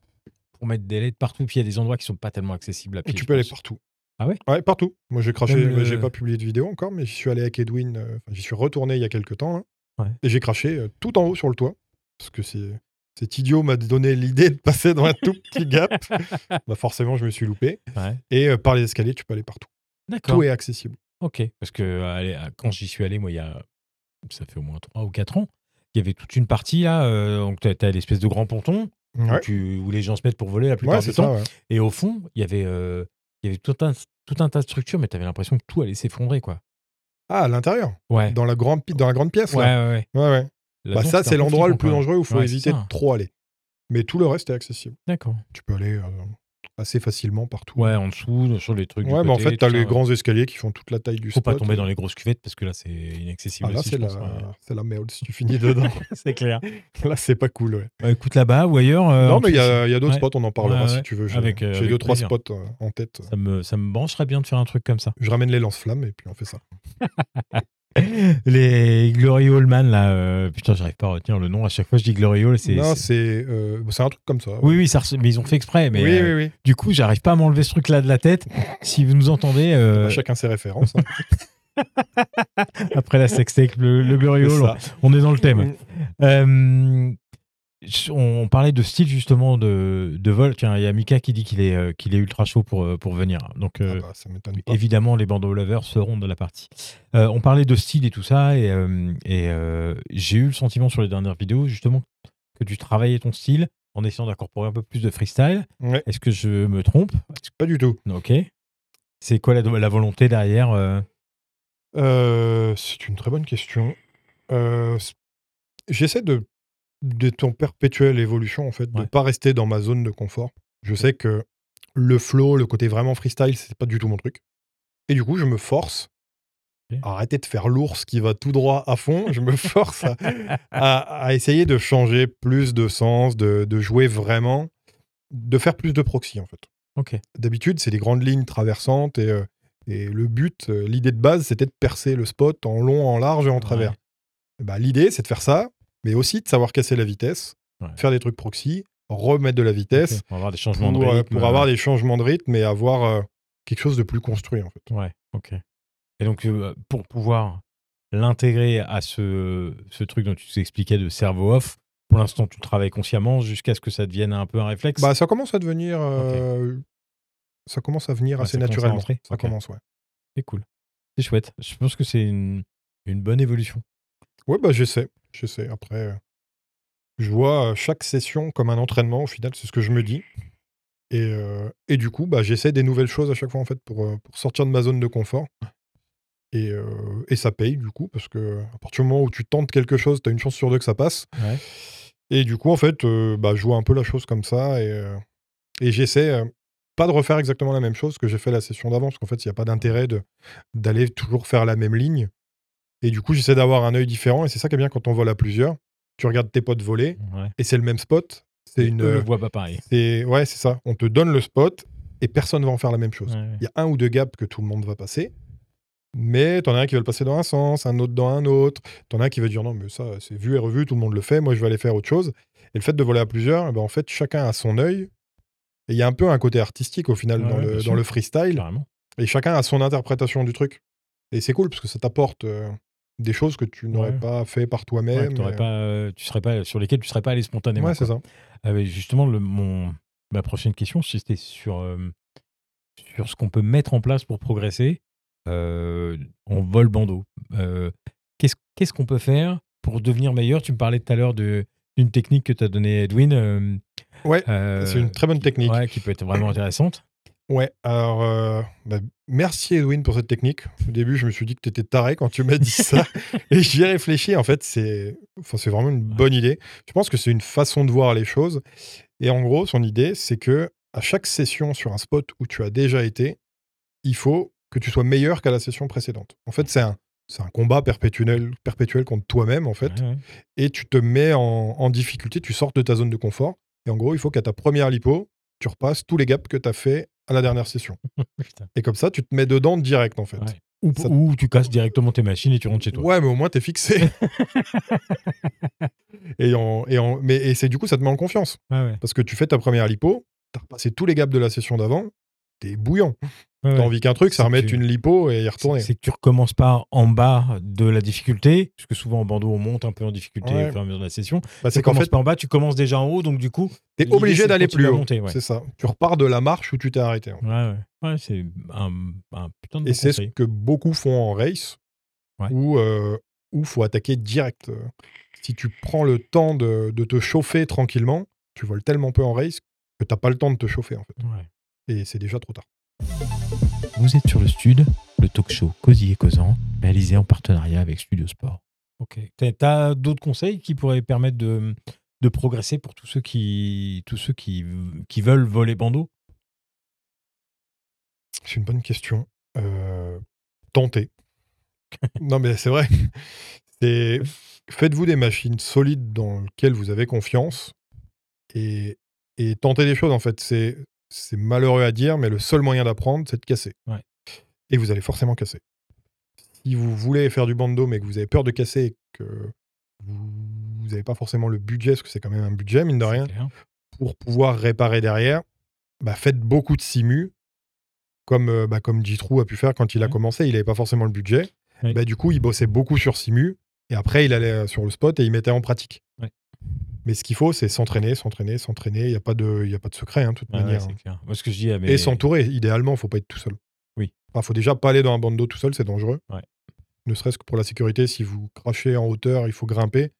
A: pour mettre des LED partout. Puis il y a des endroits qui sont pas tellement accessibles à pied.
B: Et tu
A: je
B: peux aller
A: pense.
B: partout.
A: Ah ouais
B: Ouais partout. Moi j'ai craché,
A: Même le-
B: j'ai pas publié de vidéo encore, mais j'y suis allé avec Edwin. euh, enfin, j'y suis retourné il y a quelques temps. hein.
A: Ouais.
B: Et j'ai craché euh, tout en haut sur le toit parce que c'est Cet idiot m'a donné l'idée de passer dans un tout
A: (laughs)
B: petit gap. bah forcément, je me suis loupé.
A: Ouais.
B: Et euh, par les escaliers, tu peux aller partout.
A: D'accord.
B: Tout est accessible.
A: Ok. Parce que euh, allez, euh, quand j'y suis allé, moi, il y a, ça fait au moins 3 ou 4 ans, il y avait toute une partie là. euh, donc, tu as, l'espèce de grand ponton où,
B: Ouais,
A: tu- où les gens se mettent pour voler la plupart
B: ouais
A: du
B: c'est
A: temps.
B: ça. ouais.
A: Et au fond, il y avait, euh, il y avait tout, un, tout un tas de structures, mais tu avais l'impression que tout allait s'effondrer, quoi.
B: Ah, à l'intérieur,
A: Ouais.
B: dans la grande, pi- dans la grande pièce.
A: Ouais,
B: Là.
A: ouais, ouais.
B: Ouais, ouais.
A: La
B: Bah,
A: zone,
B: ça,
A: c'était
B: c'est
A: un peu
B: l'endroit le plus
A: flippant, quand même.
B: dangereux où il faut
A: Ouais, c'est
B: éviter
A: ça.
B: de trop aller. Mais tout le reste est accessible.
A: D'accord.
B: Tu peux aller euh, assez facilement partout.
A: Ouais, en dessous, sur les trucs. du
B: Ouais, mais en
A: côté,
B: fait, tu as
A: tout
B: les
A: ça.
B: grands escaliers qui font toute la taille du
A: Faut pas
B: spot.
A: tomber dans les grosses cuvettes parce que là, c'est inaccessible.
B: Ah, là,
A: aussi,
B: c'est
A: je
B: la...
A: pense, ouais.
B: c'est la merde si tu
A: (laughs)
B: finis dedans. (laughs)
A: c'est clair.
B: là, c'est pas cool. ouais.
A: Bah, écoute, là-bas ou ailleurs. euh, en
B: non, mais il y
A: Suisse,
B: a, il y a d'autres
A: Ouais.
B: spots, on en parlera
A: Ouais, ouais.
B: si tu veux. J'ai
A: Avec, euh,
B: j'ai
A: avec
B: deux, trois
A: plaisir.
B: spots euh, en tête.
A: Ça me, ça me brancherait bien de faire un truc comme ça. (laughs)
B: Je ramène les lance-flammes et puis on fait ça.
A: Les Glory Allman, là, euh, putain, j'arrive pas à retenir le nom. À chaque fois, je dis Glory Hall. C'est,
B: Non,
A: c'est-
B: c'est euh, c'est un truc comme ça.
A: Oui, oui, ça res- mais ils ont fait exprès. Mais
B: oui,
A: euh,
B: oui, oui.
A: du coup, j'arrive pas à m'enlever ce truc-là de la tête. Si vous nous entendez, euh,
B: Bah, Chacun ses références.
A: (laughs)
B: hein.
A: après la sextape, le, le Glory
B: C'est
A: Hall,
B: ça. Mm.
A: on est dans le thème. Euh, je- on parlait de style justement de, de vol. Tiens, il y a Mika qui dit qu'il est, euh, qu'il est ultra chaud pour, euh, pour venir. Donc,
B: Ah
A: euh,
B: bah, ça m'étonne pas.
A: évidemment, les bandeaux lovers seront de la partie. Euh, on parlait de style et tout ça, et, euh, et, euh, j'ai eu le sentiment sur les dernières vidéos, justement, que tu travaillais ton style en essayant d'incorporer un peu plus de freestyle.
B: Ouais.
A: Est-ce que je me trompe
B: Pas du tout.
A: Ok. C'est quoi la, la volonté derrière
B: (laughs)
A: euh
B: Euh, c'est une très bonne question. Euh, c- J'essaie de d'être en perpétuelle évolution, en fait, de
A: Ouais.
B: pas rester dans ma zone de confort. Je sais que le flow, le côté vraiment freestyle, c'est pas du tout mon truc. Et du coup, je me force
A: Ok.
B: à arrêter de faire l'ours qui va tout droit à fond. Je me force à, à- à essayer de changer plus de sens, de, de jouer vraiment, de faire plus de proxy, en fait.
A: Ok.
B: D'habitude, c'est des grandes lignes traversantes et, euh, et le but, euh, l'idée de base, c'était de percer le spot en long, en large et en travers.
A: Ouais.
B: Et bah, l'idée, c'est de faire ça, mais aussi de savoir casser la vitesse,
A: Ouais.
B: faire des trucs proxy, remettre de la vitesse
A: Ok. On va avoir des
B: pour,
A: changements de
B: euh,
A: rythme.
B: pour avoir des changements de rythme et avoir euh, quelque chose de plus construit, en fait.
A: euh, Ouais, ok. Et donc, euh, pour pouvoir l'intégrer à ce, ce truc dont tu nous expliquais de cerveau off, pour l'instant, tu le travailles consciemment jusqu'à ce que ça devienne un peu un réflexe.
B: Bah, ça commence à devenir. euh, Ça commence à venir
A: Ouais,
B: assez
A: ça commence à
B: naturellement.
A: rentrer.
B: ça
A: Ok.
B: commence, ouais.
A: c'est cool. C'est chouette. Je pense que c'est une, une bonne évolution.
B: Ouais, bah, j'essaie. J'essaie. Après, euh, je vois euh, chaque session comme un entraînement, au final, c'est ce que je me dis. Et, euh, et du coup, bah, j'essaie des nouvelles choses à chaque fois, en fait, pour, euh, pour sortir de ma zone de confort. Et, euh, et ça paye, du coup, parce que à partir du moment où tu tentes quelque chose, tu as une chance sur deux que ça passe.
A: Ouais.
B: Et du coup, en fait, euh, bah, je vois un peu la chose comme ça. Et, euh, et j'essaie euh, pas de refaire exactement la même chose que j'ai fait la session d'avant, parce qu'en fait, il n'y a pas d'intérêt de- d'aller toujours faire la même ligne. Et du coup, j'essaie d'avoir un œil différent. Et c'est ça qui est bien quand on vole à plusieurs. Tu regardes tes potes voler
A: Ouais.
B: et c'est le même spot. C'est une.
A: Eux le voient pas pareil.
B: c'est- ouais, c'est ça. On te donne le spot et personne va en faire la même chose.
A: Ouais, ouais.
B: Il y a un ou deux gaps que tout le monde va passer. Mais t'en as un qui va le passer dans un sens, un autre dans un autre. T'en as un qui va dire non, mais ça, c'est vu et revu, tout le monde le fait, moi je vais aller faire autre chose. Et le fait de voler à plusieurs, eh ben, en fait, chacun a son œil. Et il y a un peu un côté artistique au final
A: Ouais,
B: dans,
A: ouais, bien
B: le,
A: sûr.
B: dans le freestyle.
A: Carrément.
B: Et chacun a son interprétation du truc. Et c'est cool parce que ça t'apporte euh, des choses que tu n'aurais
A: Ouais.
B: pas fait par
A: Ouais,
B: toi-même.
A: que t'aurais
B: Et-
A: pas, euh, tu serais pas, sur lesquels tu serais pas allé spontanément.
B: Ouais, c'est
A: quoi.
B: ça.
A: Ah ouais, justement, le, mon, ma prochaine question, c'était sur, euh, sur ce qu'on peut mettre en place pour progresser euh, en vol bandeau. Euh, Qu'est-ce qu'est-ce qu'on peut faire pour devenir meilleur Tu me parlais tout à l'heure de- d'une technique que tu as donnée, Edwin. euh,
B: Ouais,
A: euh,
B: c'est une très bonne technique.
A: ouais, qui peut être vraiment
B: (laughs)
A: intéressante.
B: Ouais, alors euh, bah, merci Edwin pour cette technique. Au début, je me suis dit que tu étais taré quand tu m'as dit ça. et j'y ai réfléchi. En fait, c'est enfin, c'est vraiment une bonne idée. Je pense que c'est une façon de voir les choses. Et en gros, son idée, c'est que à chaque session sur un spot où tu as déjà été, il faut que tu sois meilleur qu'à la session précédente. En fait, c'est un, c'est un combat perpétuel, perpétuel contre toi-même, en fait.
A: Ouais, ouais.
B: Et tu te mets en, en difficulté, tu sors de ta zone de confort. Et en gros, il faut qu'à ta première lipo, tu repasses tous les gaps que tu as fait à la dernière session.
A: Putain.
B: Et comme ça, tu te mets dedans direct, en fait.
A: Ouais. Ou,
B: Ça-
A: ou tu casses directement tes machines et tu rentres chez toi.
B: Ouais, mais au moins,
A: (laughs)
B: t'es fixé. et en- et en- mais, et c'est du coup, ça te met en confiance.
A: Ah Ouais, ouais.
B: Parce que tu fais ta première lipo, t'as repassé tous les gaps de la session d'avant, t'es bouillant.
A: Ouais,
B: T'as
A: ouais.
B: envie qu'un truc,
A: C'est
B: ça remettre
A: que-
B: une lipo et y retourner.
A: C'est que tu recommences pas en bas de la difficulté, puisque souvent en bandeau, on monte un peu en difficulté
B: Ouais.
A: au fur et à mesure de la session.
B: Bah,
A: Tu
B: c'est qu'en
A: commences
B: fait,
A: pas en bas, tu commences déjà en haut, donc du coup.
B: t'es
A: l'idée, c'est
B: obligé
A: de
B: d'aller
A: continuer
B: plus
A: à
B: haut.
A: monter, ouais.
B: C'est ça. Tu repars de la marche où tu t'es arrêté.
A: Ouais, ouais. Ouais, c'est un, un putain de bon
B: Et c'est ce
A: conseil.
B: que beaucoup font en race,
A: Ouais.
B: où il faut attaquer direct. Euh, Si tu prends le temps de, de te chauffer tranquillement, tu voles tellement peu en race que t'as pas le temps de te chauffer, en fait.
A: Ouais.
B: Et c'est déjà trop tard.
A: Vous êtes sur le Stud, le talk show Cosy et Causant, réalisé en partenariat avec Studio Sport. Ok. T'as- T'as d'autres conseils qui pourraient permettre de, de progresser pour tous ceux qui, tous ceux qui, qui veulent voler bandeau
B: C'est une bonne question. Euh, tentez. non, mais c'est vrai. (laughs) C'est- Faites-vous des machines solides dans lesquelles vous avez confiance et, et tentez des choses. En fait, c'est c'est malheureux à dire, mais le seul moyen d'apprendre, c'est de casser.
A: Ouais.
B: Et vous allez forcément casser. Si vous voulez faire du bandeau, mais que vous avez peur de casser et que vous n'avez pas forcément le budget, parce que c'est quand même un budget, mine de rien,
A: C'est clair.
B: pour pouvoir réparer derrière, bah, faites beaucoup de simu, comme, euh, bah, comme Jitrou a pu faire quand il a
A: Ouais.
B: commencé, il n'avait pas forcément le budget.
A: Ouais.
B: Bah, du coup, il bossait beaucoup sur simu, et après, il allait euh, sur le spot et il mettait en pratique.
A: Ouais.
B: Mais ce qu'il faut, c'est s'entraîner, s'entraîner, s'entraîner. Il n'y a, pas de- il y a pas de secret, hein, de toute
A: Ah ouais,
B: manière.
A: c'est clair. Moi, ce que je dis ah, à mes-
B: Et s'entourer. Idéalement, il faut pas être tout seul.
A: Oui.
B: Il faut déjà pas aller dans un bandeau tout seul, c'est dangereux.
A: Ouais.
B: Ne serait-ce que pour la sécurité, si vous crachez en hauteur, il faut grimper.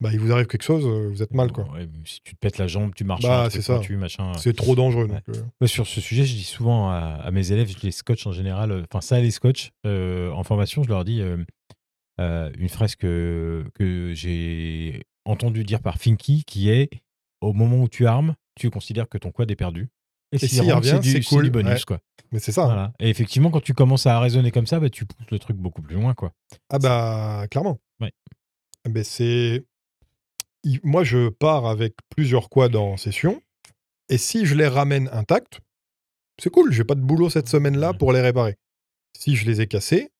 B: Bah, il vous arrive quelque chose, euh, vous êtes mal. quoi.
A: Ouais, si tu te pètes la jambe, tu marches,
B: Bah,
A: un truc
B: c'est ça.
A: pointu, machin.
B: C'est trop dangereux.
A: Ouais.
B: donc, euh,
A: Moi, sur ce sujet, je dis souvent à, à mes élèves, je les scotch en général, euh, enfin ça, les scotch euh, en formation, je leur dis euh, euh, une phrase que, que j'ai entendu dire par Finky qui est au moment où tu armes, tu considères que ton quad est perdu. Et, s'il
B: s'il
A: rentre,
B: revient,
A: du-
B: c'est cool,
A: du bonus.
B: ouais. Ah.
A: Quoi.
B: Mais c'est ça. hein.
A: Voilà. Et effectivement, quand tu commences à raisonner comme ça, bah, tu pousses le truc beaucoup plus loin. Quoi.
B: Ah bah clairement.
A: Ouais.
B: Ah ben, c'est Il- moi je pars avec plusieurs quads en session et si je les ramène intacts, c'est cool, j'ai pas de boulot cette semaine-là
A: Ouais.
B: pour les réparer. Si je les ai cassés,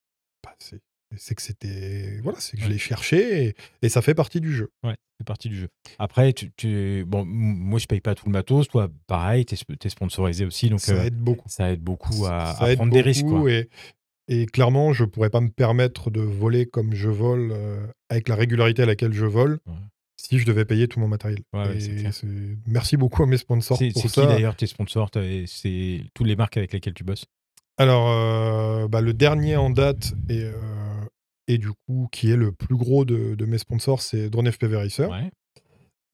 B: bah, c'est c'est que c'était voilà, c'est que je
A: Ouais.
B: les cherchais et, et ça fait partie du jeu.
A: Ouais, c'est partie du jeu. Après, tu, tu- bon, m- moi, je paye pas tout le matos. Toi, pareil, tu es, sponsorisé aussi. Donc,
B: ça
A: euh,
B: aide beaucoup.
A: ça aide beaucoup à,
B: Ça
A: à
B: aide
A: prendre des risques.
B: beaucoup
A: quoi.
B: Et, et clairement, je pourrais pas me permettre de voler comme je vole euh, avec la régularité à laquelle je vole
A: Ouais.
B: si je devais payer tout mon matériel.
A: Ouais, ouais,
B: Et
A: c'est clair.
B: c'est- Merci beaucoup à mes sponsors
A: C'est c'est
B: pour
A: qui
B: ça.
A: d'ailleurs tes sponsors t'as- et C'est toutes les marques avec lesquelles tu bosses
B: Alors, euh, bah, le dernier en date et, euh, et du coup qui est le plus gros de, de mes sponsors, c'est Drone FPV Racer
A: Ouais.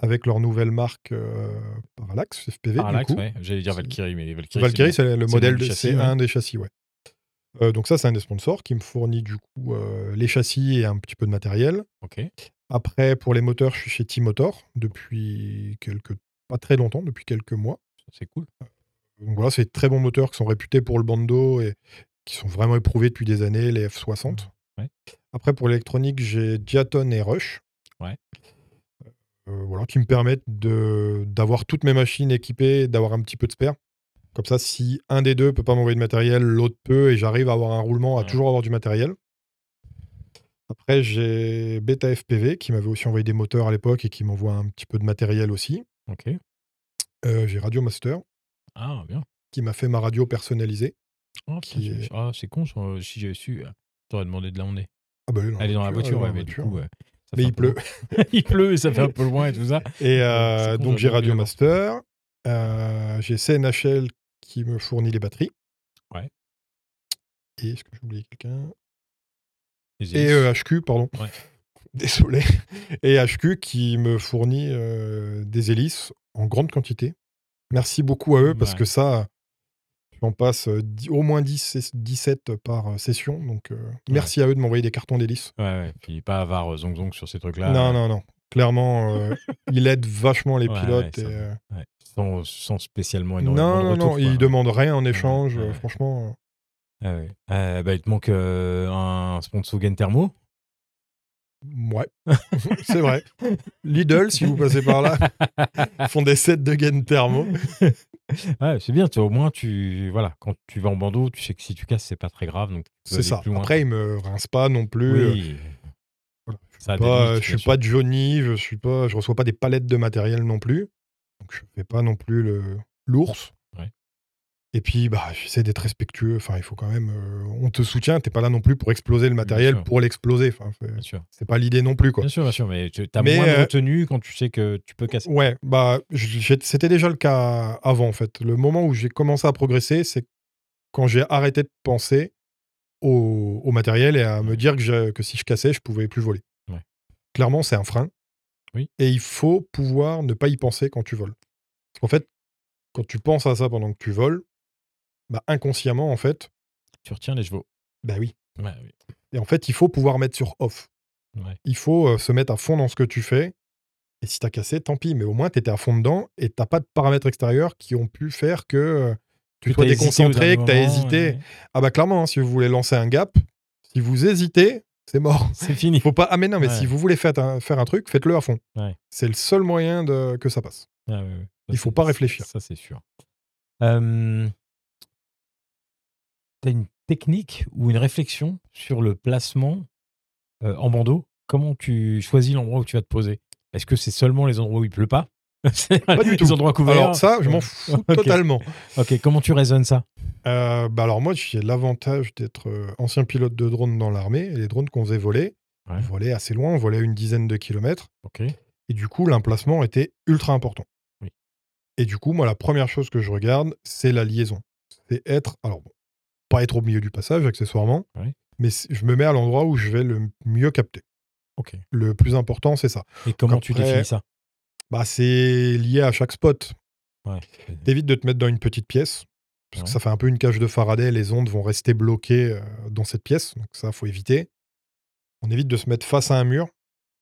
B: avec leur nouvelle marque euh, Parallax FPV.
A: Parallax,
B: du coup.
A: ouais. J'allais dire
B: C'est-
A: Valkyrie, mais les Valkyrie.
B: Valkyrie, c'est le
A: c'est
B: modèle,
A: le
B: de-
A: châssis,
B: c'est
A: ouais.
B: un des châssis, ouais. Euh, donc ça, c'est un des sponsors qui me fournit du coup euh, les châssis et un petit peu de matériel.
A: Ok.
B: Après, pour les moteurs, je suis chez T-Motor depuis quelques, pas très longtemps, depuis quelques mois.
A: C'est cool.
B: Donc voilà, c'est de très bons moteurs qui sont réputés pour le bando et qui sont vraiment éprouvés depuis des années, les F60.
A: Mmh. Ouais.
B: Après, pour l'électronique, j'ai Diaton et Rush.
A: Ouais.
B: Euh, voilà, qui me permettent de- d'avoir toutes mes machines équipées, d'avoir un petit peu de spare. Comme ça, si un des deux peut pas m'envoyer de matériel, l'autre peut, et j'arrive à avoir un roulement, à
A: Ouais.
B: toujours avoir du matériel. Après, j'ai Beta FPV qui m'avait aussi envoyé des moteurs à l'époque et qui m'envoie un petit peu de matériel aussi.
A: Ok.
B: Euh, j'ai Radio Master
A: Ah, bien.
B: qui m'a fait ma radio personnalisée.
A: Oh,
B: Qui
A: putain,
B: est-
A: je- ah, c'est con. j'aurais- Si j'avais su, euh, t'aurais demandé de là où on est.
B: Ah bah, elle est dans
A: Elle est dans la voiture, ouais,
B: elle est
A: mais
B: dans
A: du
B: la
A: coup.
B: voiture.
A: euh, ça fait
B: Mais il
A: un peu
B: pleut.
A: loin. (laughs) il pleut et ça fait un peu loin et tout
B: (laughs)
A: ça.
B: Et
A: c'est
B: euh,
A: con, j'avais
B: donc j'ai
A: oublié
B: Radio
A: avant.
B: Master, euh, j'ai CNHL qui me fournit les batteries.
A: Ouais.
B: Et est-ce que j'ai oublié quelqu'un
A: Les
B: Et
A: hélices.
B: euh, HQ, pardon.
A: Ouais.
B: (laughs) Désolé. Et HQ qui me fournit euh, des hélices en grande quantité. Merci beaucoup à eux parce
A: Ouais.
B: que ça, j'en passe euh, dix- au moins 10, 17 par euh, session. Donc euh, merci à eux de m'envoyer des cartons d'hélices.
A: Ouais, ouais. Puis pas avare euh, zong zong sur ces trucs-là.
B: Non, non, non. Clairement,
A: (laughs)
B: euh, ils aident vachement les
A: Ouais,
B: pilotes.
A: ouais, ça-
B: et, euh,
A: Sans, sans spécialement
B: Non,
A: énormément
B: non,
A: de retour,
B: non,
A: quoi.
B: ils demandent rien en échange,
A: ouais,
B: euh,
A: ouais.
B: franchement.
A: Ah ouais. Euh, bah, il te manque euh, un sponsor Gain Thermo.
B: euh, Ouais,
A: (laughs)
B: c'est vrai. Lidl, si vous passez par là, font des sets de gaines thermo.
A: Ouais, c'est bien. tu- au moins, tu voilà, quand tu vas en bandeau, tu sais que si tu casses, c'est pas très grave. Donc tu peux
B: C'est
A: aller
B: ça.
A: Plus loin.
B: Après, ils me rincent pas non plus. euh,
A: oui.
B: voilà,
A: ça a des
B: pas-
A: limites,
B: je
A: bien
B: suis
A: sûr.
B: pas Johnny, je suis pas, je reçois pas des palettes de matériel non plus. Donc je fais pas non plus le l'ours.
A: Ouais.
B: Et puis, bah, j'essaie d'être respectueux. Enfin, il faut quand même. euh, on te soutient. T'es pas là non plus pour exploser le matériel,
A: sûr.
B: pour l'exploser. Enfin, c'est-
A: Bien sûr.
B: c'est pas l'idée non plus, euh, quoi.
A: Bien sûr, bien sûr, mais tu as
B: Mais,
A: moins de
B: euh,
A: retenue quand tu sais que tu peux casser.
B: Ouais, bah, j- j'ai- c'était déjà le cas avant, en fait. Le moment où j'ai commencé à progresser, c'est quand j'ai arrêté de penser au, au matériel et à me dire que, je- que si je cassais, je pouvais plus voler.
A: Ouais.
B: Clairement, c'est un frein.
A: Oui.
B: Et il faut pouvoir ne pas y penser quand tu voles. Parce qu'en fait, quand tu penses à ça pendant que tu voles, bah, inconsciemment, en fait,
A: Tu retiens les chevaux.
B: bah oui.
A: Ouais, oui.
B: Et en fait, il faut pouvoir mettre sur off.
A: Ouais.
B: Il faut euh, se mettre à fond dans ce que tu fais. Et si t'as cassé, tant pis. Mais au moins, t'étais à fond dedans et t'as pas de paramètres extérieurs qui ont pu faire que euh, tu
A: Que
B: sois
A: t'as hésité au
B: déconcentré,
A: dernier
B: que t'as
A: moment,
B: hésité.
A: ouais.
B: Ah bah clairement, hein, si vous voulez lancer un gap, si vous hésitez, c'est mort. (laughs)
A: C'est fini.
B: Il faut pas. Ah mais non, mais
A: Ouais.
B: si vous voulez faire un, faire un truc, faites-le à fond.
A: Ouais.
B: C'est le seul moyen de, que ça passe.
A: Ah, ouais, ouais. Ça,
B: Il faut
A: c'est-
B: pas réfléchir.
A: Ça, c'est sûr. Euh, T'as une technique ou une réflexion sur le placement euh, en bandeau Comment tu choisis l'endroit où tu vas te poser Est-ce que c'est seulement les endroits où il pleut pas (laughs)
B: Pas du
A: Les
B: tout.
A: endroits couverts
B: Alors ça, je m'en fous
A: hein, (laughs) Ok.
B: totalement.
A: Ok, comment tu raisonnes ça
B: Euh, bah alors moi, j'ai l'avantage d'être euh, ancien pilote de drone dans l'armée. Et les drones qu'on faisait voler,
A: Ouais.
B: on volait assez loin, on volait à une dizaine de kilomètres.
A: Ok.
B: Et du coup, l'emplacement était ultra important.
A: Oui.
B: Et du coup, moi, la première chose que je regarde, c'est la liaison. C'est être, alors bon, pas être au milieu du passage, accessoirement,
A: Ouais.
B: mais c- je me mets à l'endroit où je vais le mieux capter.
A: Ok.
B: Le plus important, c'est ça.
A: Et comment
B: Après-
A: tu définis ça
B: Bah, c'est lié à chaque spot.
A: Ouais.
B: T'évites de te mettre dans une petite pièce, parce que
A: Ouais.
B: ça fait un peu une cage de Faraday, les ondes vont rester bloquées euh, dans cette pièce, donc ça, faut éviter. On évite de se mettre face à un mur.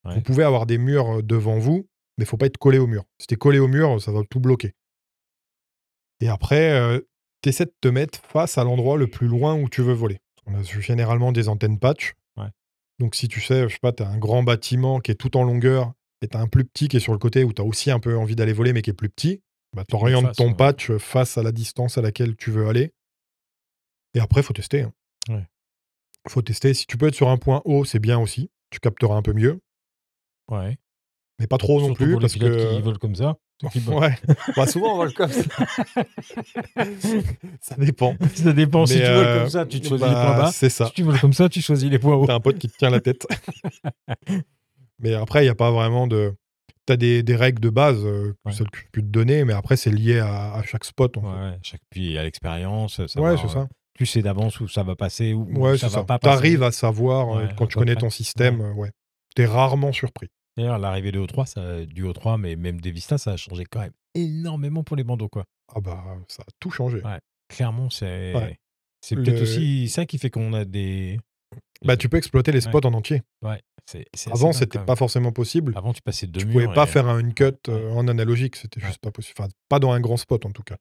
A: Ouais.
B: Vous pouvez avoir des murs euh, devant vous, mais faut pas être collé au mur. Si t'es collé au mur, ça va tout bloquer. Et après, euh, t'essaies de te mettre face à l'endroit le plus loin où tu veux voler. On a généralement des antennes patch.
A: Ouais.
B: Donc si tu sais, je sais pas, t'as un grand bâtiment qui est tout en longueur, et t'as un plus petit qui est sur le côté où t'as aussi un peu envie d'aller voler, mais qui est plus petit, bah, t'orientes
A: face,
B: ton
A: ouais.
B: patch face à la distance à laquelle tu veux aller. Et après, faut tester. hein.
A: Ouais.
B: Faut tester. Si tu peux être sur un point haut, c'est bien aussi. Tu capteras un peu mieux,
A: Ouais.
B: mais pas trop non
A: Surtout
B: plus.
A: pour les
B: parce
A: pilotes
B: que...
A: qui volent comme
B: (laughs)
A: ça. qui volent.
B: Ouais.
A: (laughs)
B: Bah, souvent, on vole comme ça. (laughs) ça dépend.
A: (laughs) ça dépend. si
B: Mais,
A: tu voles
B: euh,
A: comme ça, tu te choisis les
B: bah,
A: points bas.
B: C'est ça.
A: Si tu voles comme ça, tu choisis les points hauts.
B: T'as un pote qui te tient la tête. (laughs) mais après, il n'y a pas vraiment de. T'as des, des règles de base, euh, que
A: Ouais.
B: celles que je peux te donner, mais après, c'est lié à, à chaque spot. en fait.
A: Ouais, chaque puis à l'expérience. savoir,
B: Ouais, c'est ça.
A: euh, Tu sais d'avance où ça va passer ou où
B: Ouais,
A: ça
B: c'est
A: va
B: ça.
A: pas passer.
B: T'arrives à savoir euh,
A: Ouais,
B: quand
A: à
B: tu
A: peu
B: connais
A: près.
B: ton système, euh, ouais. T'es rarement surpris.
A: D'ailleurs, l'arrivée de O3, ça, du O3, mais même des Vista, ça a changé quand même énormément pour les bandeaux. Quoi.
B: Ah bah, ça a tout changé.
A: Ouais. Clairement, c'est
B: Ouais.
A: c'est
B: Le-
A: peut-être aussi ça qui fait qu'on a des.
B: Bah, tu peux exploiter les spots en entier.
A: Ouais, c'est- c'est assez
B: Avant,
A: dingue,
B: c'était
A: quand
B: pas
A: même.
B: forcément possible.
A: Avant, tu passais deux
B: Tu
A: murs.
B: pouvais pas
A: et-
B: faire un cut euh, en analogique, c'était
A: Ouais.
B: juste pas possible. Enfin, pas dans un grand spot en tout cas.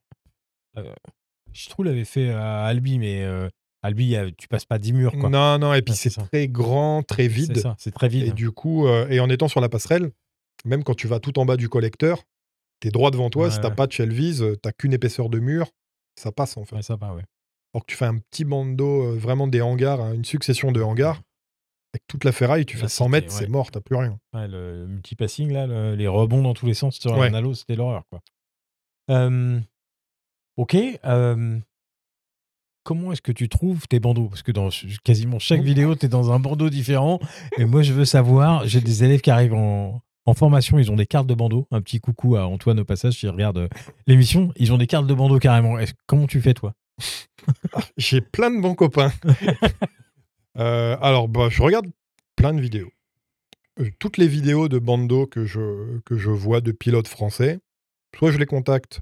A: Je trouve l'avait euh, fait à Albi, mais euh, Albi, euh, tu passes pas dix murs. Quoi.
B: Non, non, et puis
A: Ouais, c'est
B: c'est
A: ça.
B: très grand, très
A: C'est
B: vide.
A: ça, c'est très
B: Et
A: vide.
B: du coup, euh, et en étant sur la passerelle, même quand tu vas tout en bas du collecteur, t'es droit devant toi,
A: Ouais,
B: si t'as
A: ouais.
B: pas de shell vise, euh, t'as qu'une épaisseur de mur, ça passe en fait.
A: Ouais, ça va, ouais.
B: Alors que tu fais un petit bandeau, euh, vraiment des hangars, hein, une succession de hangars, avec toute la ferraille, tu
A: La
B: fais 100
A: cité,
B: mètres,
A: ouais.
B: c'est mort, t'as plus rien.
A: Ouais, le, le multipassing, là, le- les rebonds dans tous les sens sur
B: Ouais.
A: un halo, c'était l'horreur. quoi. Euh, ok. euh, comment est-ce que tu trouves tes bandeaux Parce que dans ch- quasiment chaque vidéo, tu es dans un bandeau différent. Et moi, je veux savoir, j'ai des élèves qui arrivent en, en formation, ils ont des cartes de bandeaux. Un petit coucou à Antoine au passage, s'il regarde euh, l'émission. Ils ont des cartes de bandeaux carrément. Est-ce- Comment tu fais, toi
B: J'ai plein de bons copains. Euh, alors, bah, je regarde plein de vidéos. Euh, Toutes les vidéos de bandeaux que je, que je vois de pilotes français, soit je les contacte,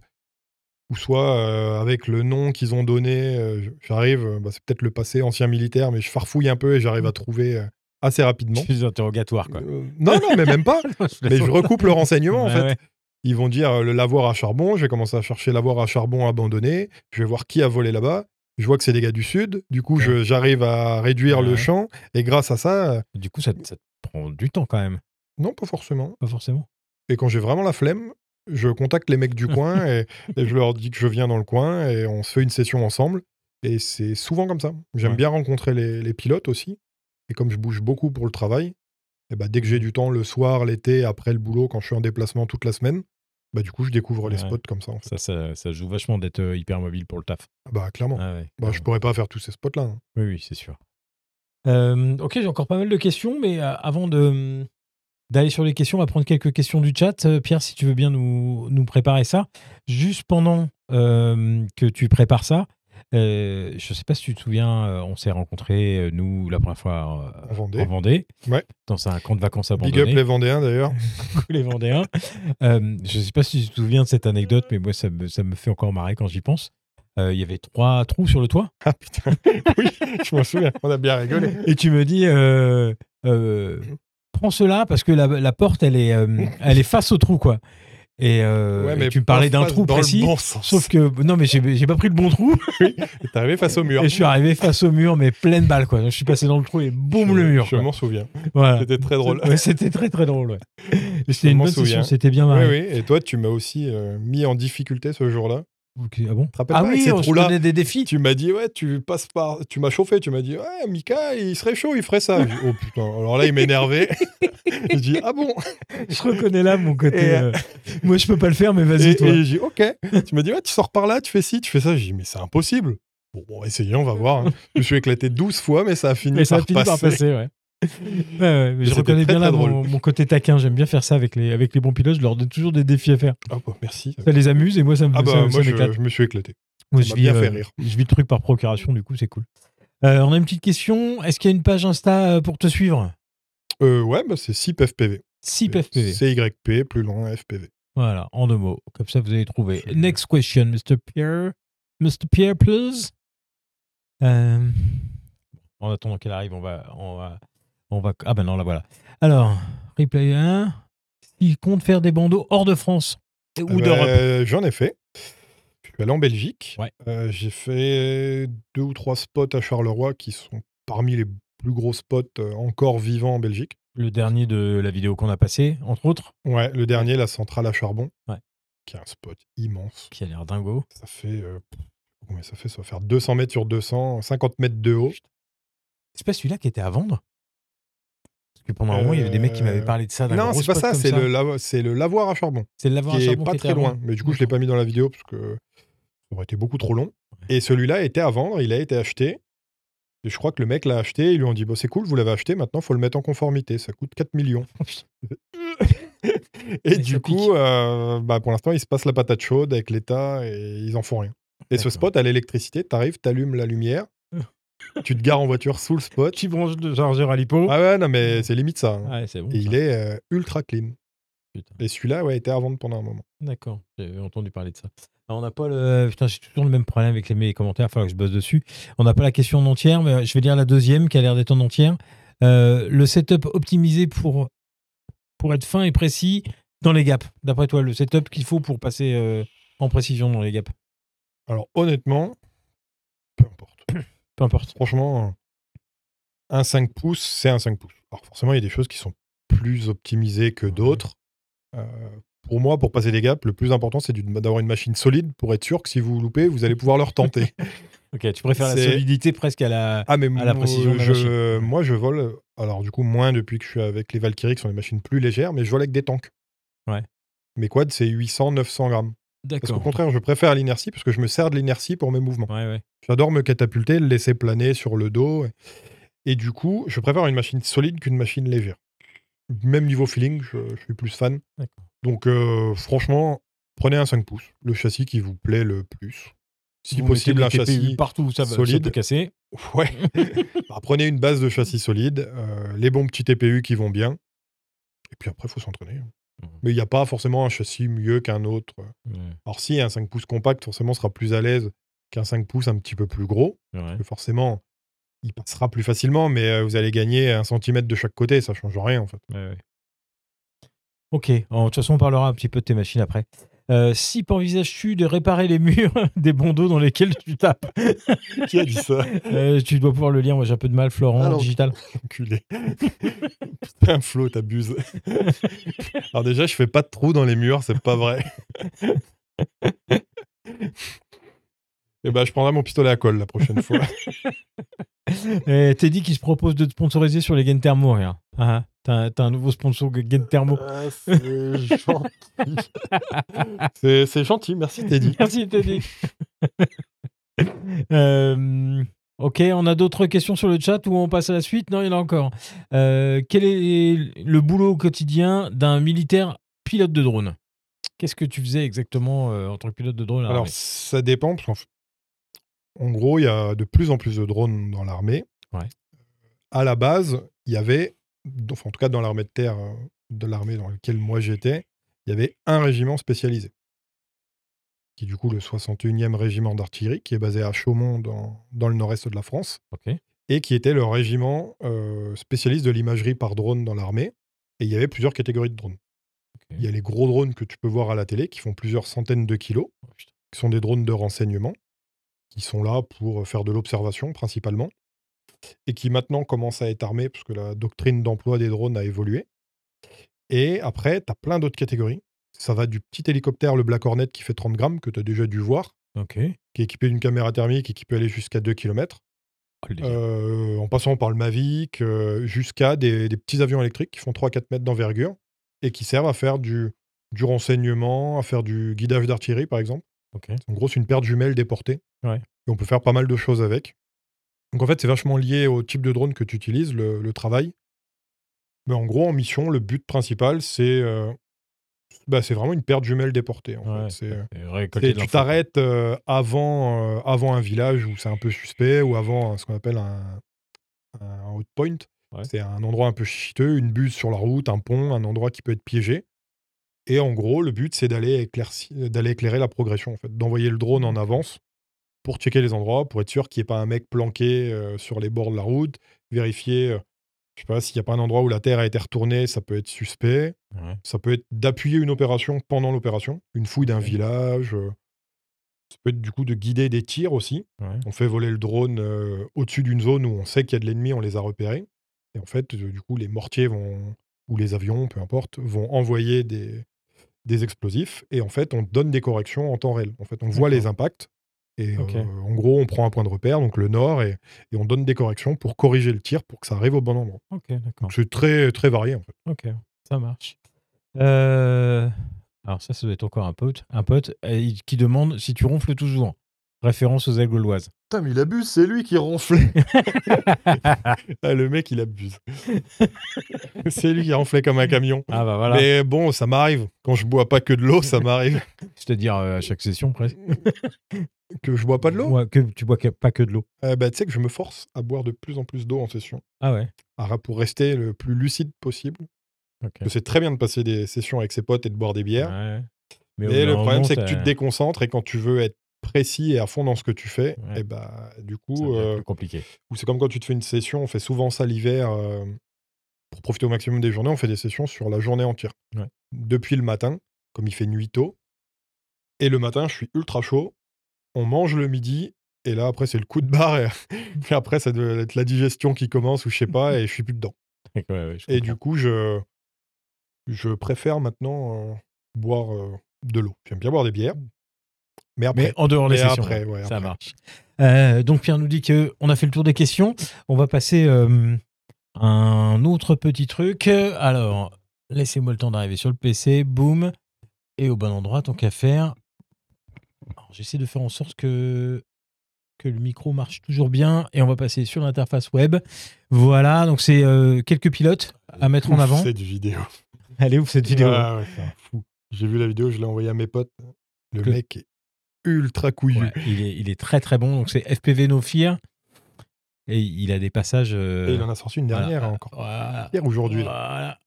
B: ou soit euh, avec le nom qu'ils ont donné, euh, j'arrive, euh, bah, c'est peut-être le passé ancien militaire, mais je farfouille un peu et j'arrive à trouver euh, assez rapidement.
A: Je suis interrogatoire, quoi.
B: Euh, non, non, mais même pas. mais (laughs) je recoupe le renseignement, en
A: Ouais,
B: fait.
A: ouais.
B: Ils vont dire euh, le lavoir à charbon. Je vais commencer à chercher lavoir à charbon abandonné. Je vais voir qui a volé là-bas. Je vois que c'est des gars du Sud. Du coup,
A: Ouais.
B: je- j'arrive à réduire
A: Ouais.
B: le champ. Et grâce à ça, euh,
A: Du coup, ça, te- ça te prend du temps quand même.
B: non, pas forcément.
A: Pas forcément.
B: Et quand j'ai vraiment la flemme, je contacte
A: (laughs)
B: les mecs du coin et, et je leur dis que je viens dans le coin et on se fait une session ensemble. Et c'est souvent comme ça. J'aime
A: Ouais.
B: bien rencontrer les, les pilotes aussi. Et comme je bouge beaucoup pour le eh ben, travail, et bah, dès que j'ai du temps le soir, l'été, après le boulot, quand je suis en déplacement toute la semaine, Bah, du coup, je découvre les
A: Ouais.
B: spots comme ça. En fait.
A: Ça, ça, ça joue vachement d'être euh, hyper mobile pour le taf.
B: Bah, clairement.
A: Ah ouais,
B: Bah, je pourrais pas faire tous ces spots-là. hein.
A: Oui, oui, c'est sûr. Euh, ok, j'ai encore pas mal de questions, mais euh, avant de d'aller sur les questions, on va prendre quelques questions du chat. Euh, Pierre, si tu veux bien nous, nous préparer ça. Juste pendant euh, que tu prépares ça, euh, je sais pas si tu te souviens, euh, on s'est rencontrés, euh, nous, la première fois euh,
B: En Vendée.
A: en Vendée
B: Ouais.
A: dans un camp de vacances
B: Big up
A: abandonné,
B: les
A: (laughs)
B: Vendéens d'ailleurs.
A: les Vendéens. Euh, je sais pas si tu te souviens de cette anecdote, mais moi, ça me, ça me fait encore marrer quand j'y pense. Euh, Il y avait trois trous sur le toit.
B: Ah putain, (laughs) oui, je m'en souviens. On a bien rigolé.
A: et tu me dis euh, euh, prends cela parce que la, la porte elle est euh, elle est face au trou quoi et, euh, et tu me parlais d'un
B: face
A: trou
B: dans le
A: précis
B: bon sens.
A: sauf que non mais j'ai j'ai pas pris le bon trou
B: T'es arrivé face au mur.
A: et je suis arrivé face au mur mais pleine balle quoi je suis passé dans le trou et boum le mur
B: Je
A: quoi. Ah.
B: m'en souviens.
A: voilà
B: C'était très drôle.
A: Ouais, c'était très très drôle ouais. c'était
B: Je
A: une
B: m'en
A: bonne session
B: souviens.
A: c'était bien
B: Oui,
A: marré
B: oui. Et toi, tu m'as aussi euh, mis en difficulté ce jour-là.
A: Ok, ah bon
B: te rappelles
A: ah
B: pas avec
A: oui
B: ces
A: on se
B: trous-là
A: donnait des défis
B: Tu m'as dit, ouais, tu passes par. Tu m'as chauffé. Tu m'as dit, ouais, Mika, il serait chaud, il ferait ça. Je dis, oh putain. Alors là, il m'énervait. (laughs) je dis, ah bon
A: je reconnais là mon côté
B: Et,
A: euh, moi je peux pas le faire mais
B: Et,
A: vas-y toi
B: et j'ai dit, ok. Tu m'as dit, ouais, tu sors par là, tu fais ci, tu fais ça. J'ai dit, mais c'est impossible. Bon, bon, essayez, on va voir. hein. Je me suis éclaté 12 fois, mais ça a fini,
A: Mais ça
B: par,
A: a fini
B: passer.
A: par passer, ouais. Ouais, ouais, mais je
B: c'était
A: reconnais
B: très,
A: bien là
B: très
A: mon, mon côté taquin. J'aime bien faire ça avec les, avec les bons pilotes. Je leur donne toujours des défis à faire.
B: Ah bah, merci.
A: Ça les amuse et moi, ça me ça-
B: Ah bah,
A: ça
B: moi, je,
A: m'éclate.
B: je me suis éclaté.
A: Moi,
B: ça
A: je
B: m'a
A: vis,
B: bien
A: euh,
B: fait rire.
A: je vis le truc par procuration, du coup, c'est cool. Euh, on a une petite question. Est-ce qu'il y a une page Insta euh, pour te suivre
B: Euh, ouais, bah, c'est SIP FPV.
A: 6 PFPV.
B: CYP, plus loin, FPV.
A: Voilà, en deux mots. Comme ça, vous allez trouver.
B: Absolument.
A: Next question, Mr. Pierre. Mr. Pierre, please. Euh, En attendant qu'elle arrive, on va, on va, on va. Ah ben non, la voilà. Alors, replay 1. Il compte faire des bandeaux hors de France ou
B: Euh,
A: d'Europe.
B: bah, J'en ai fait. Je suis allé en Belgique.
A: Ouais.
B: Euh, j'ai fait deux ou trois spots à Charleroi qui sont parmi les plus gros spots euh, encore vivants en Belgique.
A: Le dernier de la vidéo qu'on a passée, entre autres,
B: Ouais, le dernier, la centrale à charbon,
A: Ouais.
B: qui est un spot immense.
A: qui a l'air dingo.
B: Ça fait, euh, pff, combien ça fait Ça va faire 200 mètres sur 200, 50 mètres de haut.
A: C'est pas celui-là qui était à vendre Parce que pendant un moment, il y avait des mecs qui m'avaient
B: Euh,
A: parlé de ça. d'un
B: Non,
A: gros
B: c'est pas
A: spot
B: ça,
A: comme
B: c'est le, lavo- c'est le lavoir à charbon.
A: C'est le lavoir à
B: qui est
A: charbon
B: pas
A: qui était
B: très
A: à
B: loin.
A: vendre.
B: Mais du coup, je l'ai pas mis dans la vidéo parce que ça aurait été beaucoup trop long. Et celui-là était à vendre, il a été acheté. Et je crois que le mec l'a acheté, ils lui ont dit bah, c'est cool, vous l'avez acheté, maintenant faut le mettre en conformité, ça coûte
A: (laughs)
B: 4 millions. et
A: Et ça
B: du
A: pique.
B: coup, euh, bah, pour l'instant, il se passe la patate chaude avec l'État et ils en font rien. Et ce
A: D'accord.
B: spot à l'électricité, t'arrives, t'allumes
A: (laughs)
B: la lumière, tu te gares en voiture sous le spot.
A: Petit branche de chargeur à l'hypo.
B: Ah ouais, non, mais c'est limite ça. hein.
A: Ouais, Ah, c'est bon.
B: Et
A: ça.
B: il est euh, ultra clean.
A: Putain.
B: Et celui-là, ouais, était à vendre pendant un moment.
A: D'accord, j'avais entendu parler de ça. Alors, on n'a pas le. euh, Putain, j'ai toujours le même problème avec les mes commentaires, il va falloir que je bosse dessus. On n'a pas la question en entière, mais je vais dire la deuxième qui a l'air d'être en entière. Euh, le setup optimisé pour, pour être fin et précis dans les gaps. D'après toi, le setup qu'il faut pour passer euh, en précision dans les gaps.
B: Alors honnêtement, peu importe.
A: Peu importe.
B: Franchement, un 5 pouces, c'est un 5 pouces. Alors forcément, il y a des choses qui sont plus optimisées que
A: Ouais.
B: d'autres. Euh, pour moi, pour passer des gaps, le plus important, c'est d'une- d'avoir une machine solide pour être sûr que si vous loupez, vous allez pouvoir leur tenter.
A: Ok, tu préfères la
B: C'est-
A: solidité presque à la.
B: (laughs) ah, mais
A: À la
B: moi,
A: précision de la
B: je, moi, je vole. Alors du coup, moins depuis que je suis avec les Valkyries, qui sont des machines plus légères, mais je vole avec des tanks.
A: Ouais.
B: Mes quads, c'est 800, 900 grammes. Parce qu'au
A: D'accord.
B: contraire, je préfère l'inertie parce que je me sers de l'inertie pour mes mouvements.
A: Ouais, ouais.
B: J'adore me catapulter, le laisser planer sur le dos. Et du coup, je préfère une machine solide qu'une machine légère. Même niveau feeling, je, je suis plus fan.
A: D'accord.
B: Donc, euh, franchement, prenez un 5 pouces, le châssis qui vous plaît le plus. Si
A: Vous
B: possible, un
A: mettez des TPU
B: châssis.
A: Partout où ça, va- ça
B: solide.
A: peut casser.
B: Ouais. Bah, prenez une base de châssis solide, euh, les bons petits TPU qui vont bien. Et puis après, il faut s'entraîner. hein.
A: Mmh.
B: Mais il n'y a pas forcément un châssis mieux qu'un autre. Alors, si un 5 pouces compact, forcément, sera plus à l'aise qu'un 5 pouces un petit peu plus gros.
A: Ouais.
B: que forcément, il passera plus facilement, mais euh, vous allez gagner un centimètre de chaque côté, ça change rien en fait.
A: Ouais, ouais. Ok, En- de toute façon, on parlera un petit peu de tes machines après. Euh, si envisages-tu de réparer les (laughs) murs des bandeaux dans lesquels tu tapes
B: (laughs) Qui a dit ça
A: Euh, Tu dois pouvoir le lire, moi j'ai un peu de mal, Florent,
B: Alors-
A: digital.
B: (laughs) (laughs) Enculé. Putain, Flo, (laughs) t'abuses. Alors déjà, je fais pas de trou dans les murs, c'est pas vrai. Et ben, je prendrai mon pistolet à colle la prochaine fois.
A: Euh, Teddy qui se propose de te sponsoriser sur les gaines thermo, regarde. Ah, ah. T'as t'as un nouveau sponsor Gain Thermo.
B: Euh, (laughs) c'est gentil. C'est- c'est gentil, merci
A: (laughs)
B: Teddy.
A: Merci Teddy. Euh, ok, on a d'autres questions sur le chat ou on passe à la suite Non, il y en a encore. Euh, quel est le boulot au quotidien d'un militaire pilote de drone Qu'est-ce que tu faisais exactement euh, en tant que pilote de drone à
B: Alors,
A: l'armée
B: ça dépend, parce qu'en f- en gros, il y a de plus en plus de drones dans l'armée.
A: Ouais.
B: À la base, il y avait, enfin, en tout cas dans l'armée de terre, euh, de l'armée dans laquelle moi j'étais, il y avait un régiment spécialisé, qui est du coup le 61e régiment d'artillerie, qui est basé à Chaumont, dans, dans le nord-est de la France,
A: Ok.
B: et qui était le régiment euh, spécialiste de l'imagerie par drone dans l'armée. Et il y avait plusieurs catégories de drones.
A: Ok.
B: Il y a les gros drones que tu peux voir à la télé, qui font plusieurs centaines de kilos
A: Oh, putain.
B: qui sont des drones de renseignement, qui sont là pour euh, faire de l'observation principalement, et qui maintenant commencent à être armés, parce que la doctrine d'emploi des drones a évolué. Et après, tu as plein d'autres catégories. Ça va du petit hélicoptère, le Black Hornet, qui fait 30 grammes, que tu as déjà dû voir,
A: Ok.
B: qui est équipé d'une caméra thermique et qui peut aller jusqu'à 2 km,
A: Oh, le délire.
B: euh, en passant par le Mavic, euh, jusqu'à des, des petits avions électriques qui font 3-4 mètres d'envergure et qui servent à faire du, du renseignement, à faire du guidage d'artillerie, par exemple.
A: Ok.
B: En gros, c'est une paire de jumelles déportée.
A: Ouais.
B: Et on peut faire pas mal de choses avec. Donc en fait, c'est vachement lié au type de drone que tu utilises, le, le travail. Mais en gros, en mission, le but principal, c'est euh, bah, c'est vraiment une paire de jumelles déportée. en fait.
A: Ouais,
B: C'est, euh,
A: Et
B: c'est-
A: récolter de
B: tu
A: l'info.
B: t'arrêtes euh, avant, euh, avant un village où c'est un peu suspect, ou avant un- ce qu'on appelle un, un hot point.
A: Ouais.
B: C'est un endroit un peu chiteux, une buse sur la route, un pont, un endroit qui peut être piégé. Et en gros, le but, c'est d'aller éclairci- d'aller éclairer la progression, en fait, d'envoyer le drone en avance pour checker les endroits, pour être sûr qu'il n'y ait pas un mec planqué euh, sur les bords de la route, vérifier, euh, je sais pas, s'il n'y a pas un endroit où la terre a été retournée, ça peut être suspect.
A: Ouais.
B: Ça peut être d'appuyer une opération pendant l'opération, une fouille d'un
A: Ok.
B: village. euh, Ça peut être du coup de guider des tirs aussi.
A: Ouais.
B: On fait voler le drone euh, au-dessus d'une zone où on sait qu'il y a de l'ennemi, on les a repérés. Et en fait, euh, du coup, les mortiers vont, ou les avions, peu importe, vont envoyer des, des explosifs. Et en fait, on donne des corrections en temps réel. En fait, on voit les impacts. Et
A: Ok.
B: euh, en gros, on prend un point de repère, donc le nord, et, et on donne des corrections pour corriger le tir pour que ça arrive au bon endroit.
A: Ok, d'accord.
B: Donc c'est très, très varié. En fait.
A: Ok, ça marche. Euh, Alors ça, ça doit être encore un pote, un pote euh, il- qui demande si tu ronfles toujours. Référence aux aigles gauloises.
B: Putain, mais il abuse, c'est lui qui ronflait. (laughs) Ah, le mec, il abuse. (laughs) c'est lui qui ronflait comme un camion.
A: Ah bah voilà,
B: Mais bon, ça m'arrive. Quand je bois pas que de l'eau,
A: (laughs)
B: ça m'arrive.
A: c'est-à-dire euh, à chaque session presque.
B: que je bois pas de l'eau
A: Ouais, que, Tu bois que- pas que de l'eau.
B: Euh, bah, Tu sais que je me force à boire de plus en plus d'eau en session
A: Ah ouais,
B: à ra- pour rester le plus lucide possible.
A: ok.
B: Je sais très bien de passer des sessions avec ses potes et de boire des bières.
A: Ouais. Mais au bout
B: Mais le
A: d'un
B: problème,
A: moment,
B: c'est que
A: ça-
B: tu te déconcentres et quand tu veux être précis et à fond dans ce que tu fais,
A: Ouais.
B: et bah, du
A: ça
B: coup,
A: devient
B: euh,
A: plus compliqué. (laughs)
B: ou c'est comme quand tu te fais une session, on fait souvent ça l'hiver euh, pour profiter au maximum des journées, on fait des sessions sur la journée entière.
A: Ouais.
B: Depuis le matin, comme il fait nuit tôt, et le matin, je suis ultra chaud, on mange le midi, et là après c'est le coup de barre, et, (laughs) et après ça doit être la digestion qui commence ou je
A: (laughs)
B: sais pas, et je suis plus dedans.
A: Ouais, ouais, je
B: Et
A: comprends.
B: du coup, je, je préfère maintenant euh, boire euh, de l'eau. J'aime bien boire des bières, mais après,
A: Mais en dehors des
B: Mais
A: sessions,
B: après, ouais,
A: ça
B: après.
A: marche. Euh, donc Pierre nous dit que on a fait le tour des questions. On va passer euh, à un autre petit truc. Alors, laissez-moi le temps d'arriver sur le PC. Boum. Et au bon endroit, tant qu'à faire. Alors, J'essaie de faire en sorte que, que le micro marche toujours bien. Et on va passer sur l'interface web. Voilà, donc c'est euh, quelques pilotes à mettre en
B: (laughs) ouf,
A: avant.
B: cette vidéo.
A: Allez, ouf cette vidéo.
B: Ah ouais, c'est un fou. J'ai vu la vidéo, je l'ai envoyée à mes potes. Le
A: Que-
B: mec est ultra couillu.
A: Ouais, il, est, il est très très bon. Donc c'est FPV No Fear. Et il a des passages. euh,
B: Et il en a sorti une
A: Voilà. Ah,
B: dernière hein, encore.
A: Voilà.
B: Hier aujourd'hui. là.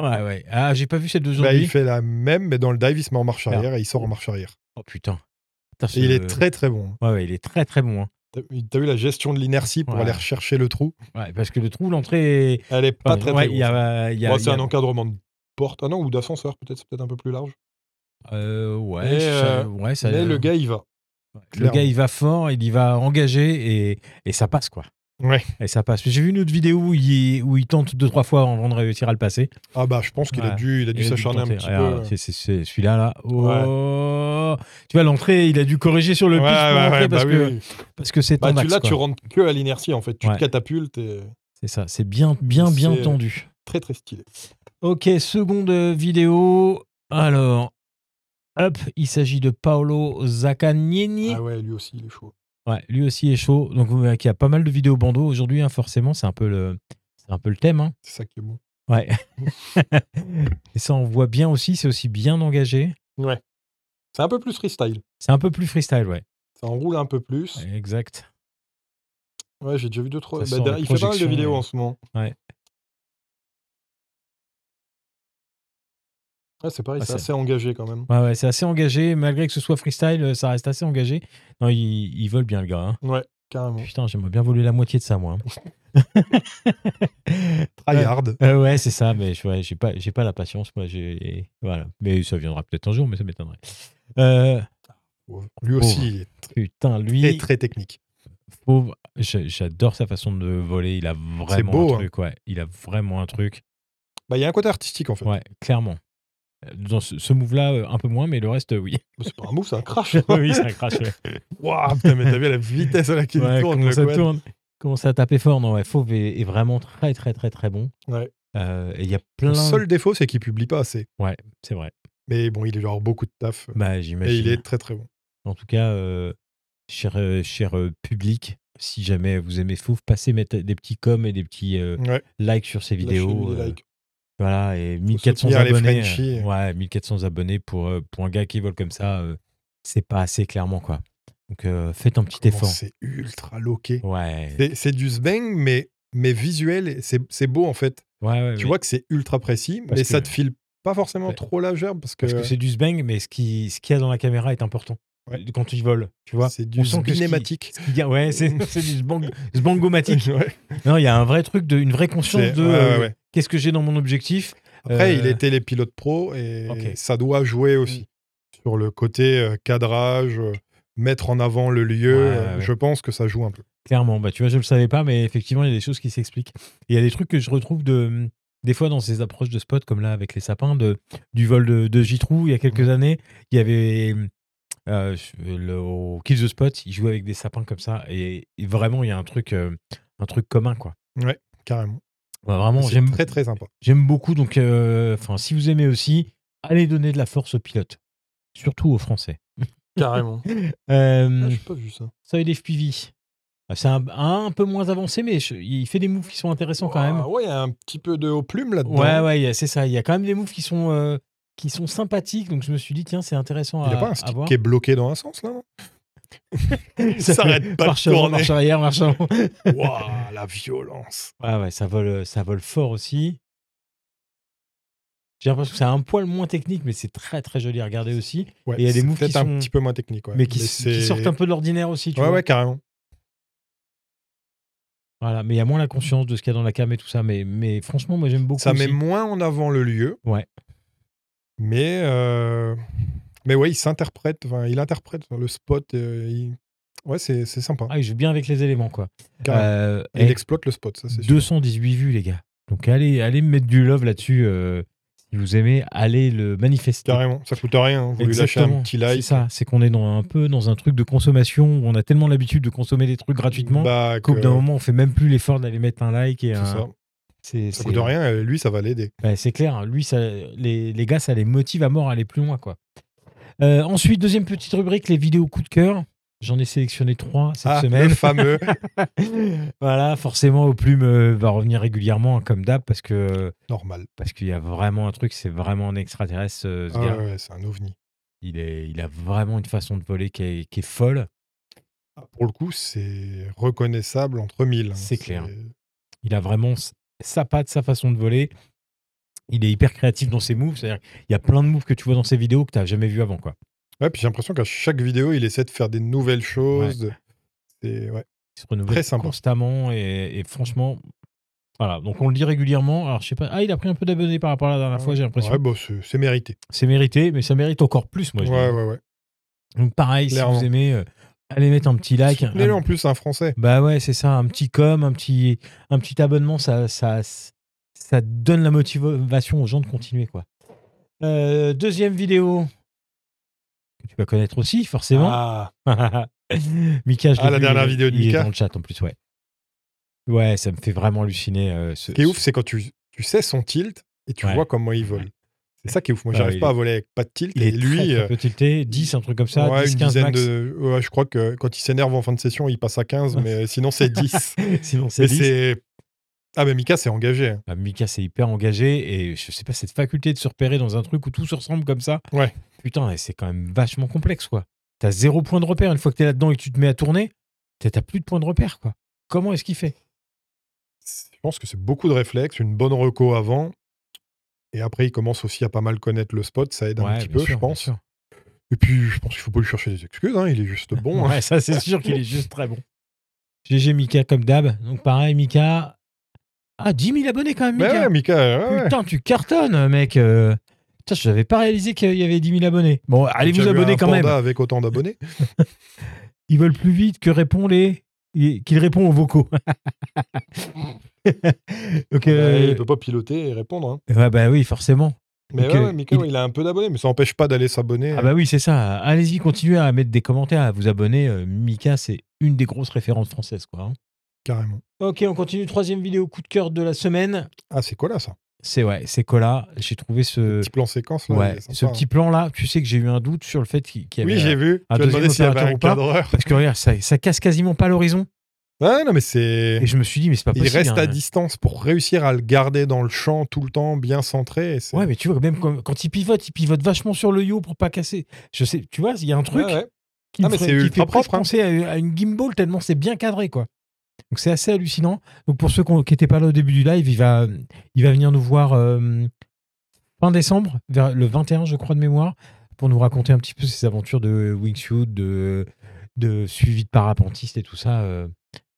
A: Voilà. Ouais, ouais. Ah, j'ai pas vu celle
B: Bah,
A: d'aujourd'hui.
B: il fait la même, mais dans le dive, il se met en
A: Ah.
B: marche arrière et il sort en marche arrière.
A: Oh putain. Putain,
B: Et il
A: ce-
B: est très très bon.
A: Ouais, ouais, il est très très bon. hein.
B: T'as t'as vu la gestion de l'inertie pour
A: Ouais.
B: aller rechercher le trou
A: Ouais, parce que le trou, l'entrée. est-
B: Elle est pas
A: Ouais,
B: très
A: ouais,
B: très
A: il y
B: grosse.
A: a, il y a-
B: Bon,
A: il
B: c'est
A: y a-
B: un encadrement de porte. Ah non, ou d'ascenseur, peut-être, c'est peut-être un peu plus large.
A: Euh, ouais,
B: Mais,
A: ça-
B: euh,
A: ouais, ça-
B: Mais le gars, il va.
A: ouais. Le
B: clairement.
A: gars, il va fort, il y va engagé et, et ça passe quoi.
B: Ouais.
A: Et ça passe. J'ai vu une autre vidéo où il, où il tente deux trois fois avant de réussir à le passer.
B: Ah bah, je pense qu'il a
A: Ouais.
B: dû, il a dû
A: Il a dû
B: s'acharner un
A: tenter.
B: petit
A: Regarde,
B: peu.
A: c'est- c'est- c'est celui-là là. Oh. Tu vois l'entrée, il a dû corriger sur le
B: Ouais,
A: pitch pour
B: ouais,
A: l'entrée
B: ouais,
A: parce,
B: bah oui,
A: que,
B: oui.
A: parce que c'est
B: Bah,
A: ton
B: tu,
A: axe,
B: là,
A: quoi.
B: tu rentres que à l'inertie en fait. Tu
A: Ouais.
B: te catapultes et.
A: C'est ça, c'est bien, bien, bien
B: C'est-
A: tendu.
B: Très très stylé.
A: Ok, seconde euh, vidéo. Alors, hop, il s'agit de Paolo Zaccagnini.
B: Ah ouais, lui aussi, il est chaud.
A: Ouais, lui aussi est chaud. Donc, vous verrez qu'il y a pas mal de vidéos bandeaux aujourd'hui, hein, forcément. C'est un peu le, c'est un peu le thème. hein.
B: C'est ça qui est bon.
A: Ouais. Et ça, on voit bien aussi. C'est aussi bien engagé.
B: Ouais. C'est un peu plus freestyle.
A: C'est un peu plus freestyle, ouais.
B: Ça enroule un peu plus. Ouais,
A: Ouais, Exact.
B: j'ai déjà vu deux, trois.
A: Ça
B: bah,
A: sort
B: derrière-
A: les
B: il fait pas mal de
A: projections,
B: vidéos
A: ouais.
B: en ce moment.
A: Ouais.
B: Ouais, c'est pareil,
A: Ah,
B: c'est
A: c'est-
B: assez engagé quand même.
A: Ouais, ouais, c'est assez engagé. Malgré que ce soit freestyle, euh, ça reste assez engagé. Non, ils, ils veulent bien, le gars. hein.
B: Ouais, carrément.
A: Putain, j'aimerais bien voler la moitié de ça, moi.
B: (laughs)
A: hein.
B: Tryhard.
A: Euh, ouais, c'est ça, mais je ouais, j'ai pas, j'ai pas la patience, moi. J'ai, voilà. Mais ça viendra peut-être un jour, mais ça m'étonnerait. Euh,
B: Lui aussi, il est
A: putain,
B: très
A: lui,
B: très technique.
A: pauvre, je- j'adore sa façon de voler. Il a vraiment
B: beau, hein.
A: un truc, ouais. Il a vraiment un truc,
B: Bah, il y a un côté artistique en fait.
A: ouais, clairement. Dans ce, ce move-là, euh, un peu moins, mais le reste, euh,
B: (laughs)
A: oui.
B: Bah, C'est pas un move,
A: (laughs)
B: c'est un crash.
A: oui, ça crache. Ouais.
B: Waouh, putain, mais t'as vu la vitesse à laquelle
A: Ouais,
B: il tourne
A: comment
B: le
A: ça
B: quad.
A: tourne Comment ça taper fort Non, ouais, Fauve est, est vraiment très, très, très, très bon.
B: Ouais.
A: Euh, et il y a plein.
B: Le
A: de-
B: seul défaut, c'est qu'il publie pas assez.
A: C'est vrai.
B: Mais bon, il est genre beaucoup de taf.
A: Bah,
B: Et
A: j'imagine.
B: il est très très bon.
A: En tout cas, euh, cher, euh, cher euh, public, si jamais vous aimez Fouf, passez mettre des petits coms et des petits euh,
B: Ouais,
A: likes sur ses vidéos.
B: Mm. lâchez-lui des
A: euh,
B: likes.
A: voilà, et
B: soutenir
A: 1400
B: les
A: abonnés. euh,
B: Frenchies.
A: ouais, 1400 abonnés pour, euh, pour un gars qui vole comme ça, euh, c'est pas assez clairement, quoi. Donc euh, faites un petit
B: Comment
A: effort.
B: C'est ultra loqué.
A: Ouais.
B: C'est- C'est du sbang, mais, mais visuel, et c'est c'est beau en fait.
A: ouais, ouais,
B: tu
A: ouais.
B: vois que c'est ultra précis,
A: Ah Parce
B: mais ça
A: que-
B: te file pas forcément
A: Ouais.
B: trop la gerbe parce que,
A: Parce que c'est du sbang, mais ce qu'il ce qu'il y a dans la caméra est important.
B: Ouais.
A: Quand il vole, tu vois.
B: c'est
A: on
B: du
A: sent que ce qui-
B: cinématique.
A: Ce qu'il y a- Ouais, c'est (laughs) c'est du
B: (laughs)
A: sbang, sbangomatique.
B: Ouais,
A: Non, il y a un vrai truc, de, une vraie
B: c'est-
A: conscience de
B: ouais,
A: euh,
B: ouais, ouais.
A: qu'est-ce que j'ai dans mon objectif,
B: Après,
A: euh,
B: il était les pilotes pro et
A: ok. Mm.
B: ça doit jouer aussi sur le côté euh, cadrage, euh, mettre en avant le lieu.
A: Ouais,
B: euh,
A: ouais.
B: Je pense que ça joue un peu.
A: Clairement, bah, tu vois, je ne le savais pas, mais effectivement, il y a des choses qui s'expliquent. Et Il y a des trucs que je retrouve de, hum, des fois dans ces approches de spots, comme là avec les sapins, de, du vol de, de Gitrou il y a
B: Mmh.
A: quelques années. Il y avait euh, le, au Kill the Spot, il jouait avec des sapins comme ça. Et, et vraiment, il y a un truc, euh, un truc commun, quoi.
B: Carrément.
A: Ouais, vraiment,
B: Ah, c'est
A: j'aime
B: très très sympa.
A: j'aime beaucoup. Donc, euh, enfin, si vous aimez aussi, allez donner de la force aux pilotes, surtout aux Français. (laughs)
B: Carrément.
A: Euh,
B: Ah, J'ai pas vu ça.
A: Seuil d'FPV. Ah, C'est un, un peu moins avancé, mais je- il fait des moves qui sont intéressants quand même.
B: Ah ouais, il y a un petit peu de haut plume là-dedans.
A: Ouais, ouais, il y a- c'est ça. Il y a quand même des moves qui sont, euh, qui sont sympathiques. Donc je me suis dit, tiens, c'est intéressant
B: Il n'y
A: à,
B: a pas un
A: à
B: stick
A: voir.
B: qui est bloqué dans un sens là non
A: (laughs) Ça
B: s'arrête pas de
A: Marche avant,
B: tourner.
A: marche arrière, marche
B: (laughs)
A: avant.
B: Waouh, la violence.
A: ouais, ouais, ça vole, ça vole fort aussi. J'ai l'impression que c'est un poil moins technique, mais c'est très très joli à regarder aussi.
B: Ouais,
A: Et il y a des
B: c'est
A: moves qui
B: peut-être un
A: sont-
B: petit peu moins technique. ouais.
A: mais qui, s-
B: c'est-
A: qui sortent un peu de l'ordinaire aussi. Tu
B: Ouais,
A: vois.
B: ouais, carrément.
A: Voilà, mais il y a moins la conscience de ce qu'il y a dans la cam et tout ça. Mais, mais franchement, moi j'aime beaucoup.
B: Ça met
A: aussi.
B: moins en avant le lieu.
A: Ouais.
B: Mais, euh, mais ouais, il s'interprète, enfin, il interprète enfin, le spot. euh, il- Ouais, c'est c'est sympa.
A: Ah, il joue bien avec les éléments, quoi.
B: carrément.
A: Euh,
B: Et
A: eh,
B: Il exploite le spot, ça c'est sûr.
A: 218 vues, les gars. Donc allez, allez me mettre du love là-dessus. euh, si vous aimez, allez le manifester.
B: Carrément, ça coûte rien. hein. Vous lui lâchez un
A: Exactement.
B: petit
A: C'est
B: like.
A: ça, c'est qu'on est dans un peu dans un truc de consommation où on a tellement l'habitude de consommer des trucs gratuitement
B: Bah,
A: qu'au bout
B: que-
A: d'un moment, on fait même plus l'effort d'aller mettre un like et
B: c'est
A: un.
B: ça.
A: C'est,
B: ça
A: c'est-
B: coûte rien. et Lui, ça va l'aider.
A: Ouais, c'est clair. hein. Lui, ça, les, les gars, ça les motive à mort à aller plus loin, quoi. Euh, ensuite, deuxième petite rubrique, les vidéos coup de cœur. J'en ai sélectionné trois cette
B: Ah,
A: semaine.
B: le fameux.
A: (laughs) voilà, forcément, aux plumes euh, va revenir régulièrement hein, comme d'hab parce que. euh,
B: Normal.
A: parce qu'il y a vraiment un truc, c'est vraiment un extraterrestre, ce, ce
B: Ah
A: gars.
B: ouais, c'est un ovni.
A: Il, est, il a vraiment une façon de voler qui est, qui est folle.
B: Ah, Pour le coup, c'est reconnaissable entre mille. hein.
A: C'est clair. Il a vraiment s- sa patte, sa façon de voler. Il est hyper créatif dans ses moves. C'est-à-dire qu'il y a plein de moves que tu vois dans ses vidéos que tu n'as jamais vu avant. Quoi.
B: Ouais, puis j'ai l'impression qu'à chaque vidéo, il essaie de faire des nouvelles choses. de- C'est ouais.
A: Il se renouvelle
B: Très sympa.
A: constamment et, et franchement, voilà. Donc on le dit régulièrement. Alors je sais pas. Ah, il a pris un peu d'abonnés par rapport à la dernière fois, j'ai l'impression.
B: Ouais, bah, c'est c'est mérité.
A: C'est mérité, mais ça mérite encore plus, moi. je
B: ouais,
A: dis.
B: ouais, ouais.
A: Donc pareil, si
B: Clairement.
A: vous aimez, euh, allez mettre un petit like.
B: Soutenez-le,
A: un-
B: en plus, c'est un français.
A: Bah ouais, c'est ça, un petit com, un petit, un petit abonnement, ça, ça, ça donne la motivation aux gens de continuer. quoi. Euh, deuxième vidéo que tu vas connaître aussi, forcément.
B: Ah,
A: (laughs) Mika, je
B: Ah,
A: l'ai
B: la
A: vu,
B: dernière
A: il-
B: vidéo de
A: il est
B: Mika.
A: dans le chat en plus, ouais. Ouais, ça me fait vraiment halluciner. euh, ce,
B: ce qui est ouf,
A: ce-
B: c'est quand tu, tu sais son tilt et tu
A: Ouais.
B: vois comment il vole. C'est ça qui est ouf. Moi,
A: Ah,
B: j'arrive
A: il
B: pas
A: est-
B: à voler avec pas de tilt.
A: Il
B: et
A: est
B: lui,
A: très,
B: euh,
A: très peu tilté, 10, un truc comme ça,
B: ouais,
A: 10,
B: une
A: 15
B: dizaine
A: max.
B: de. ouais, je crois que quand il s'énerve en fin de session, il passe à 15, mais
A: (laughs)
B: sinon, c'est 10.
A: (laughs) Sinon, c'est
B: mais
A: 10.
B: c'est. Ah, mais Mika, c'est engagé. hein.
A: Bah, Mika, c'est hyper engagé et je sais pas, cette faculté de se repérer dans un truc où tout se ressemble comme ça.
B: Ouais.
A: Putain, et c'est quand même vachement complexe, quoi. T'as zéro point de repère. Une fois que t'es là-dedans et que tu te mets à tourner, t'as t'as plus de point de repère, quoi. Comment est-ce qu'il fait
B: Je pense que c'est beaucoup de réflexes, une bonne reco avant. Et après, il commence aussi à pas mal connaître le spot. Ça aide un
A: Ouais,
B: petit
A: bien
B: peu,
A: sûr,
B: je
A: bien
B: pense.
A: sûr.
B: Et puis, je pense qu'il faut pas lui chercher des excuses. hein, Il est
A: (laughs)
B: juste bon. hein.
A: Ouais, ça, c'est sûr qu'il est juste très bon. GG Mika comme d'hab. Donc, pareil, Mika. Ah, 10 000 abonnés quand même,
B: Mais
A: Mika.
B: Bah ouais, Mika, ouais, ouais.
A: Putain, tu cartonnes, mec. Euh, Putain, je n'avais pas réalisé qu'il y avait 10 000 abonnés. Bon, allez
B: J'ai
A: vous
B: déjà vu
A: abonner
B: un
A: quand
B: panda
A: même.
B: avec autant d'abonnés.
A: Ils veulent plus vite que répond les. qu'il répond aux vocaux. (laughs) Donc, (laughs) euh,
B: Ouais, Il peut pas piloter et répondre. hein.
A: ouais, bah oui, forcément.
B: Mais
A: Donc,
B: ouais,
A: euh,
B: ouais, Mika,
A: il-
B: ouais, il a un peu d'abonnés, mais ça n'empêche pas d'aller s'abonner. euh,
A: Ah bah oui, c'est ça. Allez-y, continuez à mettre des commentaires, à vous abonner. Euh, Mika, c'est une des grosses référentes françaises, quoi. hein.
B: Carrément.
A: Ok, on continue. Troisième vidéo coup de cœur de la semaine.
B: Ah, c'est quoi là, ça
A: C'est ouais, c'est Cola. J'ai trouvé ce.
B: Petit plan séquence, là. il
A: Ouais,
B: est
A: ce
B: sympa,
A: petit plan-là, tu sais que j'ai eu un doute sur le fait qu'il qu'il y
B: hein.
A: avait.
B: Oui, j'ai vu.
A: un
B: Tu as demandé
A: deuxième
B: s'il y avait
A: opérateur
B: un
A: ou pas.
B: cadreur.
A: Parce que regarde, ça, ça casse quasiment pas l'horizon.
B: Ah, non, mais c'est.
A: Et je me suis dit, mais c'est pas
B: Il
A: possible.
B: reste
A: hein.
B: à distance pour réussir à le garder dans le champ tout le temps, bien centré. et c'est-
A: Ouais, mais tu vois, même quand, quand il pivote, il pivote vachement sur le yo pour pas casser. Je sais, tu vois, il y a un truc
B: Ouais, ouais.
A: qui me
B: Ah, mais
A: ferait-
B: c'est
A: qui
B: ultra
A: fait presque
B: propre, hein.
A: penser à, à une gimbal tellement c'est bien cadré, quoi. Donc c'est assez hallucinant. Donc pour ceux qu'on- qui n'étaient pas là au début du live, il va, il va venir nous voir euh, fin décembre, vers le 21, je crois, de mémoire, pour nous raconter un petit peu ses aventures de wingsuit, de, de suivi de parapentiste et tout ça. euh.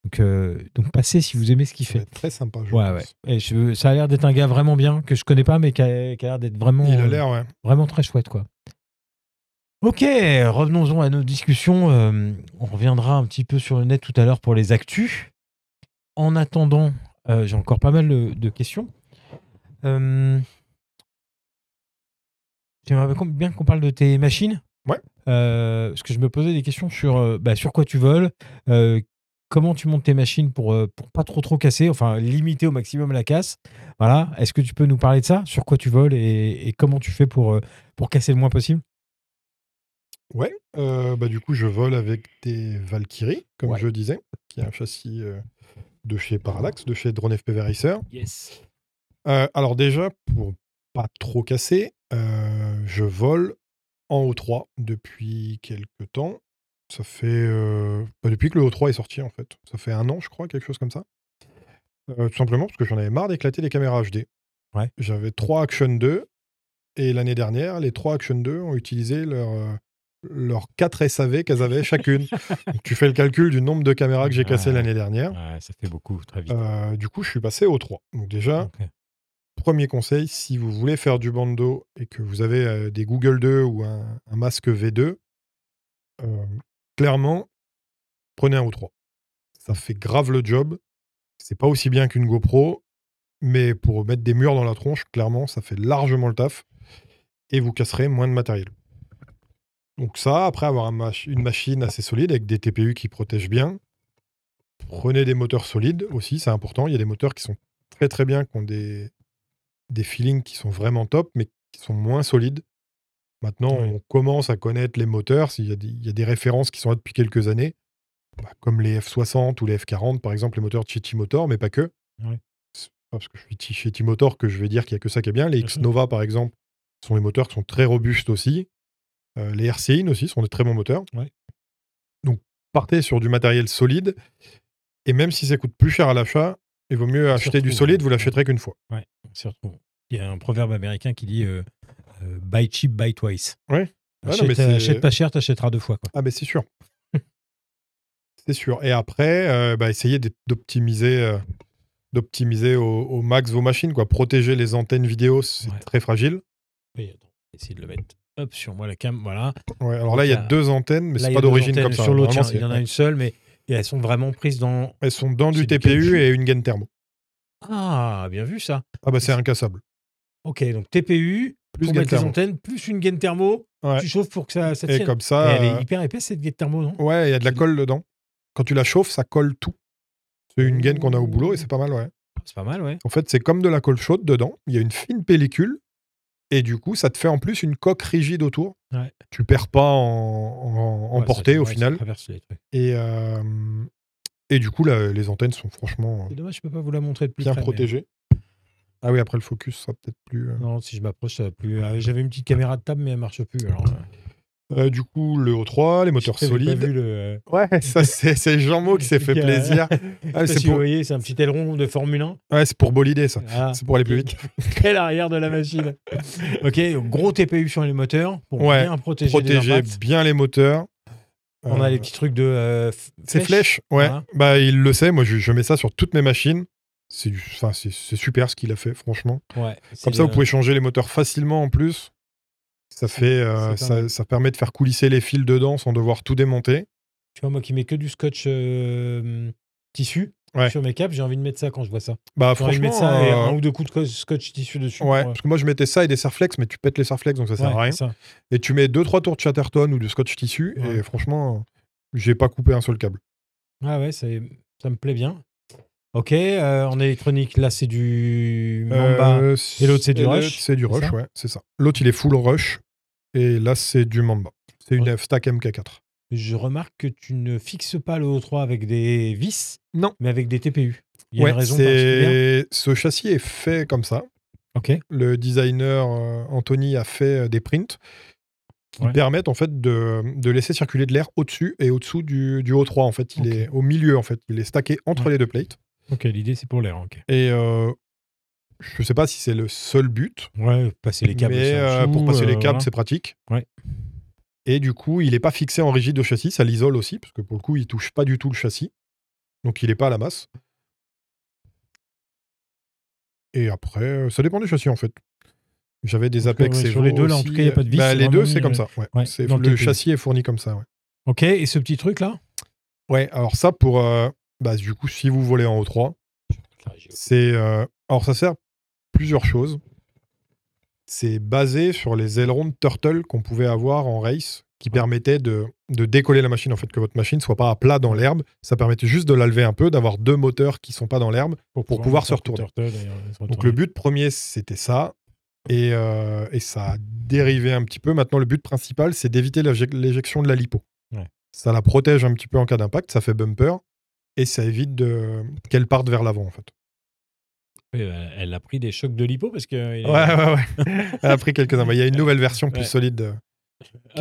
A: Donc, euh, donc passez si vous aimez ce qu'il
B: Ça va
A: fait.
B: être très sympa. je
A: Ouais,
B: pense.
A: ouais. Et je- ça a l'air d'être un gars vraiment bien, que je connais pas, mais qui a, qui a l'air d'être vraiment,
B: Il a l'air, ouais.
A: vraiment très chouette, quoi. Ok, revenons-en à nos discussions. Euh, on reviendra un petit peu sur le net tout à l'heure pour les actus. En attendant, euh, j'ai encore pas mal de, de questions. Euh, J'aimerais qu'on- bien qu'on parle de tes machines.
B: Ouais.
A: Euh, parce que je me posais des questions sur, euh, bah, sur quoi tu voles, euh, comment tu montes tes machines pour, euh, pour pas trop trop casser, enfin limiter au maximum la casse. Voilà. Est-ce que tu peux nous parler de ça Sur quoi tu voles et, et comment tu fais pour, euh, pour casser le moins possible
B: Euh, bah, du coup, je vole avec des Valkyries, comme
A: Ouais.
B: je disais, qui est un châssis euh, de chez Parallax, de chez Drone FPV Racer.
A: Yes.
B: Euh, alors déjà, pour pas trop casser, euh, je vole en O3 depuis quelques temps. Ça fait... euh, bah, depuis que le O3 est sorti, en fait. Ça fait un an, je crois, quelque chose comme ça. Euh, tout simplement parce que j'en avais marre d'éclater les caméras HD.
A: Ouais.
B: J'avais trois Action 2, et l'année dernière, les trois Action 2 ont utilisé leur... euh, leurs 4 SAV qu'elles
A: (laughs)
B: avaient chacune. Donc, tu fais le calcul du nombre de caméras que j'ai cassées
A: Ouais.
B: l'année dernière.
A: Ouais, ça fait beaucoup, très vite.
B: Euh, du coup, je suis passé au 3. Donc déjà,
A: Ok.
B: premier conseil, si vous voulez faire du bando et que vous avez euh, des Google 2 ou un, un masque V2, euh, clairement, prenez un O3. Ça fait grave le job. C'est pas aussi bien qu'une GoPro, mais pour mettre des murs dans la tronche, clairement, ça fait largement le taf et vous casserez moins de matériel. Donc ça, après avoir un mach- une machine assez solide avec des TPU qui protègent bien, prenez des moteurs solides aussi, c'est important. Il y a des moteurs qui sont très très bien, qui ont des, des feelings qui sont vraiment top, mais qui sont moins solides. Maintenant,
A: Ouais.
B: on commence à connaître les moteurs. S'il y a des- Il y, a des références qui sont là depuis quelques années, bah, comme les F60 ou les F40, par exemple, les moteurs de chez T-Motor, mais pas que.
A: Ouais.
B: C'est pas parce que je suis t- chez T-Motor que je vais dire qu'il y a que ça qui est bien. Les
A: Bien sûr.
B: X-Nova, par exemple, sont des moteurs qui sont très robustes aussi. Euh, les RCI aussi sont des très bons moteurs.
A: Ouais.
B: Donc, partez sur du matériel solide. Et même si ça coûte plus cher à l'achat, il vaut mieux acheter du
A: retrouve,
B: solide,
A: ouais.
B: vous l'achèterez qu'une fois.
A: On s'y retrouve. Il y a un proverbe américain qui dit euh, euh, Buy cheap, buy twice.
B: Ouais. Ouais, non,
A: Achète,
B: mais c'est-
A: achète pas cher, t'achèteras deux fois. Quoi.
B: Ah, ben
A: (laughs)
B: c'est sûr. c'est sûr. Et après, euh, bah, essayez d'op- d'optimiser. euh, d'optimiser au, au max vos machines, quoi. Protéger les antennes vidéo, c'est
A: Ouais.
B: très fragile.
A: Oui, attends, essayer de le mettre. Hop, sur moi la cam, voilà.
B: Ouais, alors là, il y a
A: Là-
B: deux antennes, mais
A: Là, il
B: c'est
A: y
B: pas
A: a deux
B: d'origine
A: antennes
B: comme ça.
A: Sur l'autre, il y en-
B: Normalement,
A: il y en a
B: c'est-
A: une seule, mais et elles sont vraiment prises dans.
B: Elles sont dans
A: C'est
B: du
A: du
B: TPU
A: caoutchouc.
B: et une gaine thermo.
A: Ah, bien vu ça.
B: Ah bah c'est incassable.
A: Ok, donc TPU,
B: Plus
A: pour
B: gaine
A: mettre les
B: thermo.
A: antennes, plus une gaine thermo.
B: Ouais.
A: Tu chauffes pour que ça, ça
B: Et
A: tienne.
B: comme
A: Et
B: ça,
A: elle
B: euh,
A: est hyper épaisse cette gaine thermo, non
B: ouais, il y a de la colle dedans. Quand tu la chauffes, ça colle tout. C'est une gaine qu'on a au boulot et c'est pas mal, ouais.
A: Ah, C'est pas mal, ouais.
B: En fait, c'est comme de la colle chaude dedans. Il y a une fine pellicule. Et du coup, ça te fait en plus une coque rigide autour.
A: Ouais.
B: Tu perds pas en, en- en
A: Ouais, ça
B: portée
A: fait-
B: au
A: ouais, ça
B: final.
A: traverse les trucs.
B: Et, euh, et du coup, la- les antennes sont franchement euh,
A: C'est dommage, je peux pas vous la montrer de plus
B: bien
A: près, mais-
B: protégées. Ah oui, après le focus sera peut-être plus. euh.
A: Non, si je m'approche, ça va plus. Ah, J'avais une petite caméra de table, mais elle marche plus. Alors,
B: Euh, du coup, le O3, les moteurs
A: j'avais pas
B: solides.
A: vu le.
B: Ouais, (laughs) ça, c'est c'est Jean-Mo qui s'est fait
A: Qui a- (laughs)
B: plaisir. Ah,
A: Je sais
B: c'est
A: pas si
B: pour-
A: vous voyez, c'est un petit aileron de Formule
B: (laughs)
A: 1.
B: Ouais, c'est pour bolider ça.
A: Voilà.
B: C'est pour aller plus vite.
A: Quel l'arrière de la machine. ok, donc gros TPU sur les moteurs pour
B: Ouais,
A: bien protéger, les
B: Protéger
A: impacts.
B: bien les moteurs.
A: On a
B: Euh,
A: les petits trucs de. euh, f-
B: Ces flèches, ouais.
A: Voilà.
B: Bah, il le sait. Moi, je, je mets ça sur toutes mes machines. C'est du- enfin, c'est- c'est super ce qu'il a fait, franchement.
A: Ouais, c'est
B: Comme ça,
A: le-
B: vous pouvez changer les moteurs facilement en plus. Ça, fait, euh,
A: c'est pas
B: ça,
A: mal.
B: ça permet de faire coulisser les fils dedans sans devoir tout démonter.
A: Tu vois, moi qui mets que du scotch euh, tissu
B: Ouais.
A: sur mes caps, j'ai envie de mettre ça quand je vois ça.
B: Bah,
A: J'ai envie de
B: franchement,
A: mettre ça et
B: euh,
A: un ou deux coups de co- scotch tissu dessus.
B: ouais,
A: pour, euh,
B: parce que moi, je mettais ça et des Sarflex, mais tu pètes les Sarflex, donc ça sert à
A: ouais,
B: rien.
A: c'est ça.
B: Et tu mets deux trois tours de Chatterton ou de Scotch Tissu,
A: Ouais.
B: et franchement, euh, j'ai pas coupé un seul câble.
A: Ah ouais, c'est- ça me plaît bien. Ok, euh, en électronique, là c'est du Mamba.
B: Euh,
A: Et l'autre, c'est du
B: l'autre,
A: rush,
B: C'est du
A: c'est
B: rush,
A: ça
B: ouais, c'est ça. L'autre, il est full rush. Et là, c'est du Mamba. C'est une F-Stack MK4.
A: Je remarque que tu ne fixes pas le O3 avec des vis,
B: Non.
A: mais avec des TPU. Il y a
B: ouais,
A: une raison particulière.
B: c'est... Ce châssis est fait comme ça.
A: Ok.
B: Le designer euh, Anthony a fait euh, des prints qui
A: Ouais.
B: permettent en fait de, de laisser circuler de l'air au-dessus et au-dessous du, du O3. En fait, il
A: Ok.
B: est au milieu. En fait, il est stacké entre
A: Ouais.
B: les deux plates.
A: Ok, l'idée c'est pour l'air. Ok.
B: Et euh, je sais pas si c'est le seul but,
A: Ouais, passer les câbles.
B: mais
A: c'est en
B: euh, pour
A: dessous,
B: passer
A: euh,
B: les câbles,
A: voilà.
B: c'est pratique.
A: Ouais.
B: Et du coup, il n'est pas fixé en rigide au châssis, ça l'isole aussi, parce que pour le coup, il touche pas du tout le châssis. Donc il n'est pas à la masse. Et après, euh, ça dépend du châssis en fait. J'avais des
A: En tout cas,
B: Apex
A: ouais,
B: et
A: sur les
B: Vaux
A: deux, là, en
B: aussi.
A: tout cas, il y a pas de vis,
B: Bah,
A: c'est
B: les
A: vraiment
B: deux, c'est
A: mis,
B: comme
A: euh,
B: ça. ouais.
A: ouais,
B: C'est-
A: dans
B: le
A: le TPU.
B: châssis est fourni comme ça. Ouais,
A: Ok, et ce petit truc là
B: ouais alors ça, pour. euh, bah, du coup, si vous volez en O3, C'est euh, alors ça sert à plusieurs choses. C'est basé sur les ailerons de turtle qu'on pouvait avoir en race, qui permettaient de, de décoller la machine en fait que votre machine soit pas à plat dans l'herbe. Ça permettait juste de la lever un peu, d'avoir deux moteurs qui sont pas dans l'herbe. pouvoir se
A: faire
B: retourner.
A: Turtle, d'ailleurs, se
B: Donc
A: retourner.
B: le but premier c'était ça, et, euh, et ça a dérivé un petit peu. Maintenant le but principal c'est d'éviter la jec- l'éjection de la lipo.
A: Ouais.
B: Ça la protège un petit peu en cas d'impact, ça fait bumper et ça évite de- qu'elle parte vers l'avant en fait.
A: Oui, bah, Elle a pris des chocs de lipo parce que. euh, il
B: Ouais,
A: a-
B: ouais,
A: (laughs)
B: ouais. Elle a pris quelques-uns. Mais Il y a une nouvelle version plus
A: Ouais.
B: solide. euh, qui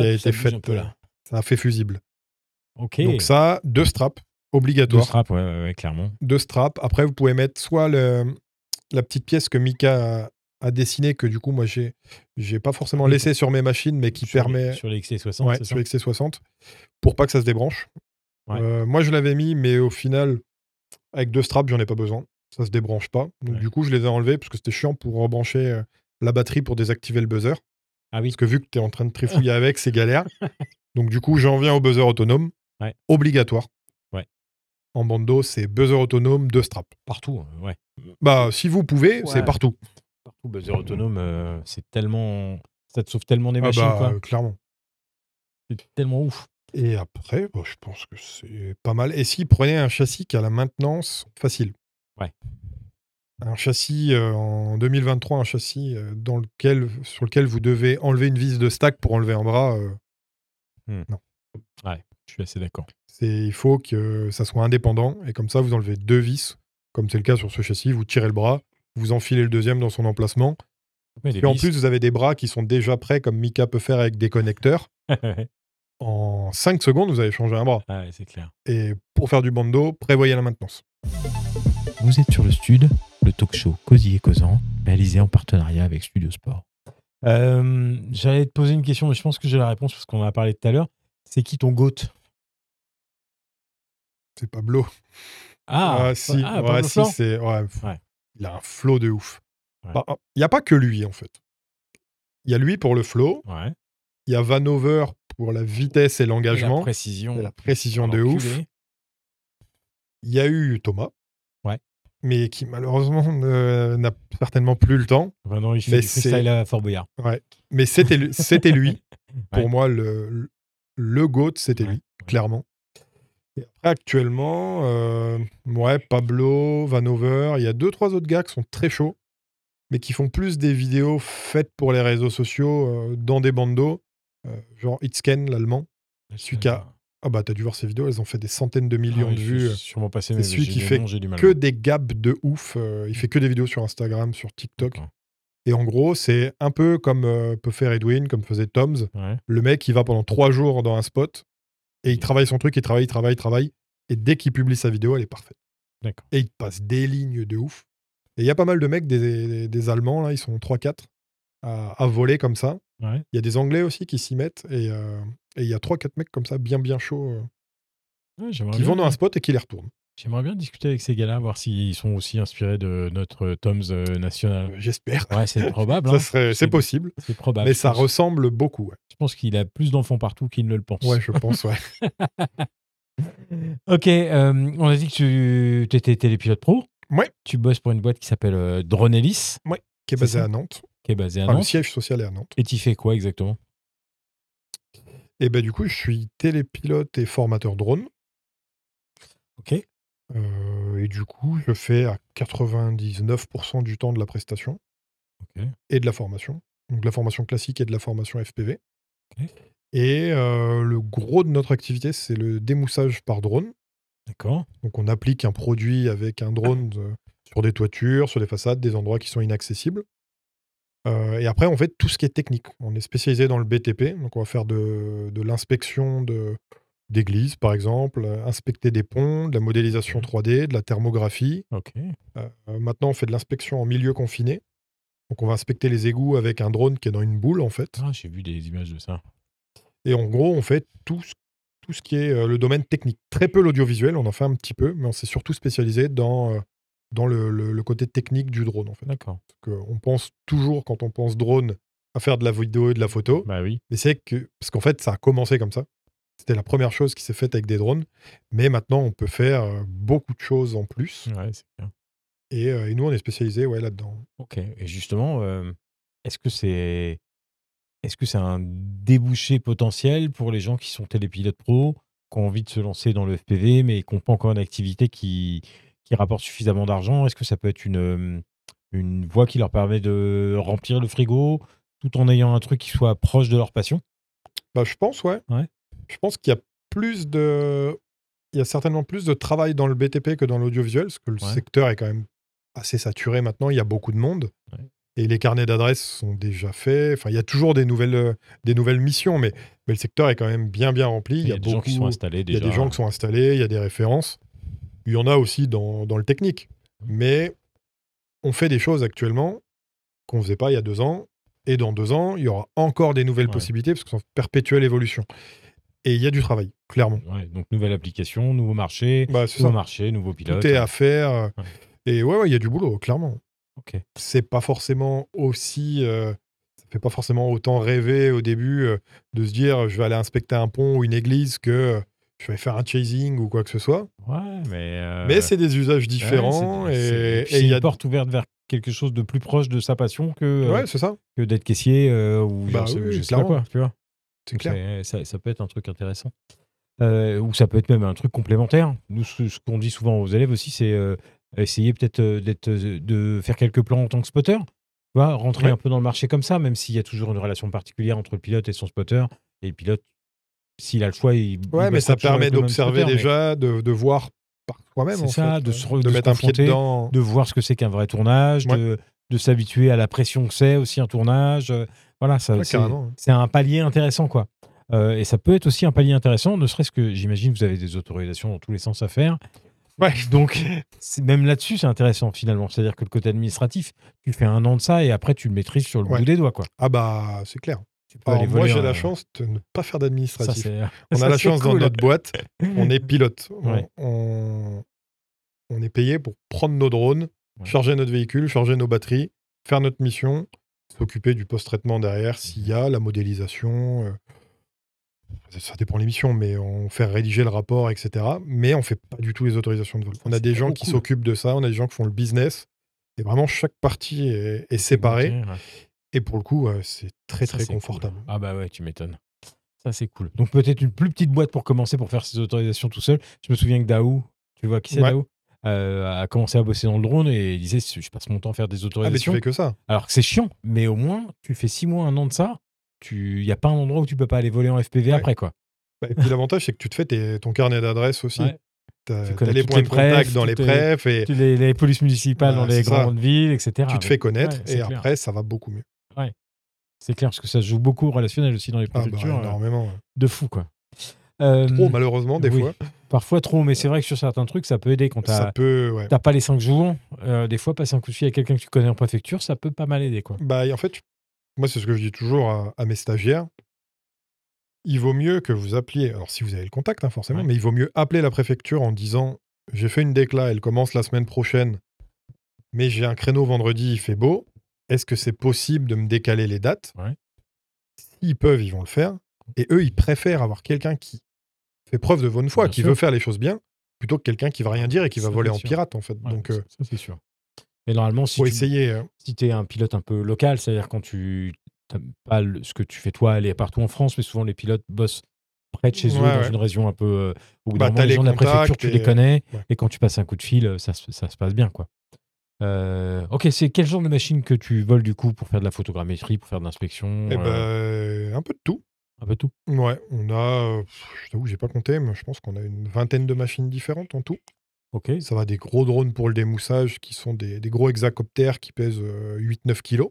A: hop,
B: a
A: ça
B: été
A: bouge
B: faite,
A: un peu, là.
B: Ça a fait fusible.
A: Ok.
B: euh, Donc ça, deux straps
A: Deux
B: obligatoires. Deux,
A: straps, ouais, ouais, ouais, clairement.
B: straps. Après, vous pouvez mettre soit le, la petite pièce que Mika a, a dessinée, que du coup, moi, j'ai j'ai pas forcément
A: Oui,
B: laissé sur mes machines, mais qui
A: Sur les-
B: permet
A: Sur les XT60,
B: ouais,
A: Hein, c'est ça
B: sur XC60 pour pas que ça se débranche.
A: Ouais.
B: Euh, moi, je l'avais mis, mais au final, avec deux straps, j'en ai pas besoin. Ça se débranche pas. Donc,
A: Ouais.
B: du coup, je les ai enlevés parce que c'était chiant pour rebrancher euh, la batterie pour désactiver le buzzer.
A: Ah oui.
B: Parce que vu que tu es en train de
A: (laughs)
B: trifouiller avec, c'est galère. Donc du coup, j'en viens au buzzer autonome,
A: Ouais.
B: obligatoire.
A: Ouais.
B: En bandeau, c'est buzzer autonome, deux straps.
A: Partout, euh, ouais.
B: Bah, si vous pouvez,
A: Ouais.
B: c'est partout.
A: Partout, buzzer autonome, euh, c'est tellement. Ça te sauve tellement des
B: Ah
A: machines,
B: bah,
A: quoi.
B: euh, clairement.
A: C'est tellement ouf.
B: Et après, bah, je pense que c'est pas mal. Et si, prenez un châssis qui a la maintenance facile.
A: Ouais.
B: Un châssis euh, en 2023, un châssis euh, dans lequel, sur lequel vous devez enlever une vis de stack pour enlever un bras. euh,
A: Ouais, je suis assez d'accord.
B: C'est- il faut que ça soit indépendant et comme ça vous enlevez deux vis, comme c'est le cas sur ce châssis, vous tirez le bras, vous enfilez le deuxième dans son emplacement.
A: Mais des
B: Et en
A: vis-
B: plus vous avez des bras qui sont déjà prêts comme Mika peut faire avec des connecteurs.
A: (laughs) ouais, ah
B: En 5 secondes, vous avez changé un bras.
A: ouais, c'est clair.
B: Et pour faire du bandeau, prévoyez la maintenance.
A: Vous êtes sur le Stud, le talk show Cosy et Causant, réalisé en partenariat avec Studio Sport. Euh, J'allais te poser une question, mais je pense que j'ai la réponse parce qu'on en a parlé tout à l'heure. C'est qui ton GOAT
B: C'est Pablo.
A: Ah,
B: si,
A: ah,
B: ouais,
A: Pablo
B: si,
A: Flan.
B: c'est. ouais, pff,
A: Ouais.
B: Il a un flow de ouf.
A: Ouais.
B: Bah, Il n'y a pas que lui en fait. Il y a lui pour le flow,
A: Ouais.
B: il y a Vanover pour la vitesse et
A: La
B: l'engagement,
A: précision.
B: et la précision de ouf.
A: Enculé.
B: Il y a eu Thomas.
A: Ouais.
B: Mais qui malheureusement ne- n'a certainement plus le temps.
A: Enfin, non, il fait
B: Mais
A: du
B: c'est-
A: freestyle à Fort Boyard.
B: Mais c'était lui.
A: (laughs)
B: c'était lui. Pour
A: Ouais.
B: moi, le, le GOAT, c'était
A: Ouais,
B: lui, clairement. Et après, actuellement, euh, ouais, Pablo, Vanover, il y a deux, trois autres gars qui sont très chauds, mais qui font plus des vidéos faites pour les réseaux sociaux euh, dans des bandeaux, euh, genre Itzken, l'allemand. Celui qui a- Ah bah, t'as dû voir ces vidéos, elles ont fait des centaines de
A: Ah
B: millions de vues.
A: Sûrement passé,
B: C'est
A: mais
B: celui
A: j'ai
B: qui
A: les
B: fait
A: noms, j'ai du mal.
B: Que des gaps de ouf. euh, il fait que des vidéos sur Instagram, sur TikTok.
A: D'accord.
B: Et en gros, c'est un peu comme euh, peut faire Edwin, comme faisait Tom's.
A: Ouais.
B: Le mec, il va pendant trois jours dans un spot et il travaille son truc, il travaille, il travaille, il travaille. Et dès qu'il publie sa vidéo, elle est parfaite.
A: D'accord.
B: Et il te passe des lignes de ouf. Et il y a pas mal de mecs, des, des- des Allemands, là, ils sont 3-4 à, à voler comme ça.
A: Ouais.
B: Il y a des Anglais aussi qui s'y mettent. Et euh, et il y a 3-4 mecs comme ça, bien, bien chauds, euh,
A: Ouais, j'aimerais
B: qui
A: bien-
B: vont dans un spot et qui les retournent.
A: J'aimerais bien discuter avec ces gars-là, voir s'ils sont aussi inspirés de notre Tom's euh, national.
B: Euh, J'espère.
A: Ouais, (laughs) c'est probable.
B: Ça
A: hein.
B: serait- C'est
A: C'est-
B: possible.
A: C'est probable.
B: mais
A: Bah, Je
B: ça
A: pense-
B: ressemble
A: (laughs)
B: beaucoup. ouais.
A: Je pense qu'il a plus d'enfants partout qu'il ne le pense.
B: Ouais, je pense, ouais.
C: Ok, euh, on a dit que tu étais télépilote pro.
B: Ouais.
C: Tu bosses pour une boîte qui s'appelle euh, Dronelis,
B: Qui est
C: C'est
B: basé
C: ça.
B: à Nantes.
C: qui est basée à
A: Ah,
B: Enfin, le
C: Nantes.
B: siège social est à Nantes.
C: Et tu fais quoi exactement
B: Et ben du coup, je suis télépilote et formateur drone.
C: Ok.
B: Euh, et du coup, je fais à 99% du temps de la prestation
A: Ok.
B: et de la formation. Donc de la formation classique et de la formation FPV.
C: Ok.
B: Et euh, le gros de notre activité, c'est le démoussage par drone.
C: D'accord.
B: Donc on applique un produit avec un drone euh, sur des toitures, sur des façades, des endroits qui sont inaccessibles. Euh, et après, on fait tout ce qui est technique. On est spécialisé dans le BTP, donc on va faire de, de l'inspection de- d'églises, par exemple, euh, inspecter des ponts, de la modélisation 3D, de la thermographie.
A: Ok.
B: Euh, euh, maintenant, on fait de l'inspection en milieu confiné. Donc on va inspecter les égouts avec un drone qui est dans une boule, en fait.
A: Ah, j'ai vu des images de ça.
B: Et en gros, on fait tout ce, tout ce qui est euh, le domaine technique. Très peu l'audiovisuel, on en fait un petit peu, mais on s'est surtout spécialisé dans, euh, dans le, le- le côté technique du drone. En fait.
A: D'accord.
B: Parce que on pense toujours, quand on pense drone, à faire de la vidéo et de la photo.
A: Bah oui.
B: Mais c'est que, parce qu'en fait, ça a commencé comme ça. C'était la première chose qui s'est faite avec des drones. Mais maintenant, on peut faire euh, beaucoup de choses en plus.
A: Ouais, c'est bien.
B: Et, euh, et nous, on est spécialisé ouais, là-dedans.
A: Ok. Et justement, euh, est-ce que c'est est-ce que c'est un débouché potentiel pour les gens qui sont télépilotes pro, qui ont envie de se lancer dans le FPV, mais qui n'ont pas encore une activité qui, qui rapporte suffisamment d'argent Est-ce que ça peut être une, euh, une voie qui leur permet de remplir le frigo tout en ayant un truc qui soit proche de leur passion
B: Bah, je pense, ouais.
A: Ouais.
B: Je pense qu'il y a plus de. Il y a certainement plus de travail dans le BTP que dans l'audiovisuel, parce que le
A: Ouais.
B: secteur est quand même assez saturé maintenant. Il y a beaucoup de monde.
A: Ouais.
B: Et les carnets d'adresses sont déjà faits. Enfin, il y a toujours des nouvelles, euh, des nouvelles missions, mais, mais le secteur est quand même bien, bien rempli.
A: Il y a, des gens qui sont
B: beaucoup-
A: installés
B: il y
A: déjà.
B: a des gens qui sont installés, il y a des références. Il y en a aussi dans, dans le technique. Mais on fait des choses actuellement qu'on ne faisait pas il y a deux ans. Et dans deux ans, il y aura encore des nouvelles
A: Ouais.
B: possibilités parce que c'est en perpétuelle évolution. Et il y a du travail, clairement.
A: euh, Ouais, donc nouvelle application, nouveau marché,
B: Bah, c'est
A: nouveau
B: ça.
A: marché, nouveau pilote. hein.
B: Tout est à faire. euh,
A: Ouais.
B: Et ouais, ouais, il y a du boulot, clairement.
A: Ok.
B: C'est pas forcément aussi. euh, ça fait pas forcément autant rêver au début euh, de se dire je vais aller inspecter un pont ou une église que euh, je vais faire un chasing ou quoi que ce soit.
A: Ouais, mais euh,
B: Mais c'est des usages
A: ouais,
B: différents
A: c'est- c'est-
B: et-
A: puis
B: et
A: c'est
B: il y
A: une
B: a
A: porte ouverte vers quelque chose de plus proche de sa passion que, euh,
B: Ouais, c'est ça,
A: que d'être caissier euh, ou
B: Bah
A: j'en sais-
B: oui,
A: ou je sais pas
B: clairement.
A: quoi, tu vois.
B: c'est
A: Donc
B: clair.
A: c'est- Ça, ça peut être un truc intéressant. Euh, ou ça peut être même un truc complémentaire. Nous, ce, ce qu'on dit souvent aux élèves aussi, c'est euh, essayer peut-être euh, d'être, euh, de faire quelques plans en tant que spotter. Tu vois, rentrer
B: Ouais.
A: un peu dans le marché comme ça, même s'il y a toujours une relation particulière entre le pilote et son spotter. Et le pilote, s'il a le choix, il. il
B: Ouais, mais
A: bossera
B: ça
A: toujours
B: permet
A: avec le même
B: d'observer
A: spotter, mais
B: déjà, de, de voir par soi-même.
A: C'est
B: en
A: ça,
B: fait,
A: de
B: euh,
A: se re- de se
B: mettre un pied
A: confronter.
B: dedans.
A: de voir ce que c'est qu'un vrai tournage,
B: Ouais.
A: de, de s'habituer à la pression que c'est aussi un tournage. Euh, Voilà, ça,
B: Ouais,
A: c'est-
B: carrément.
A: c'est un palier intéressant, quoi. Euh, et ça peut être aussi un palier intéressant, ne serait-ce que j'imagine vous avez des autorisations dans tous les sens à faire.
B: Ouais.
A: Donc, c'est- même là-dessus, c'est intéressant finalement. C'est-à-dire que le côté administratif, tu fais un an de ça et après tu le maîtrises sur le
B: Ouais.
A: bout des doigts, quoi.
B: Ah bah, c'est clair.
A: Tu peux
B: Alors,
A: aller
B: moi,
A: voler
B: j'ai
A: un-
B: la chance de ne pas faire
A: Ça,
B: d'administratif.
A: c'est- (laughs)
B: On
A: ça,
B: a la
A: c'est
B: chance dans
A: cool.
B: notre boîte, on est pilote. On-
A: (laughs) Ouais.
B: On, on est payé pour prendre nos drones,
A: Ouais.
B: charger notre véhicule, charger nos batteries, faire notre mission, s'occuper du post-traitement derrière s'il y a la modélisation. euh, ça- ça dépend des missions, mais on fait rédiger le rapport, etc. Mais on fait pas du tout les autorisations de vol. On a
A: c'est hein.
B: des gens
A: trop
B: qui
A: cool.
B: s'occupent de ça, on a des gens qui font le business. Et vraiment, chaque partie est, est séparée.
A: Ok, ouais.
B: Et pour le coup, euh, c'est très,
A: Ça,
B: très
A: c'est cool.
B: confortable.
A: Ah bah ouais, tu m'étonnes. Ça, Ça, c'est cool. Donc, peut-être une plus petite boîte pour commencer, pour faire ses autorisations tout seul. Je me souviens que Daou, tu vois qui c'est
B: Ouais.
A: Daou Euh, a commencé à bosser dans le drone et il disait je passe mon temps à faire des
B: Ah, mais tu
A: autorisations
B: fais que ça.
A: alors que c'est chiant mais au moins tu fais six mois un an de ça tu y a pas un endroit où tu peux pas aller voler en FPV
B: Ouais.
A: après quoi
B: Bah, Et puis l'avantage, c'est que tu te fais tes- ton carnet d'adresse aussi.
A: Ouais.
B: T'as
A: Tu
B: t'as
A: connais
B: les
A: toutes
B: points
A: les
B: de contact
A: prefs,
B: dans les
A: toutes les-
B: prefs et
A: Tu- les, les polices municipales
B: Bah,
A: dans les
B: c'est ça.
A: grandes villes etc
B: tu te
A: Mais-
B: fais connaître
A: ouais,
B: et
A: c'est clair.
B: après, ça va beaucoup mieux.
A: c'est clair parce que ça se joue beaucoup au relationnel aussi dans les
B: Ah, bah,
A: préfectures euh,
B: énormément.
A: de fou quoi Euh,
B: Trop, malheureusement, des
A: oui.
B: fois.
A: Parfois trop, mais c'est vrai que sur certains trucs, ça peut aider quand
B: Ça
A: t'as
B: peut. ouais.
A: t'as pas les 5 jours. euh, des fois, passer un coup de fil à quelqu'un que tu connais en préfecture, ça peut pas mal aider. quoi.
B: Bah, et en fait, moi, c'est ce que je dis toujours à, à mes stagiaires. Il vaut mieux que vous appeliez, alors si vous avez le contact, hein, forcément,
A: Ouais.
B: mais il vaut mieux appeler la préfecture en disant J'ai fait une décla, elle commence la semaine prochaine, mais j'ai un créneau vendredi, il fait beau. Est-ce que c'est possible de me décaler les dates
A: Ouais.
B: S'ils peuvent, ils vont le faire. Et eux, ils préfèrent avoir quelqu'un qui fait preuve de bonne foi,
A: Bien
B: qui
A: sûr.
B: veut faire les choses bien, plutôt que quelqu'un qui va rien dire et qui va
A: Ça,
B: voler
A: bien
B: en
A: sûr.
B: pirate, en fait.
A: Ouais,
B: Donc,
A: ça,
B: euh,
A: ça, c'est sûr. Mais normalement, si
B: faut
A: tu
B: essayer. euh,
A: si es un pilote un peu local, c'est-à-dire quand tu t'as pas le- ce que tu fais toi, aller partout en France, mais souvent les pilotes bossent près de chez eux,
B: Ouais,
A: dans
B: ouais.
A: une région un peu. euh, au bout
B: Bah,
A: d'un moment,
B: t'as
A: les
B: les
A: gens de la préfecture,
B: contacts
A: tu
B: et-
A: les connais,
B: ouais.
A: et quand tu passes un coup de fil, euh, ça, se- ça se passe bien. quoi. Euh, ok, c'est quel genre de machine que tu voles du coup pour faire de la photogrammétrie, pour faire de l'inspection
B: eh
A: euh,
B: ben, un peu de tout.
A: Un peu tout.
B: Ouais, on a, euh, pff, je t'avoue, que j'ai pas compté, mais je pense qu'on a une vingtaine de machines différentes en tout.
A: Ok,
B: Ça va des gros drones pour le démoussage, qui sont des, des gros hexacoptères qui pèsent euh, 8-9 kilos,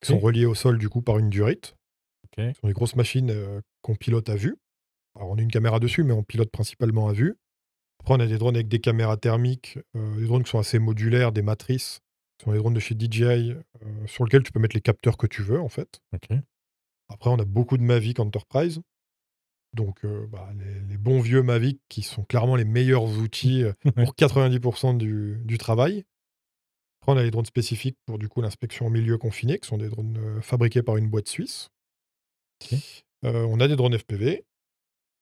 B: qui sont
A: Ok.
B: reliés au sol du coup par une durite.
A: ok.
B: Ce sont des grosses machines euh, qu'on pilote à vue. Alors on a une caméra dessus, mais on pilote principalement à vue. Après, on a des drones avec des caméras thermiques, euh, des drones qui sont assez modulaires, des matrices. Ce sont des drones de chez DJI euh, sur lesquels tu peux mettre les capteurs que tu veux en fait.
A: Ok.
B: Après, on a beaucoup de Mavic Enterprise. Donc, euh, bah, les, les bons vieux Mavic qui sont clairement les meilleurs outils euh, pour 90% du, du travail. Après, on a les drones spécifiques pour du coup l'inspection en milieu confiné, qui sont des drones euh, fabriqués par une boîte suisse.
A: Ok.
B: Euh, on a des drones FPV.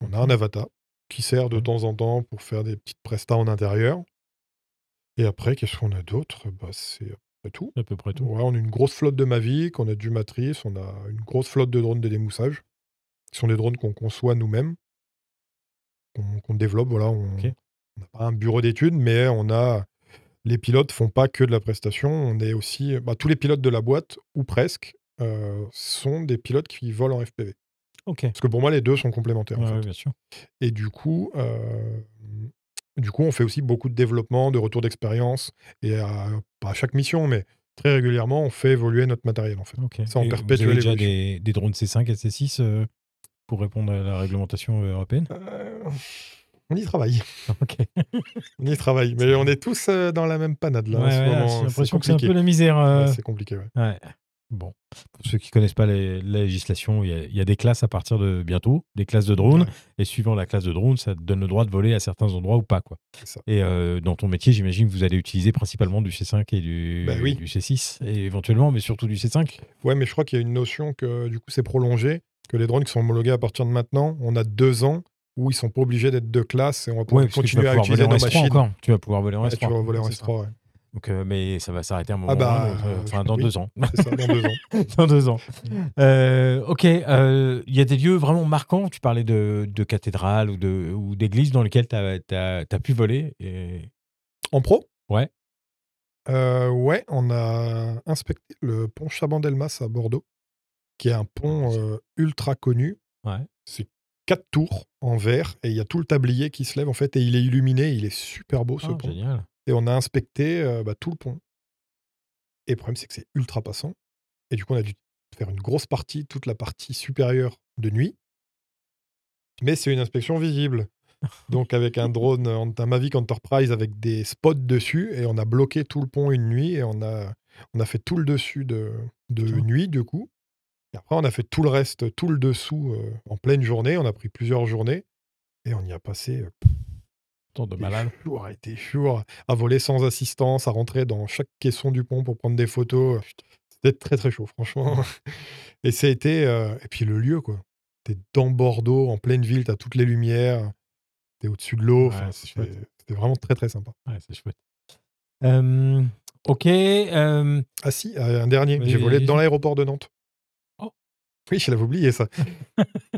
B: On a un Avata qui sert de temps en temps pour faire des petites prestas en intérieur. Et après, qu'est-ce qu'on a d'autre Bah, C'est à peu près tout.
A: à peu près tout.
B: Ouais, on a une grosse flotte de Mavic, on a du Matrice, on a une grosse flotte de drones de démoussage, qui sont des drones qu'on conçoit nous-mêmes, qu'on qu'on développe. Voilà, on
A: Ok.
B: on n'a pas un bureau d'études, mais on a. Les pilotes font pas que de la prestation. On est aussi. bah, tous les pilotes de la boîte, ou presque, euh, sont des pilotes qui volent en FPV.
A: Ok.
B: Parce que pour moi, les deux sont complémentaires. en
A: Ouais,
B: fait.
A: ouais, bien sûr.
B: Et du coup, euh, du coup, on fait aussi beaucoup de développement, de retour d'expérience, et à, pas à chaque mission, mais très régulièrement, on fait évoluer notre matériel en fait.
A: Ok.
B: Ça, on
A: Et
B: perpétue
A: vous avez déjà
B: l'évolution.
A: des, des drones C5 et C6 euh, pour répondre à la réglementation
B: (laughs)
A: européenne
B: Euh, on y travaille, (laughs)
A: Ok.
B: on y travaille, mais on est tous euh, dans la même panade là. en
A: Ouais,
B: ce
A: ouais, là,
B: moment,
A: j'ai
B: c'est
A: l'impression que c'est un
B: compliqué.
A: peu la misère.
B: Ouais,
A: euh.
B: c'est compliqué. ouais.
A: Ouais. Bon. Pour ceux qui connaissent pas les- la législation, il y, a- il y a des classes à partir de bientôt, des classes de drones.
B: Ouais.
A: Et suivant la classe de drone, ça te donne le droit de voler à certains endroits ou pas. Quoi.
B: C'est ça.
A: Et euh, dans ton métier, j'imagine que vous allez utiliser principalement du C5 et du,
B: Bah oui.
A: du C6, et éventuellement, mais surtout du C5.
B: Ouais, mais je crois qu'il y a une notion que du coup c'est prolongé, que les drones qui sont homologués à partir de maintenant, on a deux ans où ils sont pas obligés d'être de classe et on va pouvoir
A: Ouais, parce que tu
B: continuer
A: vas
B: à
A: pouvoir
B: utiliser
A: voler en
B: nos
A: S3
B: machines.
A: encore. Tu vas pouvoir voler en
B: Ouais,
A: S3.
B: tu vas voler en
A: c'est ça.
B: S3, ouais.
A: Donc, euh, mais ça va s'arrêter à un moment.
B: Ah
A: ou à un
B: bah,
A: autre, euh, enfin,
B: je-
A: dans
B: oui.
A: deux ans. (laughs)
B: c'est ça, dans deux ans.
A: dans deux ans. Euh, ok, euh, il y a des lieux vraiment marquants. Tu parlais de, de cathédrales ou de- ou d'églises dans lesquelles tu as, pu voler. Et...
B: En pro
A: Ouais.
B: Euh, ouais, on a inspecté le pont Chabandelmas à Bordeaux, qui est un pont euh, ultra connu.
A: Ouais.
B: C'est quatre tours en verre et il y a tout le tablier qui se lève en fait et il est illuminé, il est super beau ce
A: Ah,
B: pont.
A: génial.
B: Et on a inspecté euh, bah, tout le pont. Et le problème c'est que c'est ultra passant. Et du coup on a dû faire une grosse partie, toute la partie supérieure de nuit. Mais c'est une inspection visible. Donc avec un drone, euh, un Mavic Enterprise avec des spots dessus, et on a bloqué tout le pont une nuit, et on a, on a fait tout le dessus de, de
A: Putain.
B: nuit, du coup. Et après, on a fait tout le reste, tout le dessous euh, en pleine journée, on a pris plusieurs journées, et on y a passé euh,
A: Tant de
B: des
A: malade.
B: jours et des jours à voler sans assistance, à rentrer dans chaque caisson du pont pour prendre des photos. euh, C'était très très chaud,
A: Mmh.
B: franchement. (laughs) Et ça a été. euh, et puis le lieu, quoi. T'es dans Bordeaux, en pleine ville, t'as toutes les lumières, t'es au-dessus de l'eau.
A: Ouais,
B: enfin,
A: c'est
B: c'est-
A: chouette.
B: C'était vraiment très très sympa.
A: Ouais, c'est chouette. Euh, ok. euh,
B: Ah si, euh, un dernier.
A: Vas-y,
B: J'ai volé
A: vas-y.
B: dans l'aéroport de Nantes.
A: Oh.
B: Oui, je l'avais oublié
A: (laughs)
B: ça.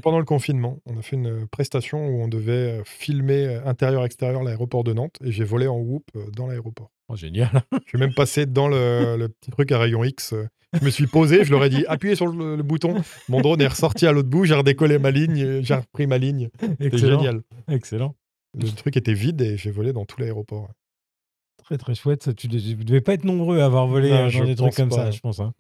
B: Pendant le confinement, on a fait une prestation où on devait euh, filmer intérieur-extérieur l'aéroport de Nantes et j'ai volé en whoop euh, dans l'aéroport.
A: Oh, génial.
B: Je suis même passé dans le, le petit truc à rayon X. euh, Je me suis posé, je leur (laughs) ai dit appuyez sur le, le bouton. Mon drone est ressorti à l'autre bout, j'ai redécollé ma ligne, euh, j'ai repris ma ligne. C'était
A: Excellent.
B: génial.
A: Excellent.
B: Le truc était vide et j'ai volé dans tout l'aéroport.
A: Très très chouette. Ça, Tu ne vous devez pas être nombreux à avoir volé
B: Non,
A: euh,
B: je
A: dans des trucs
B: pense
A: comme
B: pas,
A: ça,
B: non.
A: je pense. hein.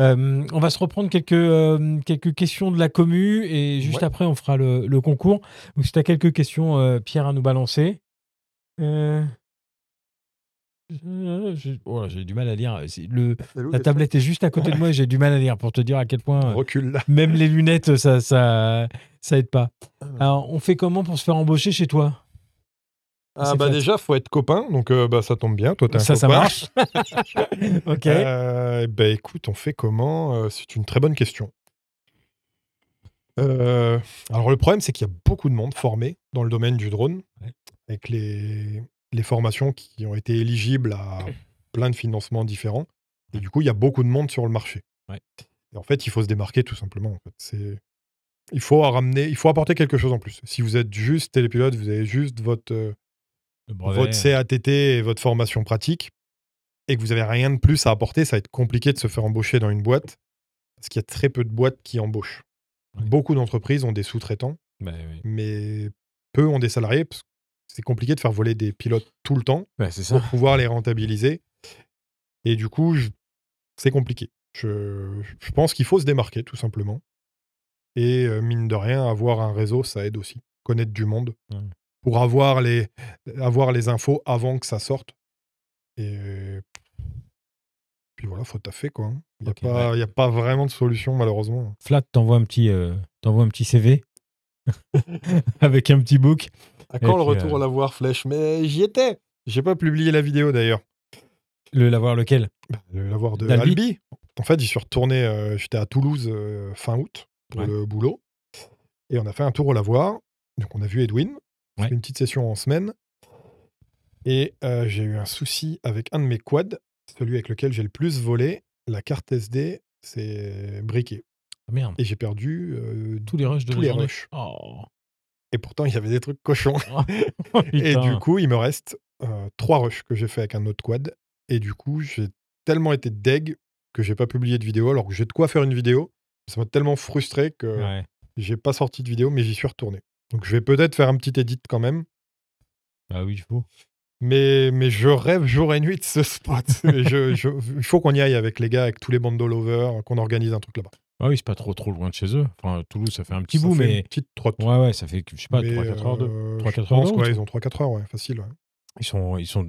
A: Euh, on va se reprendre quelques, euh, quelques questions de la commu et juste
B: Ouais.
A: après on fera le, le concours. Donc si tu as quelques questions, euh, Pierre, à nous balancer. Euh, je- je- oh, J'ai du mal à lire. C'est- Le, la tablette est juste à côté de moi et j'ai du mal à lire pour te dire à quel point euh,
B: Recule là.
A: même les lunettes, ça, ça, ça aide pas.
B: Euh.
A: Alors, on fait comment pour se faire embaucher chez toi
B: Ah
A: c'est
B: bah
A: clair.
B: déjà, faut être copain, donc euh, bah, ça tombe bien, toi t'es un
A: Ça, ça
B: copain.
A: marche. (laughs) ok.
B: Euh, bah écoute, on fait comment Euh, C'est une très bonne question. Euh, alors le problème, c'est qu'il y a beaucoup de monde formé dans le domaine du drone,
A: Ouais.
B: avec les, les formations qui ont été éligibles à plein de financements différents. Et du coup, il y a beaucoup de monde sur le marché.
A: Ouais.
B: Et en fait, il faut se démarquer tout simplement. en fait. C'est- Il faut ramener, il faut apporter quelque chose en plus. Si vous êtes juste télépilote, vous avez juste votre euh,
A: Le brevet.
B: votre CATT et votre formation pratique et que vous n'avez rien de plus à apporter, ça va être compliqué de se faire embaucher dans une boîte parce qu'il y a très peu de boîtes qui embauchent.
A: Ouais.
B: Beaucoup d'entreprises ont des sous-traitants,
A: Bah oui.
B: mais peu ont des salariés parce que c'est compliqué de faire voler des pilotes tout le temps
A: Bah, c'est ça.
B: pour pouvoir les rentabiliser. Et du coup, je- c'est compliqué. Je, je pense qu'il faut se démarquer tout simplement. Et euh, mine de rien, avoir un réseau, ça aide aussi. Connaître du monde
A: Ouais.
B: pour avoir les, avoir les infos avant que ça sorte. Et puis voilà, faut taffer quoi. hein. Il n'y a,
A: Ok,
B: pas- y a pas vraiment de solution malheureusement.
A: Flat t'envoie un petit, euh, t'envoie un petit
B: (laughs)
A: CV avec un petit book.
B: À
A: quand Et le puis, retour euh, à
B: la voir Flèche Mais j'y étais J'ai pas publié la vidéo d'ailleurs.
A: Le l'avoir lequel
B: Le l'avoir de
A: D'Albi.
B: Albi. En fait, j'y suis retourné, euh, j'étais à Toulouse euh, fin août pour
A: Ouais.
B: le boulot. Et on a fait un tour au lavoir. Donc, on a vu Edwin. On
A: Ouais.
B: fait une petite session en semaine. Et euh, j'ai eu un souci avec un de mes quads, celui avec lequel j'ai le plus volé. La carte SD s'est briquée.
A: Ah, Merde.
B: Et j'ai perdu euh,
A: Tous les rushs de
B: tous
A: la
B: les
A: journée.
B: rushs.
A: Oh.
B: Et pourtant, il y avait des trucs cochons.
A: Oh,
B: (laughs) Et
A: putain.
B: du coup, il me reste euh, trois rushs que j'ai fait avec un autre quad. Et du coup, j'ai tellement été deg que j'ai pas publié de vidéo, alors que j'ai de quoi faire une vidéo. Ça m'a tellement frustré que
A: Ouais.
B: j'ai pas sorti de vidéo, mais j'y suis retourné. Donc je vais peut-être faire un petit edit quand même.
A: Bah oui, il faut.
B: Mais, mais je rêve jour et nuit de ce spot. (laughs) Et je- je- Il faut qu'on y aille avec les gars, avec tous les bandos lovers, qu'on organise un truc là-bas.
A: Ah oui, c'est pas trop trop loin de chez eux. Enfin, Toulouse, ça fait un petit
B: Ça
A: bout,
B: fait
A: mais
B: une petite trotte.
A: ouais, ouais, ça fait je sais pas
B: Mais,
A: 3-4 heures de.
B: euh,
A: trois,
B: je
A: quatre heures de
B: pense,
A: route.
B: ouais, ils ont 3-4 heures, ouais, facile. ouais.
A: Ils sont, ils sont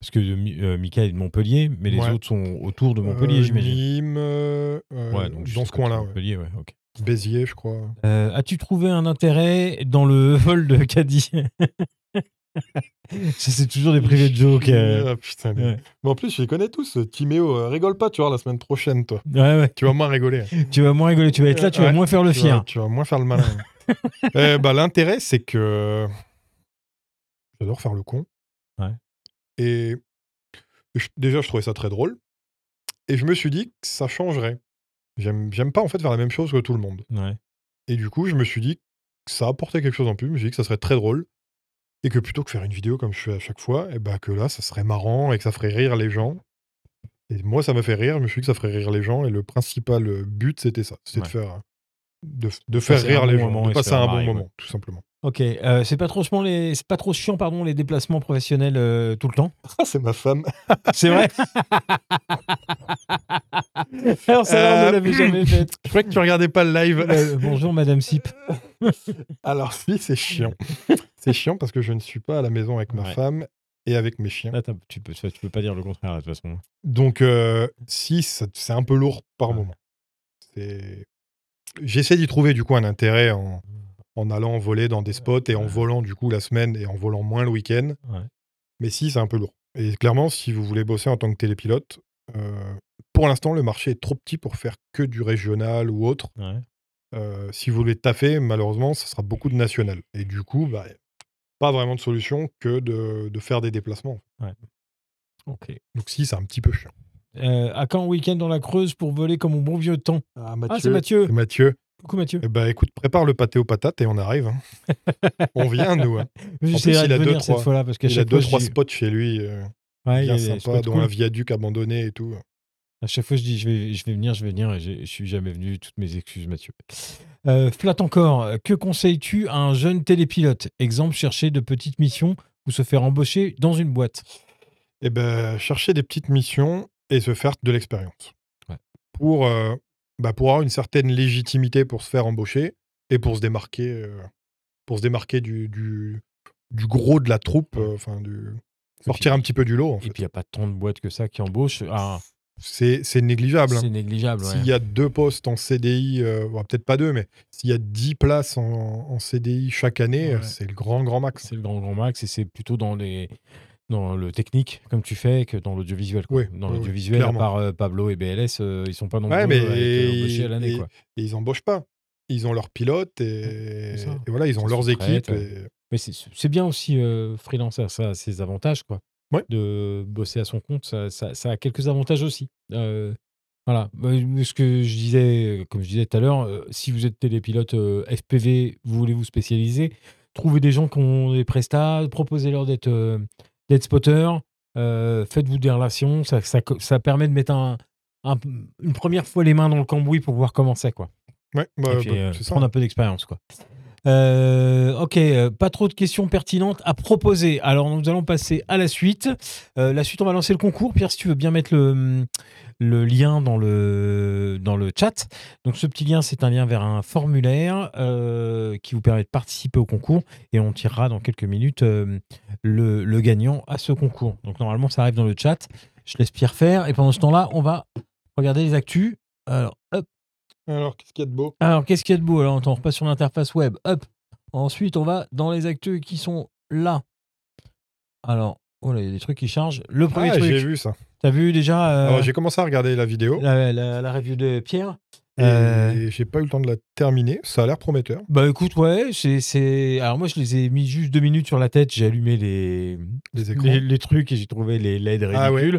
A: parce que Mi- euh, Mika est de Montpellier, mais les
B: Ouais.
A: autres sont autour de Montpellier,
B: Euh,
A: j'imagine.
B: Nîmes, euh, euh,
A: Ouais, donc juste
B: dans
A: à
B: ce
A: côté de
B: coin-là. ouais.
A: Montpellier, ouais, ok.
B: Béziers, je crois.
A: Euh, As-tu trouvé un intérêt dans le (laughs) vol de Caddy Ça, c'est toujours des privés de jokes. euh.
B: Ah, putain, mais-
A: Ouais.
B: Mais en plus, je les connais tous. Timéo, euh, rigole pas, tu vois, la semaine prochaine, toi.
A: ouais, ouais.
B: Tu vas moins rigoler.
A: Tu vas moins rigoler, tu vas être là, tu vas
B: Ouais.
A: moins faire le
B: tu, vas,
A: fier.
B: tu vas moins faire le
A: (laughs)
B: malin. Eh bah, L'intérêt, c'est que j'adore faire le con.
A: Ouais.
B: Et je- déjà, je trouvais ça très drôle. Et je me suis dit que ça changerait. J'aime j'aime pas, en fait, faire la même chose que tout le monde.
A: Ouais.
B: Et du coup, je me suis dit que ça apportait quelque chose en plus. Je me suis dit que ça serait très drôle. Et que plutôt que faire une vidéo comme je fais à chaque fois, et bah que là, ça serait marrant et que ça ferait rire les gens. Et moi, ça m'a fait rire. Je me suis dit que ça ferait rire les gens. Et le principal euh, but, c'était ça. C'était
A: Ouais.
B: de faire, de, de faire
A: passer un
B: rire
A: bon
B: les gens.
A: moment
B: De
A: et se
B: passer
A: faire
B: un bon
A: marrer,
B: moment,
A: ouais. (laughs)
B: tout simplement.
A: Ok, euh, c'est pas trop chiant les, c'est pas trop chiant pardon les déplacements professionnels euh, tout le temps.
B: Ah, c'est ma femme.
A: C'est (laughs) vrai. Alors celle-là, on ne
B: Euh,
A: l'avait jamais faite.
B: Je croyais que tu regardais pas le live.
A: Euh, bonjour Madame Sip.
B: (laughs) Alors, si,
A: (laughs)
B: c'est chiant. c'est chiant parce que je ne suis pas à la maison avec ma
A: Ouais.
B: femme et avec mes chiens.
A: Là, t'as- tu peux, tu peux pas dire le contraire de toute façon.
B: Donc, euh, si, ça- c'est un peu lourd par
A: Ouais.
B: moment. C'est- J'essaie d'y trouver du coup un intérêt en, en allant voler dans des spots et en
A: Ouais.
B: volant du coup la semaine et en volant moins le week-end.
A: Ouais.
B: Mais si, c'est un peu lourd. Et clairement, si vous voulez bosser en tant que télépilote, euh, pour l'instant, le marché est trop petit pour faire que du régional ou autre.
A: Ouais.
B: Euh, si vous voulez taffer, malheureusement, ce sera beaucoup de national. Et du coup, bah, pas vraiment de solution que de, de faire des déplacements.
A: Ok.
B: Donc si, c'est un petit peu chiant.
A: Euh, à quand week-end dans la Creuse pour voler comme au bon vieux temps
B: Ah,
A: Ah, c'est Mathieu.
B: C'est Mathieu.
A: Coucou Mathieu.
B: Eh ben, écoute, prépare le pâté aux patates et on arrive. hein. on vient, nous. hein.
A: J'essaierai
B: il
A: de
B: a deux,
A: venir cette
B: trois-
A: fois-là parce qu'à
B: Il a
A: chaque
B: deux,
A: fois,
B: trois
A: je dis-
B: spots chez lui, euh,
A: Ouais, il y a
B: bien
A: des
B: sympa,
A: spots
B: dont
A: cool.
B: un viaduc abandonné et tout.
A: À chaque fois, je dis, je vais, je vais venir, je vais venir, et j'ai- je suis jamais venu. Toutes mes excuses, Mathieu. Euh, flat encore. euh, Que conseilles-tu à un jeune télépilote Exemple, chercher de petites missions ou se faire embaucher dans une boîte.
B: Eh ben, chercher des petites missions et se faire de l'expérience.
A: Ouais.
B: Pour, euh, bah, pour avoir une certaine légitimité pour se faire embaucher et pour se démarquer, euh, pour se démarquer du, du, du gros de la troupe, euh, enfin, du... sortir un petit peu du lot. En
A: Et
B: fait.
A: puis, il n'y a pas tant de boîtes que ça qui embauchent. Ah,
B: C'est c'est négligeable. hein.
A: c'est négligeable. ouais.
B: S'il y a deux postes en CDI, euh, bon, peut-être pas deux, mais s'il y a 10 places en, en CDI chaque année,
A: Ouais.
B: euh, c'est le grand, grand max.
A: C'est le grand grand max et c'est plutôt dans les dans le technique comme tu fais que dans l'audiovisuel. quoi.
B: Oui,
A: dans
B: oui, oui,
A: l'audiovisuel, à
B: clairement.
A: part euh, Pablo et BLS, euh, ils sont pas nombreux
B: Ouais, mais-
A: à être embauchés à l'année.
B: et-
A: quoi.
B: Et ils embauchent pas. Ils ont leurs pilotes et,
A: c'est ça.
B: et voilà, ils ont
A: Ils
B: leurs
A: sont prêts,
B: équipes.
A: ouais.
B: et-
A: Mais c'est- c'est bien aussi euh, freelance, ça, ça a ses avantages quoi.
B: Ouais.
A: De bosser à son compte, ça, ça- ça a quelques avantages aussi. Euh, voilà, Bah, ce que je disais, comme je disais tout à l'heure, euh, si vous êtes télépilote euh, FPV, vous voulez vous spécialiser, trouvez des gens qui ont des prestats, proposez-leur d'être euh, d'être spotter, euh, faites-vous des relations, ça, ça, co- ça permet de mettre un- un- une première fois les mains dans le cambouis pour voir comment c'est quoi.
B: Ouais, bah,
A: Et puis,
B: bah,
A: euh,
B: c'est ça.
A: prendre un peu d'expérience, quoi. Euh, ok, euh, pas trop de questions pertinentes à proposer. Alors, nous allons passer à la suite. Euh, la suite, on va lancer le concours. Pierre, si tu veux bien mettre le, le lien dans le, dans le chat. Donc, ce petit lien, c'est un lien vers un formulaire euh, qui vous permet de participer au concours et on tirera dans quelques minutes euh, le, le gagnant à ce concours. Donc, normalement, ça arrive dans le chat. Je laisse Pierre faire et pendant ce temps-là, on va regarder les actus. Alors, hop.
B: Alors, qu'est-ce qu'il y a de beau
A: Alors, qu'est-ce qu'il y a de beau Alors, attends, on repasse sur l'interface web. Hop. Ensuite, on va dans les actus qui sont là. Alors, oh là, il y a des trucs qui chargent. Le premier
B: Ah, j'ai
A: truc,
B: vu ça.
A: t'as vu déjà euh,
B: Alors, j'ai commencé à regarder la vidéo
A: la, la- la review de Pierre
B: et
A: Euh,
B: j'ai pas eu le temps de la terminer. Ça a l'air prometteur.
A: Bah écoute, ouais, c'est- c'est. Alors, moi, je les ai mis juste deux minutes sur la tête. J'ai allumé les,
B: Les écrans.
A: les, les trucs et j'ai trouvé les LED ridicules.
B: Ah ouais.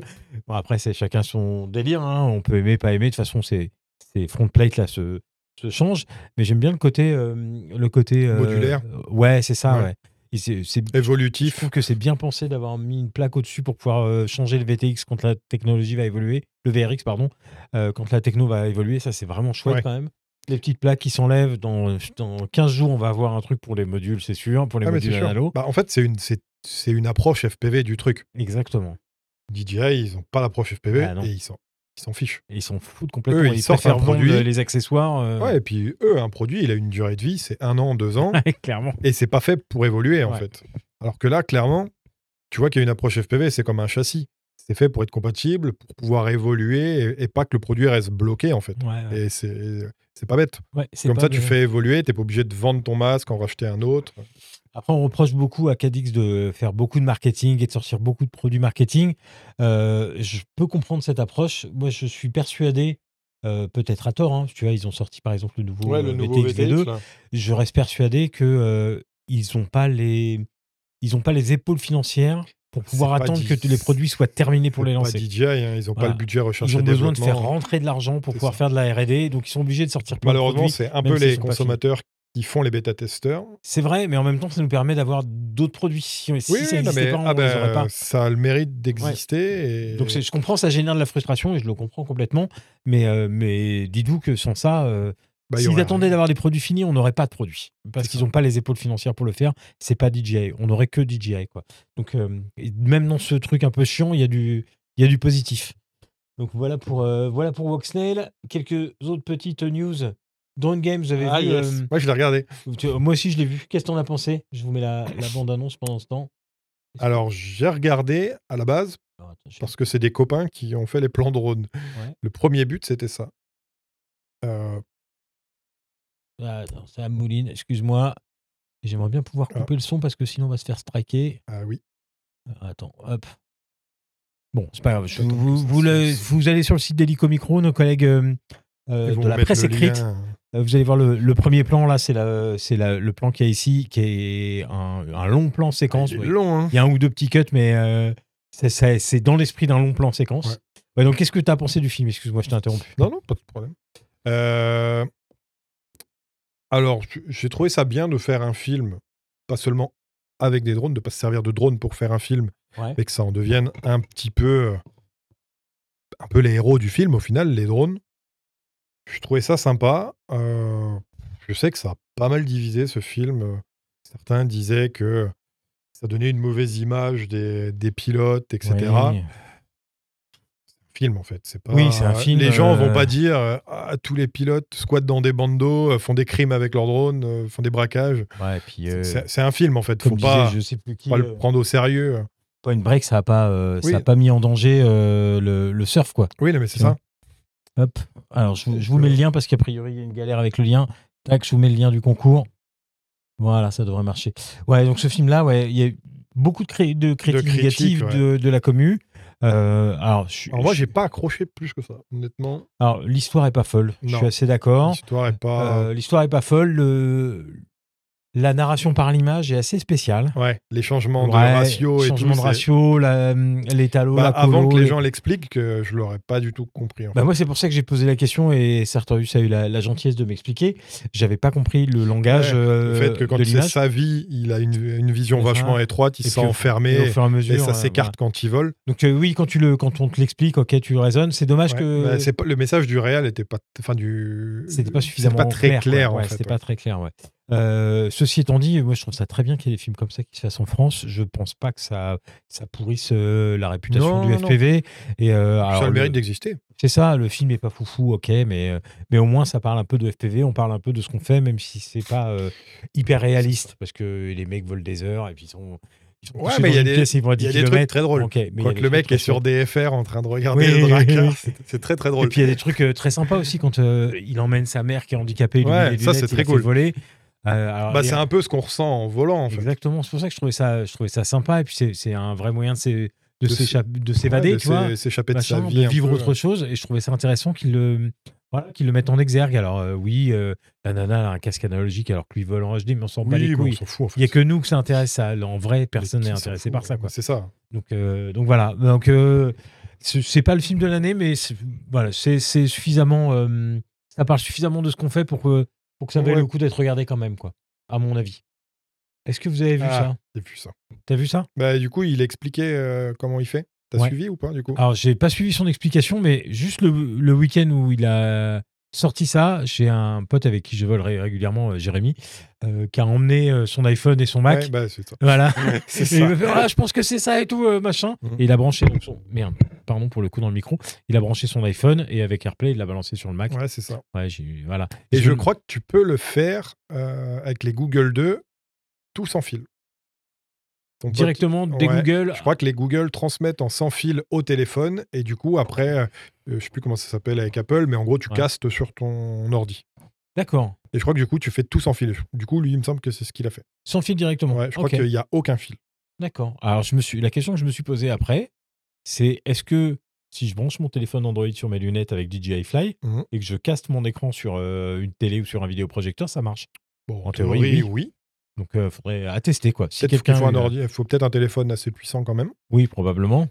A: Bon, après, c'est chacun son délire. hein. On peut aimer, pas aimer. De toute façon, ces, ces front plates là se, se changent. Mais j'aime bien le côté. euh, le côté euh,
B: Modulaire.
A: Ouais, c'est ça.
B: Ouais.
A: Ouais. Et c'est- c'est- je
B: Évolutif.
A: trouve que c'est bien pensé d'avoir mis une plaque au-dessus pour pouvoir euh, changer le VTX quand la technologie va évoluer. Le VRX, pardon. euh, quand la techno va évoluer. Ça, c'est vraiment chouette
B: Ouais.
A: quand même. Les petites plaques qui s'enlèvent. Dans, dans 15 jours, on va avoir un truc pour les modules, c'est sûr. Pour les
B: Ah, mais
A: modules
B: c'est sûr.
A: analo.
B: Bah, en fait, c'est une, c'est- c'est une approche FPV du truc.
A: Exactement.
B: DJI, ils ont pas l'approche FPV
A: Ah, non.
B: et ils s'en ils s'en fichent.
A: Et Ils s'en foutent complètement.
B: Eux,
A: ils
B: ils sortent
A: préfèrent
B: un
A: vendre
B: produit.
A: les accessoires. euh, (laughs)
B: Ouais, et puis eux, un produit, il a une durée de vie, c'est un an, deux ans,
A: clairement.
B: et c'est pas fait pour évoluer en
A: Ouais.
B: fait. Alors que là, clairement, tu vois qu'il y a une approche FPV, c'est comme un châssis. C'est fait pour être compatible, pour pouvoir évoluer et, et pas que le produit reste bloqué en fait.
A: Ouais, ouais.
B: Et c'est c'est pas bête.
A: Ouais, c'est
B: Comme
A: pas
B: ça, tu
A: de-
B: fais évoluer, t'es pas obligé de vendre ton masque, en racheter un autre.
A: Après, on reproche beaucoup à Cadix de faire beaucoup de marketing et de sortir beaucoup de produits marketing. Euh, je peux comprendre cette approche. Moi, je suis persuadé, euh, peut-être à tort, hein, tu vois, ils ont sorti par exemple le nouveau, euh, VTX V2. Je reste persuadé que euh, ils n'ont pas les, ils ont pas les épaules financières pour
B: C'est
A: pouvoir
B: pas
A: attendre
B: dit-
A: que t- les produits soient terminés pour les
B: Pas
A: lancer.
B: DJI, hein, ils ont
A: Voilà.
B: pas le budget recherché
A: Ils ont besoin de
B: développement.
A: faire rentrer de l'argent pour
B: hein. C'est
A: pouvoir
B: ça.
A: faire de la R&D, donc ils sont obligés de sortir plein de
B: Malheureusement,
A: produits.
B: c'est un
A: même
B: peu
A: s'ils
B: les
A: sont pas finis.
B: consommateurs qui font les bêta-testeurs.
A: C'est vrai, mais en même temps, ça nous permet d'avoir d'autres produits. Si, si
B: Oui,
A: ça
B: non,
A: n'existait
B: mais
A: pas, on les
B: ah ben, euh,
A: aurait pas.
B: ça a le mérite d'exister. et-
A: Donc c'est- je comprends, ça génère de la frustration et je le comprends complètement. Mais, euh, mais dites-vous que sans ça, euh,
B: Bah, il y
A: s'ils
B: aurait-
A: attendaient d'avoir des produits finis, on n'aurait pas de produits. Parce
B: C'est
A: qu'ils
B: ça.
A: n'ont pas les épaules financières pour le faire. C'est pas DJI. On n'aurait que DJI. Quoi. Donc euh, et même dans ce truc un peu chiant, il y, a du- il y a du positif. Donc voilà pour, euh, voilà pour Voxnail. Quelques autres petites news. Drone Game, vous avez
B: Ah,
A: vu
B: yes.
A: euh,
B: Moi, je l'ai regardé.
A: tu- moi aussi, je l'ai vu. Qu'est-ce que t'en as pensé Je vous mets la,
B: (coughs)
A: la bande-annonce pendant ce temps.
B: Alors, j'ai regardé à la base
A: Alors, attends, je-
B: parce que c'est des copains qui ont fait les plans drones.
A: Ouais.
B: Le premier but, c'était ça. Euh,
A: Ah, attends, ça mouline, excuse-moi. J'aimerais bien pouvoir
B: Ah.
A: couper le son parce que sinon on va se faire striker.
B: ah oui.
A: Ah, Attends, hop. Bon, c'est pas grave.
B: Je vais attendre
A: vous,
B: que ça
A: vous
B: se
A: le-
B: lance.
A: vous allez sur le site d'Hélicomicro, nos collègues euh, euh,
B: Ils vont
A: de la
B: mettre
A: presse
B: le
A: écrite.
B: lien.
A: Euh, Vous allez voir le, le premier plan, là, c'est la- c'est la- le plan qu'il y a ici, qui est un, un long plan séquence.
B: Il est
A: oui.
B: long, hein.
A: Il y a un ou deux petits cuts, mais euh, c'est- c'est c'est dans l'esprit d'un long plan séquence.
B: Ouais.
A: Ouais, donc, qu'est-ce que tu as pensé du film Excuse-moi, je t'ai interrompu.
B: Non, non, pas de problème. Euh, Alors, j- j'ai trouvé ça bien de faire un film, pas seulement avec des drones, de pas se servir de drones pour faire un film,
A: Ouais.
B: et que ça en devienne un petit peu, euh, un peu les héros du film au final, les drones. Je trouvais ça sympa. Euh, je sais que ça a pas mal divisé ce film. Euh, Certains disaient que ça donnait une mauvaise image des, des pilotes, etc.
A: Oui.
B: film en fait. C'est pas.
A: Oui, c'est un film,
B: Les gens
A: euh,
B: vont pas dire euh, Ah, tous les pilotes squattent dans des bandeaux, euh, font des crimes avec leurs drones, euh, font des braquages.
A: Ouais, et puis,
B: C'est-
A: euh,
B: C'est c'est un film en fait.
A: comme
B: Faut pas,
A: disait, je sais plus qui.
B: pas
A: euh,
B: le prendre au sérieux.
A: Point Break, ça n'a pas, euh, ça
B: Oui.
A: a pas mis en danger euh, le, le surf, quoi.
B: Oui, non, mais c'est
A: Tu vois.
B: ça.
A: Hop. Alors, je, vous-
B: Donc, euh,
A: je vous mets le lien parce qu'a priori, il y a une galère avec le lien. Tac, je vous mets le lien du concours. Voilà, ça devrait marcher. Ouais, donc ce film-là, ouais, il y a eu beaucoup de, cré- de critiques
B: critiques,
A: négatives de, de la commu. Euh, alors, je, suis-
B: Alors moi,
A: je-
B: j'ai pas accroché plus que ça, honnêtement.
A: alors, l'histoire est pas folle. Je
B: Non.
A: suis assez d'accord.
B: L'histoire est pas.
A: Euh, l'histoire est pas folle. le- La narration par l'image est assez spéciale.
B: Ouais, les changements de
A: Ouais,
B: ratio et tout.
A: changement de
B: c'est-
A: ratio, la- les talos,
B: Bah,
A: la colo,
B: avant que les
A: les-
B: gens l'expliquent, que je l'aurais pas du tout compris. en
A: Bah
B: fait.
A: moi, c'est pour ça que j'ai posé la question et Sartorius a eu la, la gentillesse de m'expliquer. J'avais pas compris le langage
B: Ouais,
A: euh,
B: le fait que quand
A: de
B: il sait
A: l'image.
B: sa vie, il a une, une vision
A: C'est ça.
B: vachement étroite, il
A: Et
B: se sent
A: puis au-
B: enfermé
A: Et au
B: et,
A: fur et à mesure.
B: ça
A: euh,
B: s'écarte quand il vole.
A: voilà. Donc euh, oui, quand tu le, quand on te l'explique, ok, tu raisonnes. C'est dommage
B: Ouais,
A: que
B: bah, c'est pas- le message du réel était pas, enfin du,
A: c'était pas suffisamment
B: pas très clair,
A: quoi.
B: en
A: Ouais,
B: fait,
A: c'était
B: ouais.
A: pas très clair. Ouais. Euh, ceci étant dit, moi je trouve ça très bien qu'il y ait des films comme ça qui se fassent en France. Je pense pas que ça, ça pourrisse euh, la réputation
B: Non,
A: du
B: non, non.
A: FPV. Et euh, alors,
B: ça a le
A: le-
B: mérite d'exister.
A: C'est ça, le film est pas foufou, ok, mais, euh, mais au moins ça parle un peu de FPV, on parle un peu de ce qu'on fait, même si c'est pas euh, hyper réaliste, parce que les mecs volent des heures et puis ils sont. Ils sont
B: Ouais,
A: couchés
B: mais
A: dans
B: il y a
A: une
B: des-
A: pièce et ils vont à
B: Il y a
A: 10
B: des trucs
A: kilomètres.
B: très drôles.
A: Ok, mais il y a
B: Quand
A: des
B: le
A: trucs
B: mec
A: très
B: est sur
A: chouettes.
B: DFR en train de regarder
A: Oui,
B: le
A: oui,
B: dracard,
A: oui.
B: c'est- c'est très très
A: Et
B: drôle.
A: puis il y a des trucs euh, très sympas aussi quand euh, il emmène sa mère qui est handicapée, lui,
B: Ouais,
A: met des
B: ça,
A: lunettes,
B: c'est
A: il la
B: très
A: fait
B: cool.
A: voler. Euh, alors,
B: Bah,
A: et-
B: c'est un peu ce qu'on ressent en volant en fait.
A: Exactement, c'est pour ça que je trouvais ça, je trouvais ça sympa et puis c'est- c'est un vrai moyen de s'é- de
B: De s-
A: s'échapper- de
B: Ouais,
A: s'évader,
B: de
A: tu vois.
B: s'é- s'échapper de sa
A: machin,
B: vie,
A: de
B: un
A: vivre
B: peu. hein.
A: autre chose. Et je trouvais ça intéressant qu'ils le, voilà, qu'ils le mettent en exergue. Alors, euh, oui, euh, la nana elle a un casque analogique alors que lui vole en HD, mais on s'en bat les
B: Oui, bon, on
A: couilles.
B: s'en fout en fait.
A: Il n'y a que nous que ça intéresse. Ça. En vrai, personne
B: Qui
A: n'est
B: s'en
A: intéressé
B: fout,
A: par ça.
B: ouais,
A: Quoi.
B: C'est ça.
A: Donc, euh, donc voilà. Donc, euh, c'est c'est pas le film de l'année, mais c'est- voilà, c'est c'est suffisamment. euh, ça parle suffisamment de ce qu'on fait pour que, pour que ça vaille
B: Ouais.
A: le coup d'être regardé quand même, quoi. À mon avis. Est-ce que vous avez vu
B: Ah.
A: ça
B: Et puis ça.
A: T'as vu ça
B: Bah, du coup, il expliquait euh, comment il fait. T'as
A: Ouais. Ah,
B: suivi ou pas du coup
A: Alors, j'ai pas suivi son explication, mais juste le, le week-end où il a sorti ça, j'ai un pote avec qui je vole ré- régulièrement, euh, Jérémy, euh, qui a emmené euh, son iPhone et son Mac.
B: Ouais,
A: (laughs)
B: bah, c'est ça.
A: Voilà.
B: C'est
A: Et il
B: ça.
A: me fait, Ah, je pense que c'est ça et tout, euh, machin.
B: Mhm.
A: Et il a branché donc son. Merde, pardon pour le coup dans le micro. Il a branché son iPhone et avec AirPlay, il l'a balancé sur le Mac.
B: Ouais, c'est ça.
A: Ouais, j'ai- voilà.
B: Et je
A: me-
B: crois que tu peux le faire euh, avec les Google 2, tout sans fil. Ton pote-
A: Directement des
B: Ouais,
A: Google.
B: Je crois que les Google transmettent en sans fil au téléphone et du coup, après, euh, je sais plus comment ça s'appelle avec Apple, mais en gros, tu
A: Ouais.
B: castes sur ton ordi.
A: D'accord.
B: Et je crois que du coup, tu fais tout sans fil. Du coup, lui, il me semble que c'est ce qu'il a fait.
A: Sans fil directement.
B: Ouais, je crois
A: Ok.
B: qu'il n'y a aucun fil.
A: D'accord. Alors, je me suis... la question que je me suis posée après, c'est est-ce que si je branche mon téléphone Android sur mes lunettes avec DJI Fly
B: Mhm.
A: et que je caste mon écran sur euh, une télé ou sur un vidéoprojecteur, ça marche
B: Bon,
A: En théorie, oui.
B: oui.
A: Donc, il faudrait attester, quoi. Si
B: Peut-être qu'il
A: quelqu'un.
B: faut un
A: lui-
B: ordi, il faut peut-être un téléphone assez puissant quand même.
A: Oui, probablement.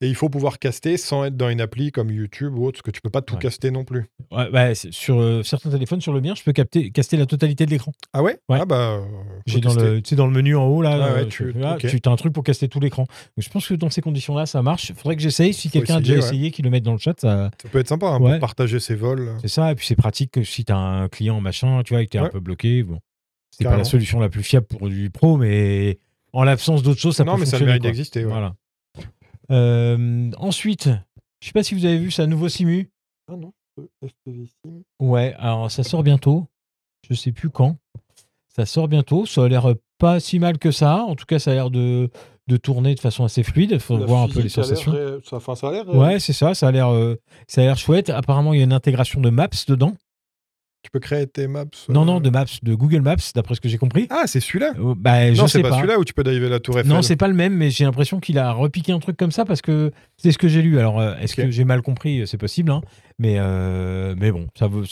B: Et il faut pouvoir caster sans être dans une appli comme YouTube ou autre, parce que tu peux pas tout
A: Ouais.
B: caster non plus.
A: Ouais, bah, c'est- sur euh, certains téléphones, sur le mien, je peux capter, caster la totalité de l'écran.
B: Ah ouais,
A: Ouais.
B: Ah bah, euh, faut
A: J'ai dans
B: tester.
A: le, tu sais, dans le menu en haut, là,
B: Ah ouais,
A: euh,
B: tu-
A: là,
B: ok.
A: tu as un truc pour caster tout l'écran. Donc, je pense que dans ces conditions-là, ça marche. faudrait que j'essaye. Si
B: Faut
A: quelqu'un a déjà
B: essayer, ouais.
A: essayé, qu'il le mette dans le chat, ça,
B: Ça peut être sympa hein,
A: Ouais.
B: pour partager ses vols. euh,
A: C'est ça, et puis c'est pratique que si tu as un client machin, tu vois, et que tu es un
B: Ouais.
A: peu bloqué, bon, c'est pas
B: Carrément.
A: la solution la plus fiable pour du pro, mais en l'absence d'autre chose, ça
B: non,
A: peut
B: mais ça a le
A: fonctionner.
B: mérite
A: quoi.
B: d'exister. ouais.
A: Voilà. Euh, ensuite, je sais pas si vous avez vu ça, nouveau Simu.
B: Ah non, sim.
A: Ouais, alors ça sort bientôt. Je sais plus quand. Ça sort bientôt. Ça a l'air pas si mal que ça. En tout cas, ça a l'air de, de tourner de façon assez fluide. Faut voir un peu les sensations.
B: euh, Ça, enfin, ça a l'air.
A: Ouais, c'est ça. Ça a l'air, euh, ça a l'air chouette. Apparemment, il y a une intégration de Maps dedans.
B: Tu peux créer tes maps.
A: Non,
B: euh,
A: non, de Maps, de Google Maps, d'après ce que j'ai compris.
B: Ah, c'est celui-là
A: Euh, bah, je
B: Non,
A: sais
B: c'est
A: pas.
B: pas, celui-là où tu peux diver la tour Eiffel.
A: non, c'est pas le même, mais j'ai l'impression qu'il a repiqué un truc comme ça parce que c'est ce que j'ai lu. Alors, euh, est-ce
B: Ok.
A: que j'ai mal compris C'est possible, hein. mais, euh, mais bon, ça vaut,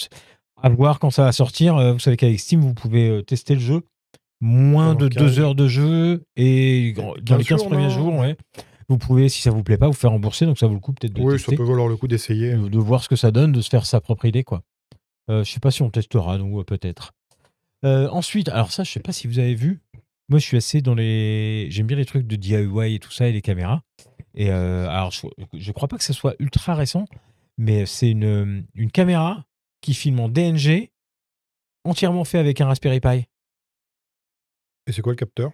A: à voir quand ça va sortir. Euh, Vous savez qu'avec Steam, vous pouvez euh, tester le jeu. Moins
B: Pendant
A: de
B: 15
A: deux heures de jeu et gr- dans les 15
B: jours,
A: premiers
B: non
A: jours, ouais. Vous pouvez, si ça vous plaît pas, vous faire rembourser. Donc ça vaut le coup peut-être de
B: Oui, ça
A: tester, Mm.
B: peut valoir le coup d'essayer.
A: de, de voir ce que ça donne, de se faire sa propre idée, quoi. Euh, je sais pas si on testera, nous, euh, peut-être. Euh, ensuite, alors ça, je sais pas si vous avez vu. Moi, je suis assez dans les. J'aime bien les trucs de DIY et tout ça et les caméras. Et euh, alors, je, je crois pas que ça soit ultra récent, mais c'est une, euh, une caméra qui filme en DNG, entièrement fait avec un Raspberry Pi.
B: Et c'est quoi le capteur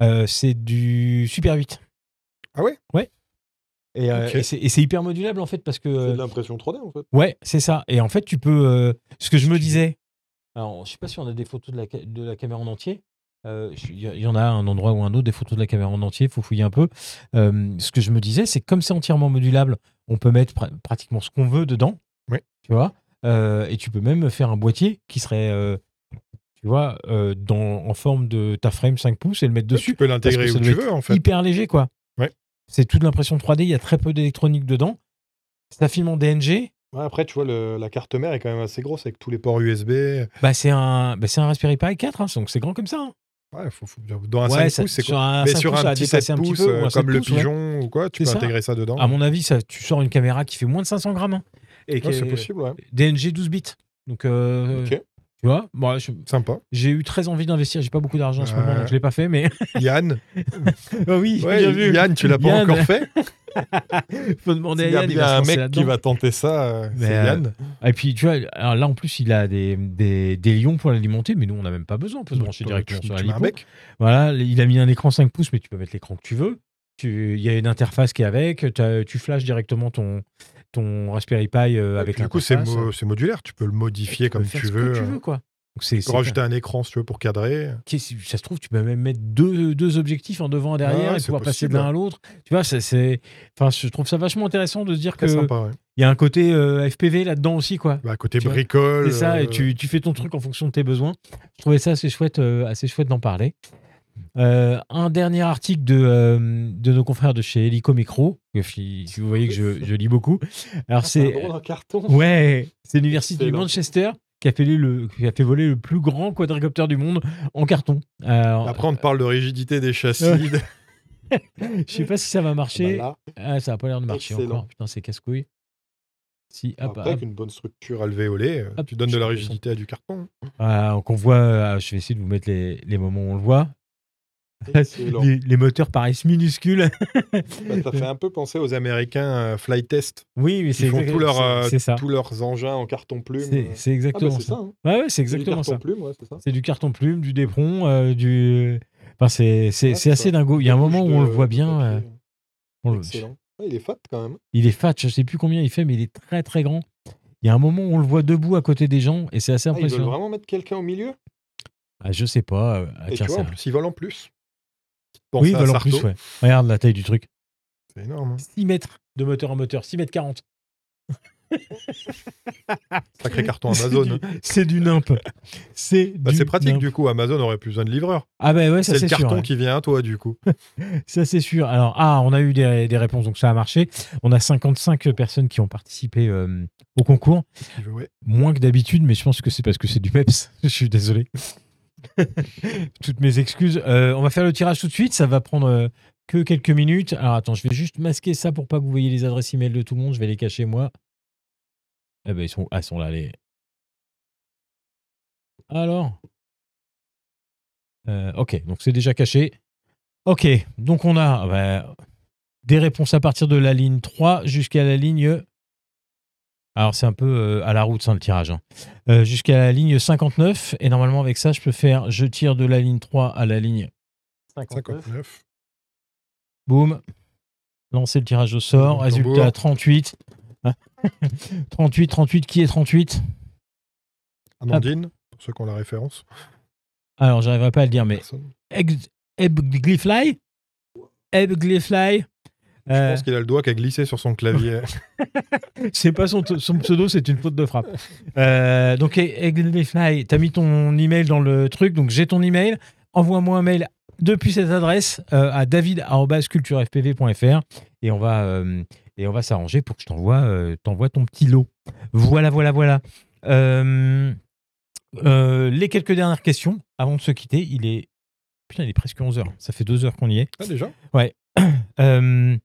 A: Euh, c'est du Super 8.
B: Ah ouais
A: Ouais. Et, euh,
B: Ok.
A: et c'est- et c'est hyper modulable en fait parce que.
D: C'est
A: euh,
D: de l'impression 3D en fait.
A: Ouais, c'est ça. Et en fait, tu peux. euh, ce que je me disais. Alors, je sais pas si on a des photos de la, ca- de la caméra en entier. Euh, je- Il y, il y en a un endroit ou un autre, des photos de la caméra en entier, il faut fouiller un peu. Euh, ce que je me disais, c'est que comme c'est entièrement modulable, on peut mettre pra- pratiquement ce qu'on veut dedans.
B: Oui.
A: Tu vois Euh, Et tu peux même faire un boîtier qui serait, euh, tu vois, euh, dans, en forme de ta frame 5 pouces et le mettre dessus
B: Tu peux l'intégrer
A: parce que
B: où
A: ça
B: tu
A: doit
B: veux, en fait.
A: hyper léger, quoi.
B: Ouais.
A: C'est toute l'impression 3D, il y a très peu d'électronique dedans. Ça filme en DNG.
B: Ouais, après, tu vois, le- la carte mère est quand même assez grosse avec tous les ports USB. Ouais,
A: Bah, c'est un, bah, c'est un Raspberry Pi 4, hein, donc c'est grand comme ça. hein.
B: faut- faut- dans un
A: Ouais,
B: 5
A: ça-
B: pouces, c'est
A: sur
B: quoi
A: un
B: Mais
A: 5
B: sur
A: pouces, ça
B: un
A: a
B: petit
A: dépassé
B: 7
A: un petit peu,
B: pouces,
A: ou
B: euh,
A: un 7
B: comme le
A: pouces, ouais.
B: pigeon hein. ou quoi, tu
A: C'est ça.
B: peux intégrer ça dedans.
A: À mon avis, ça, tu sors une caméra qui fait moins de 500 grammes. hein, et qui
B: Ouais,
A: est-
B: c'est possible, ouais.
A: DNG 12 bits. Donc, euh,
D: Ok.
A: tu vois, moi, je- (laughs)
B: Sympa.
A: j'ai eu très envie d'investir. J'ai pas beaucoup d'argent en ce
B: Ouais.
A: moment, donc je l'ai pas fait, mais. (laughs)
B: Yann,
A: Ah oui,
B: ouais,
A: bien vu.
B: Yann, tu l'as pas
A: Yann.
B: encore fait
A: (laughs) Faut demander à
D: Il y a
A: Yann. il
D: bien
A: va se
D: un
A: lancer
D: mec
A: là-dedans.
D: qui va tenter.
B: T'es ça, euh,
A: Mais,
B: c'est
A: euh,
B: Yann.
A: Et puis, tu vois, alors là, en plus, il a des, des, des lions pour l'alimenter, mais nous, on n'a même pas besoin. On peut se brancher
B: Tu-
A: directement
B: tu-
A: sur la
B: tu mets un
A: lipo.
B: bec
A: Voilà, il a mis un écran 5 pouces, mais tu peux mettre l'écran que tu veux. Tu- Il y a une interface qui est avec. t'as- Tu flashes directement ton, ton Raspberry Pi euh, avec
B: Du coup, c'est
A: l'interface.
B: mo- c'est modulaire. Tu peux le modifier
A: Tu peux
B: comme
A: faire
B: tu
A: ce
B: veux.
A: que tu
B: euh,
A: veux, quoi. Donc c'est,
B: Tu peux
A: c'est-
B: rajouter un écran si tu veux pour cadrer.
A: qui- si ça se trouve, tu peux même mettre deux, deux objectifs en devant et derrière
B: ouais,
A: et
B: c'est
A: pouvoir passer de
B: possible,
A: l'un à l'autre. Tu vois, c'est, c'est- enfin, je trouve ça vachement intéressant de se dire
B: Très
A: qu'il
B: sympa, ouais.
A: y a un côté euh, FPV là-dedans aussi, quoi.
B: Bah, côté
A: Tu vois,
B: bricole.
A: C'est ça, et
B: euh,
A: tu, tu fais ton truc en fonction de tes besoins. Je trouvais ça assez chouette, euh, assez chouette d'en parler. Euh, un dernier article de, euh, de nos confrères de chez Helico Micro, que si, si vous voyez que je, je lis beaucoup. Alors
D: Ah, C'est
A: c'est
D: un drôle en carton.
A: ouais, c'est l'université du
D: Excellent.
A: Manchester qui a, fait le, qui a fait voler le plus grand quadricoptère du monde en carton. Alors,
B: Après, on te parle de rigidité des châssis.
A: Ouais.
B: de-
A: je sais pas si ça va marcher.
D: Bah là,
A: Ah, ça a pas l'air de marcher
D: Excellent.
A: encore. Putain, c'est casse-couille. Si, hop,
D: après,
A: hop.
D: avec une bonne structure.
B: Tu alvéolé, euh,
A: Hop,
B: tu donnes de la
A: Ah bah. je-
B: rigidité à
A: (laughs)
B: du carton.
A: Ah, qu'on voit, euh, je vais essayer de vous mettre les, les moments où on le voit.
D: Excellent.
A: Les, les moteurs paraissent minuscules.
D: Bah, ça fait un peu penser
B: C'est aux Américains euh, fly test.
A: oui, mais
B: Ils
A: c'est
B: font
A: exact-
B: tous leurs,
A: c'est-
B: euh,
A: c'est ça.
B: tous leurs engins en carton plume.
A: Ah. C'est
B: euh.
D: Ah
A: c'est
D: bah,
A: exactement
D: c'est
A: ça.
D: ça. hein.
A: Ouais, ouais, c'est
D: C'est du
A: exactement
D: carton
A: ça.
D: plume, ouais, c'est ça.
A: C'est du carton plume, du dépron, euh, du. Enfin, c'est c'est-
D: Ouais,
A: c'est
D: ça.
A: assez dingo. Oh, Il y a un
D: Une
A: moment où
D: couche
A: on
D: de-
A: le voit
D: de
A: bien. euh,
D: papier.
A: on le-
D: Excellent.
B: Ah,
D: Ouais, il est fat quand même.
A: Il est fat, je sais plus combien il fait, mais il est très très grand. Il y a un moment où on le voit debout à côté des gens et c'est assez
D: Ah, ils veulent
A: impressionnant.
D: vraiment mettre quelqu'un au milieu
A: Ah, je sais pas. euh, ah,
B: Et
A: tiens,
B: tu vois, en
A: ça-
B: plus, ils volent en plus.
A: Oui, ils
B: Pensez à
A: veulent en
B: Sarto,
A: plus, ouais. Regarde la taille du truc.
B: C'est énorme. hein.
A: 6 mètres de moteur en moteur, 6 mètres 40.
B: Sacré carton
A: C'est
B: Amazon.
A: du-
B: hein.
A: C'est du nimp. C'est
B: Bah,
A: du
B: c'est pratique,
A: nimp.
B: du coup. Amazon aurait plus besoin de livreur.
A: Ah ben ouais, ça
B: c'est
A: c'est
B: le
A: sûr.
B: carton
A: ouais.
B: qui vient à toi, du
A: (laughs)
B: coup.
A: Ça c'est sûr. Alors ah, on a eu des, des réponses donc ça a marché. On a 55 personnes qui ont participé euh, au concours,
B: Il veut- ouais.
A: moins que d'habitude, mais je pense que c'est parce que c'est du peps. (laughs) je suis désolé. Toutes mes excuses. Euh, on va faire le tirage tout de suite. Ça va prendre euh, que quelques minutes. Alors attends, je vais juste masquer ça pour pas que vous voyez les adresses email de tout le monde. Je vais les cacher moi. Eh ben ils sont, ah, ils sont là les. Alors. Euh, ok, donc c'est déjà caché. Ok, donc on a bah, des réponses à partir de la ligne 3 jusqu'à la ligne. Alors c'est un peu euh, à la route sans le tirage. hein. Euh, jusqu'à la ligne 59. Et normalement avec ça, je peux faire je tire de la ligne 3 à la ligne
B: 59.
A: Boum. Lancer le tirage au sort.
B: Tambour.
A: Résultat 38. (laughs) 38, 38. Qui est 38
B: Amandine, pour ceux qui ont la référence.
A: Alors, j'arriverai pas à le dire, mais
B: Personne.
A: Ex- Ebglifly Ebglifly
B: Je
A: Euh,
B: pense qu'il a le doigt qui a glissé sur son clavier.
A: (laughs) C'est pas son, son pseudo, c'est une faute de frappe. Euh, donc, Egglifly, t'as mis ton email dans le truc, donc j'ai ton email. Envoie-moi un mail depuis cette adresse euh, à david.culturefpv.fr et on va, euh, et on va s'arranger pour que je t'envoie euh, t'envoie ton petit lot. Voilà, voilà, voilà. Euh, euh, les quelques dernières questions avant de se quitter. Il est. Putain, il est presque 11h. Ça fait deux heures qu'on y est.
B: ah, déjà
A: Euh,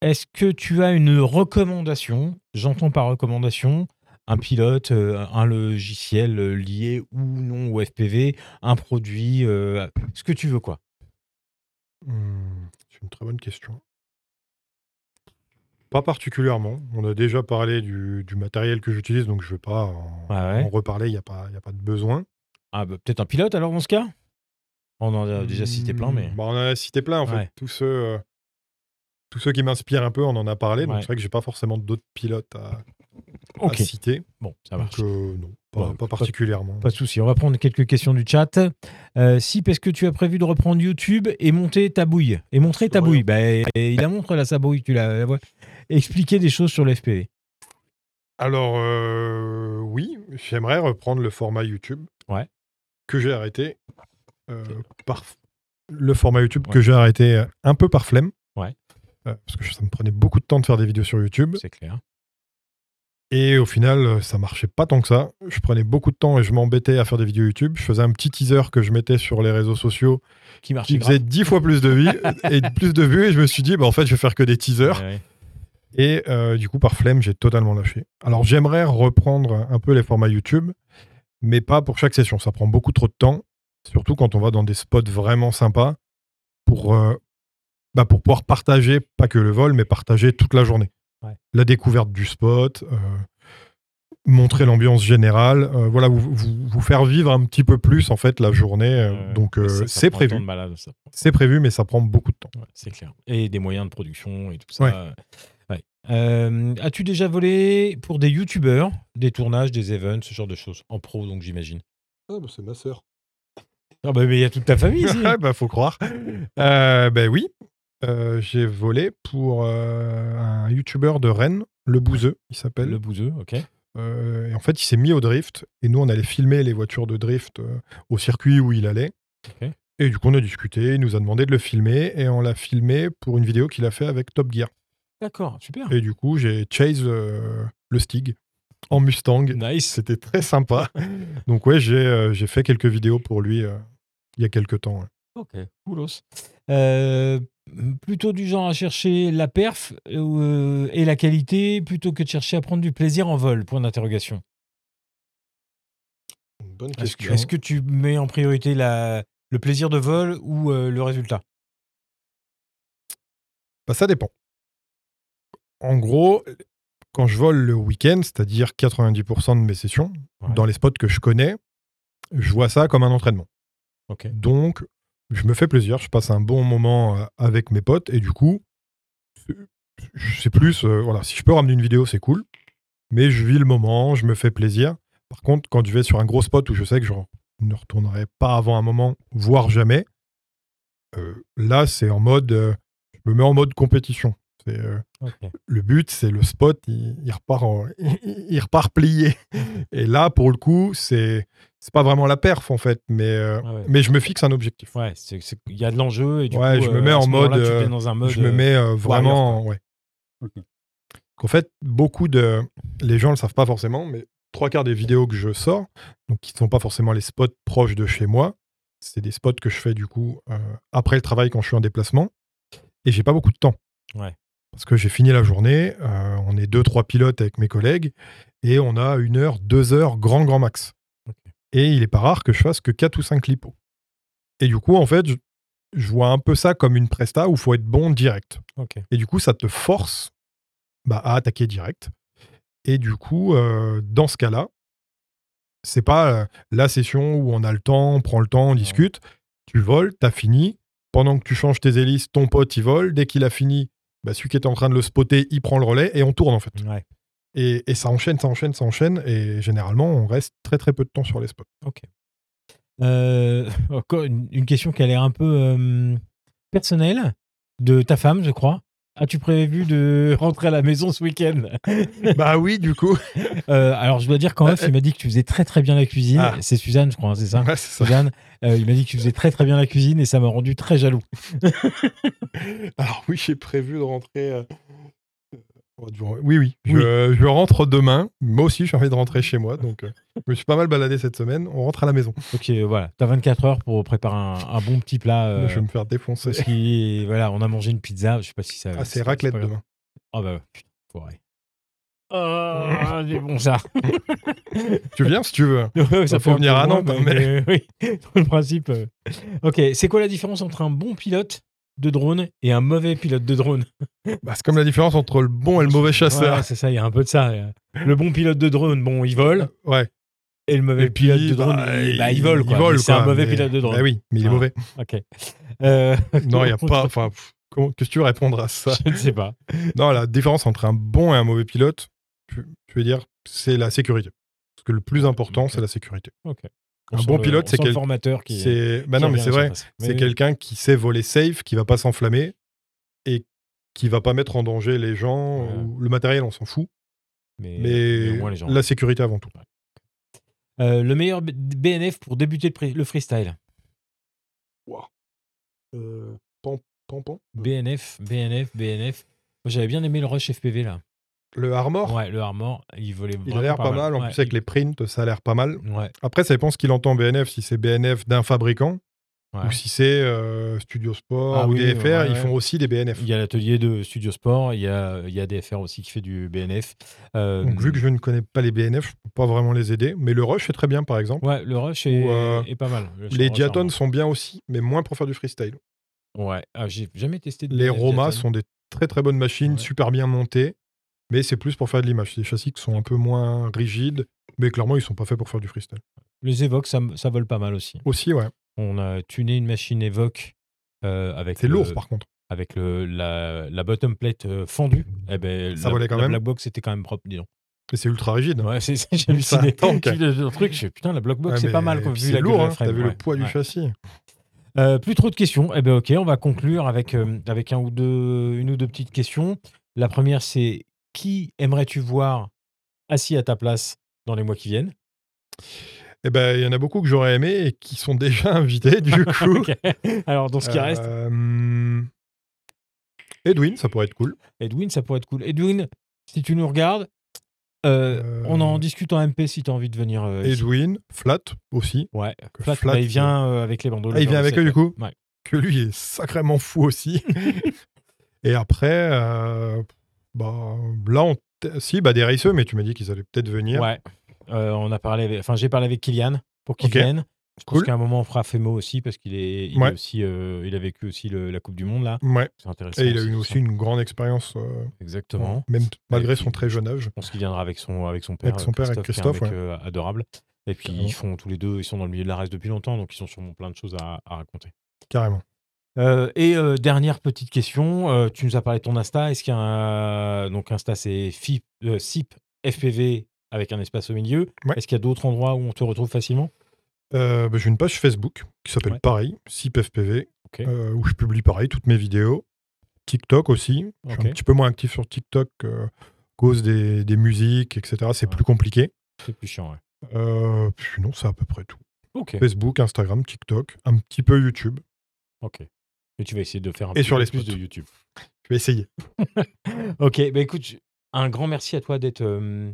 A: Est-ce que tu as une recommandation J'entends par recommandation un pilote, euh, un logiciel euh, lié ou non au FPV, un produit, euh, ce que tu veux quoi.
B: Hmm, C'est une très bonne question. Pas particulièrement. On a déjà parlé du, du matériel que j'utilise, donc je ne vais pas en,
A: Ouais, ouais.
B: en reparler, il n'y a, pas- y a pas de besoin.
A: Ah, bah, peut-être un pilote alors dans ce cas On en a déjà cité plein, mais.
B: Hmm, bah, on en a cité plein, en fait.
A: Ouais.
B: Tous ceux, euh, tous ceux qui m'inspirent un peu, on en a parlé, donc
A: Ouais.
B: c'est vrai que j'ai pas forcément d'autres pilotes à, à
A: Ok,
B: citer.
A: bon, ça marche.
B: Donc, euh, non, pas,
A: Ouais,
B: pas
A: pas-
B: particulièrement.
A: Pas de souci, on va prendre quelques questions du chat. Euh, Sip, est-ce que tu as prévu de reprendre YouTube et monter ta bouille Et montrer ta
B: Ouais.
A: bouille Ben, et Il la montre là, sa bouille, tu la, la vois. Expliquer des choses sur le FPV.
B: Alors, euh, oui, j'aimerais reprendre le format YouTube
A: Ouais.
B: que j'ai arrêté. euh, par... Le format YouTube
A: Ouais.
B: que j'ai arrêté euh, un peu par flemme.
A: Ouais.
B: Euh, parce que ça me prenait beaucoup de temps de faire des vidéos sur YouTube.
A: C'est clair.
B: Et au final, euh, ça marchait pas tant que ça. Je prenais beaucoup de temps et je m'embêtais à faire des vidéos YouTube. Je faisais un petit teaser que je mettais sur les réseaux sociaux
A: Qui marche
B: qui faisait 10 fois plus
A: (laughs)
B: de vues et plus de vues. Et je me suis dit, bah, en fait, je vais faire que des teasers. Et euh, du coup, par flemme, j'ai totalement lâché. Alors, j'aimerais reprendre un peu les formats YouTube, mais pas pour chaque session. Ça prend beaucoup trop de temps, surtout quand on va dans des spots vraiment sympas pour, euh, bah, pour pouvoir partager, pas que le vol, mais partager toute la journée.
A: Ouais.
B: La découverte du spot, euh, montrer l'ambiance générale, euh, voilà, vous, vous- vous faire vivre un petit peu plus en fait la journée. euh, donc, euh, c'est prévu. C'est prévu, mais ça prend beaucoup de temps.
A: Ouais, c'est clair. Et des moyens de production et tout ça.
B: Ouais.
A: Ouais. Euh, As-tu déjà volé pour des youtubeurs, des tournages, des events, ce genre de choses En pro, donc j'imagine.
E: Ah, bah, c'est ma sœur.
A: Ah bah, mais il y a toute ta famille ici.
B: (laughs) Ouais, bah, faut croire. Euh, ben oui, Euh, j'ai volé pour euh, un youtubeur de Rennes, le Bouzeux, il s'appelle.
A: Le bouseux, ok.
B: Euh, et en fait, il s'est mis au drift et nous, on allait filmer les voitures de drift euh, au circuit où il allait.
A: Ok.
B: Et du coup, on a discuté, il nous a demandé de le filmer et on l'a filmé pour une vidéo qu'il a fait avec Top Gear.
A: D'accord, super.
B: Et du coup, j'ai chase euh, le Stig en Mustang.
A: Nice.
B: C'était très sympa. Donc ouais, j'ai euh, j'ai fait quelques vidéos pour lui euh, il y a quelques temps. ouais.
A: Ok, coolos. Euh, plutôt du genre à chercher la perf euh, et la qualité plutôt que de chercher à prendre du plaisir en vol, point d'interrogation.
E: Une bonne
A: Est-ce que,
E: question.
A: est-ce que tu mets en priorité la, le plaisir de vol ou euh, le résultat
B: Bah, ça dépend. En gros, quand je vole le week-end, c'est-à-dire 90% de mes sessions,
A: Ouais.
B: dans les spots que je connais, je vois ça comme un entraînement.
A: Ok.
B: Donc, je me fais plaisir, je passe un bon moment euh, avec mes potes, et du coup, c'est- c'est plus, euh, voilà, si je peux ramener une vidéo, c'est cool, mais je vis le moment, je me fais plaisir. Par contre, quand je vais sur un gros spot où je sais que je ne retournerai pas avant un moment, voire jamais, euh, là, c'est en mode, euh, je me mets en mode compétition. C'est, euh,
A: Ok.
B: le but, c'est le spot, il, il repart en- (laughs) il repart plié. Et là, pour le coup, c'est c'est pas vraiment la perf, en fait, mais, euh,
A: Ah ouais.
B: mais je me fixe un objectif.
A: Ouais, c'est- c'est- il y a de l'enjeu et du
B: Ouais,
A: coup,
B: je me
A: euh,
B: mets
A: à
B: en
A: ce
B: mode,
A: moment-là, tu te
B: euh,
A: mets dans un mode.
B: je me
A: euh,
B: mets euh, vraiment. ouais.
A: Ok.
B: Qu'en fait, beaucoup de. Les gens le savent pas forcément, mais trois quarts des vidéos que je sors, donc qui ne sont pas forcément les spots proches de chez moi, c'est des spots que je fais du coup euh, après le travail quand je suis en déplacement. Et j'ai pas beaucoup de temps.
A: Ouais.
B: Parce que j'ai fini la journée, euh, on est deux, trois pilotes avec mes collègues, et on a une heure, deux heures, grand, grand max.
A: Ok.
B: Et il est pas rare que je fasse que quatre ou cinq clips. Et du coup, en fait, je, je vois un peu ça comme une presta où faut être bon direct.
A: ok.
B: Et du coup, ça te force bah, à attaquer direct. Et du coup, euh, dans ce cas-là, c'est pas euh, la session où on a le temps, on prend le temps, on discute. Tu voles, t'as fini. Pendant que tu changes tes hélices, ton pote, il vole. Dès qu'il a fini, bah, celui qui est en train de le spotter, il prend le relais et on tourne, en fait.
A: Ouais,
B: Et, et ça enchaîne, ça enchaîne, ça enchaîne. Et généralement, on reste très, très peu de temps sur les spots.
A: ok. Euh, encore une, une question qui a l'air un peu euh, personnelle de ta femme, je crois. As-tu prévu de rentrer à la maison ce (laughs) week-end
B: bah oui, du coup.
A: Euh, Alors, je dois dire qu'en off, il m'a dit que tu faisais très très bien la cuisine.
B: Ah.
A: C'est Suzanne, je crois, hein, c'est ça (laughs)
B: Ouais, c'est ça.
A: Suzanne, euh, il m'a dit que tu faisais très très bien la cuisine et ça m'a rendu très jaloux.
B: (laughs)
E: Alors oui, j'ai prévu de rentrer euh,
B: Oui, oui. Je, je rentre demain. Moi aussi, j'ai envie de rentrer chez moi. Donc, euh, je me suis pas mal baladé cette semaine. On rentre à la maison.
A: Ok, voilà. T'as 24 heures pour préparer un, un bon petit plat. euh,
B: Je vais me faire défoncer.
A: parce qu'il- voilà, on a mangé une pizza. Je sais pas si ça.
B: Ah, c'est
A: pas
B: raclette
A: grave.
B: demain.
A: Ah bah, putain, foiré. (laughs) Ah, c'est bon ça.
B: Tu viens si tu veux. hein.
A: ça
B: faut
A: un
B: venir
A: peu
B: à
A: loin,
B: Nantes, hein,
A: mais, euh, (laughs) oui, dans le principe. euh. Ok, c'est quoi la différence entre un bon pilote de drone et un mauvais pilote de drone
B: Bah, c'est comme la différence entre le bon et le mauvais chasseur.
A: Voilà, c'est ça, il y a un peu de ça. euh. Le bon pilote de drone, bon, il vole.
B: Ouais.
A: Et le mauvais
B: Et puis,
A: pilote de
B: bah,
A: drone, il, bah, il vole. quoi. Mais C'est un mauvais
B: mais-
A: pilote de drone.
B: Bah oui, mais il est
A: Ah.
B: (laughs) mauvais.
A: Ok. Euh, (laughs)
B: Non, il n'y a pas. Enfin, pff, comment- qu'est-ce que tu veux répondre à (laughs) ça
A: Je ne sais pas.
B: Non, la différence entre un bon et un mauvais pilote, tu, tu veux dire, c'est la sécurité. Parce que le plus important, c'est la sécurité. Un
A: On sent
B: bon
A: le- on
B: pilote, c'est
A: sent le
B: quel-
A: formateur qui.
B: C'est. Bah
A: qui
B: non, mais
A: revient
B: c'est
A: sur
B: vrai.
A: ça. Mais
B: C'est quelqu'un qui sait voler safe, qui va pas s'enflammer et qui va pas mettre en danger les gens
A: Ouais.
B: ou le matériel, on s'en fout.
A: Mais, mais
B: Mais
A: au moins, les gens.
B: la sécurité avant tout.
A: Euh, le meilleur B- BNF pour débuter le, pré- le freestyle.
F: Euh, pom- Pompon
B: Mmh.
A: BNF, BNF, BNF. Moi, j'avais bien aimé le rush FPV là.
B: Le armor,
A: Ouais, le armor, il volait.
B: Oh. il a
A: vraiment
B: l'air pas mal. En
A: Ouais,
B: plus, avec les prints, ça a l'air pas mal.
A: il- Ouais,
B: Après, ça dépend ce qu'il entend BNF, si c'est BNF d'un fabricant
A: Ouais.
B: ou si c'est euh, Studio Sport
A: Ah
B: ou
A: oui,
B: DFR,
A: ouais,
B: ils
A: ouais.
B: font aussi des BNF.
A: il y a l'atelier de Studio Sport, il y a, il y a DFR aussi qui fait du BNF. Euh,
B: Donc, vu que je ne connais pas les BNF, je peux pas vraiment les aider. Mais le rush est très bien, par exemple.
A: Ouais, le rush est,
B: Ou, euh,
A: est pas mal. Le
B: Les
A: rush
B: diatons sont bien aussi, mais moins pour faire du freestyle.
A: armor. Ouais, ah, j'ai jamais testé. de
B: Les
A: BNF
B: Roma
A: diatone.
B: sont des très très bonnes machines,
A: Ouais.
B: super bien montées, mais c'est plus pour faire de l'image. C'est des châssis qui sont un peu moins rigides, mais clairement ils sont pas faits pour faire du freestyle.
A: Les Evox, ça, ça vole pas mal aussi.
B: Aussi, ouais.
A: On a tuné une machine Evoque euh, avec.
B: C'est
A: le-
B: lourd par contre.
A: avec le, la, la bottom plate euh, fendue, eh ben,
B: Ça
A: la,
B: volait quand
A: la
B: même.
A: black box était quand même propre, dis donc.
B: Et c'est ultra rigide.
A: Ouais, c'est ça,
B: (laughs)
A: j'ai halluciné.
B: tank.
A: J'ai vu Le, le truc, je fais, putain, la black box,
B: Ouais,
A: c'est
B: mais-
A: pas mal, quoi,
B: et puis
A: vu
B: c'est
A: la
B: lourd,
A: gueule de
B: hein.
A: la frame,
B: T'as vu
A: ouais,
B: le poids
A: ouais.
B: du chassis.
A: Euh, plus trop de questions. Eh ben, ok, on va conclure avec, euh, avec un ou deux, une ou deux petites questions. La première, c'est qui aimerais-tu voir assis à ta place dans les mois qui
B: (laughs)
A: viennent
B: Et ben il y en a beaucoup que j'aurais aimé et qui sont (laughs) déjà
A: (laughs)
B: invités du coup.
A: Ok. Alors, dans ce qui reste,
B: Euh, Edwin, ça pourrait être cool.
A: Edwin, ça pourrait être cool. Edwin, si tu nous regardes, euh,
B: Euh,
A: on en discute en MP si tu as envie de venir. euh, ici.
B: Edwin, Flat aussi.
A: Ouais,
B: Que
A: Flat,
B: Flat,
A: bah, il vient euh, avec les bandeaux.
B: Ah, il vient avec eux du coup
A: Ouais.
B: Que lui est sacrément
A: (laughs)
B: fou aussi. et après, euh, bah, là, on t- si, bah, des raceux, mais tu m'as dit qu'ils allaient peut-être venir.
A: Ouais. Euh, on a parlé avec- Enfin, j'ai parlé avec Kylian pour qu'il
B: Ok.
A: vienne. Je pense
B: Cool.
A: qu'à un moment, on fera Femo aussi parce qu'il est, il est
B: Ouais.
A: aussi, euh, il a vécu aussi le- la Coupe du Monde là.
B: Ouais.
A: C'est intéressant.
B: Et il a
A: aussi,
B: eu
A: tout
B: aussi
A: ça.
B: une grande expérience, euh,
A: Exactement.
B: même malgré
A: Et
B: son
A: puis-
B: très jeune âge.
A: Je pense qu'il viendra avec son, avec son père.
B: Avec son
A: euh,
B: père, avec
A: qui est un
B: Christophe,
A: mec, euh, adorable. Et puis
B: Carrément.
A: ils font tous les deux, ils sont dans le milieu de la race depuis longtemps, donc ils sont sûrement plein de choses à, à raconter.
B: Carrément.
A: Euh, et euh, dernière petite question, euh, tu nous as parlé de ton Insta. Est-ce qu'il y a un... Donc Insta, c'est FIP, euh, SIP FPV avec un espace au milieu.
B: Ouais.
A: Est-ce qu'il y a d'autres endroits où on te retrouve facilement
B: Euh, bah, J'ai une page Facebook qui s'appelle
A: Ouais.
B: pareil, SIPFPV,
A: Ok.
B: euh, où je publie pareil toutes mes vidéos. TikTok aussi. Je suis
A: Ok.
B: un petit peu moins actif sur TikTok euh, à cause des, des musiques, etc. C'est
A: Ouais.
B: plus compliqué.
A: C'est plus chiant, ouais.
B: Euh, puis sinon, c'est à peu près tout.
A: Ok.
B: Facebook, Instagram, TikTok, un petit peu YouTube.
A: Ok. Et tu vas essayer de faire un
B: Et
A: petit
B: sur
A: peu
B: les
A: plus
B: spots.
A: de YouTube.
B: Je vais essayer.
A: Ok, bah écoute, je- un grand merci à toi d'être euh,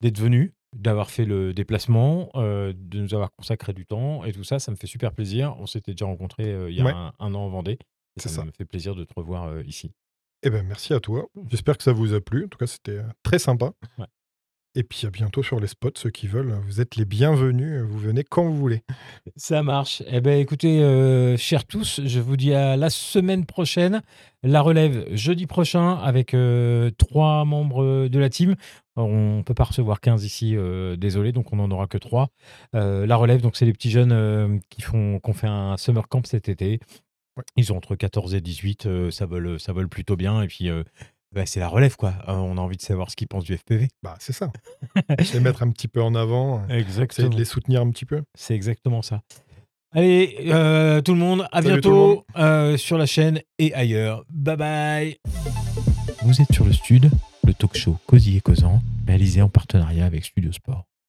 A: d'être venu, d'avoir fait le déplacement, euh, de nous avoir consacré du temps et tout ça. Ça me fait super plaisir. On s'était déjà rencontrés euh, il y a
B: Ouais.
A: un, un an en Vendée. Et
B: C'est
A: ça,
B: ça.
A: me fait plaisir de te revoir euh, ici.
B: Eh ben merci à toi. J'espère que ça vous a plu. En tout cas, c'était euh, très sympa.
A: Mmh. Ouais.
B: Et puis à bientôt sur les spots. Ceux qui veulent, vous êtes les bienvenus. Vous venez quand vous voulez.
A: Ça marche. Eh bien, écoutez, euh, chers tous, je vous dis à la semaine prochaine. La relève jeudi prochain avec euh, trois membres de la team. On ne peut pas recevoir 15 ici, euh, désolé, donc on n'en aura que trois. Euh, la relève, donc c'est les petits jeunes euh, qui font qu'on fait un summer camp cet été.
B: Ouais.
A: Ils ont entre 14 et 18, euh, ça, vole, ça vole plutôt bien. Et puis, euh, bah, c'est la relève, quoi. Euh, on a envie de savoir ce qu'ils pensent du FPV.
B: Bah
A: (laughs)
B: c'est ça. les mettre un petit peu en avant. euh, Essayer
A: Exactement.
B: de les soutenir un petit peu.
A: C'est exactement ça. Allez, euh, tout le monde, à
B: Salut tout le
A: bientôt euh, sur la chaîne et ailleurs. Bye bye. Vous êtes sur le Stud, le talk show Cosy et Cosant, réalisé en partenariat avec Studio Sport.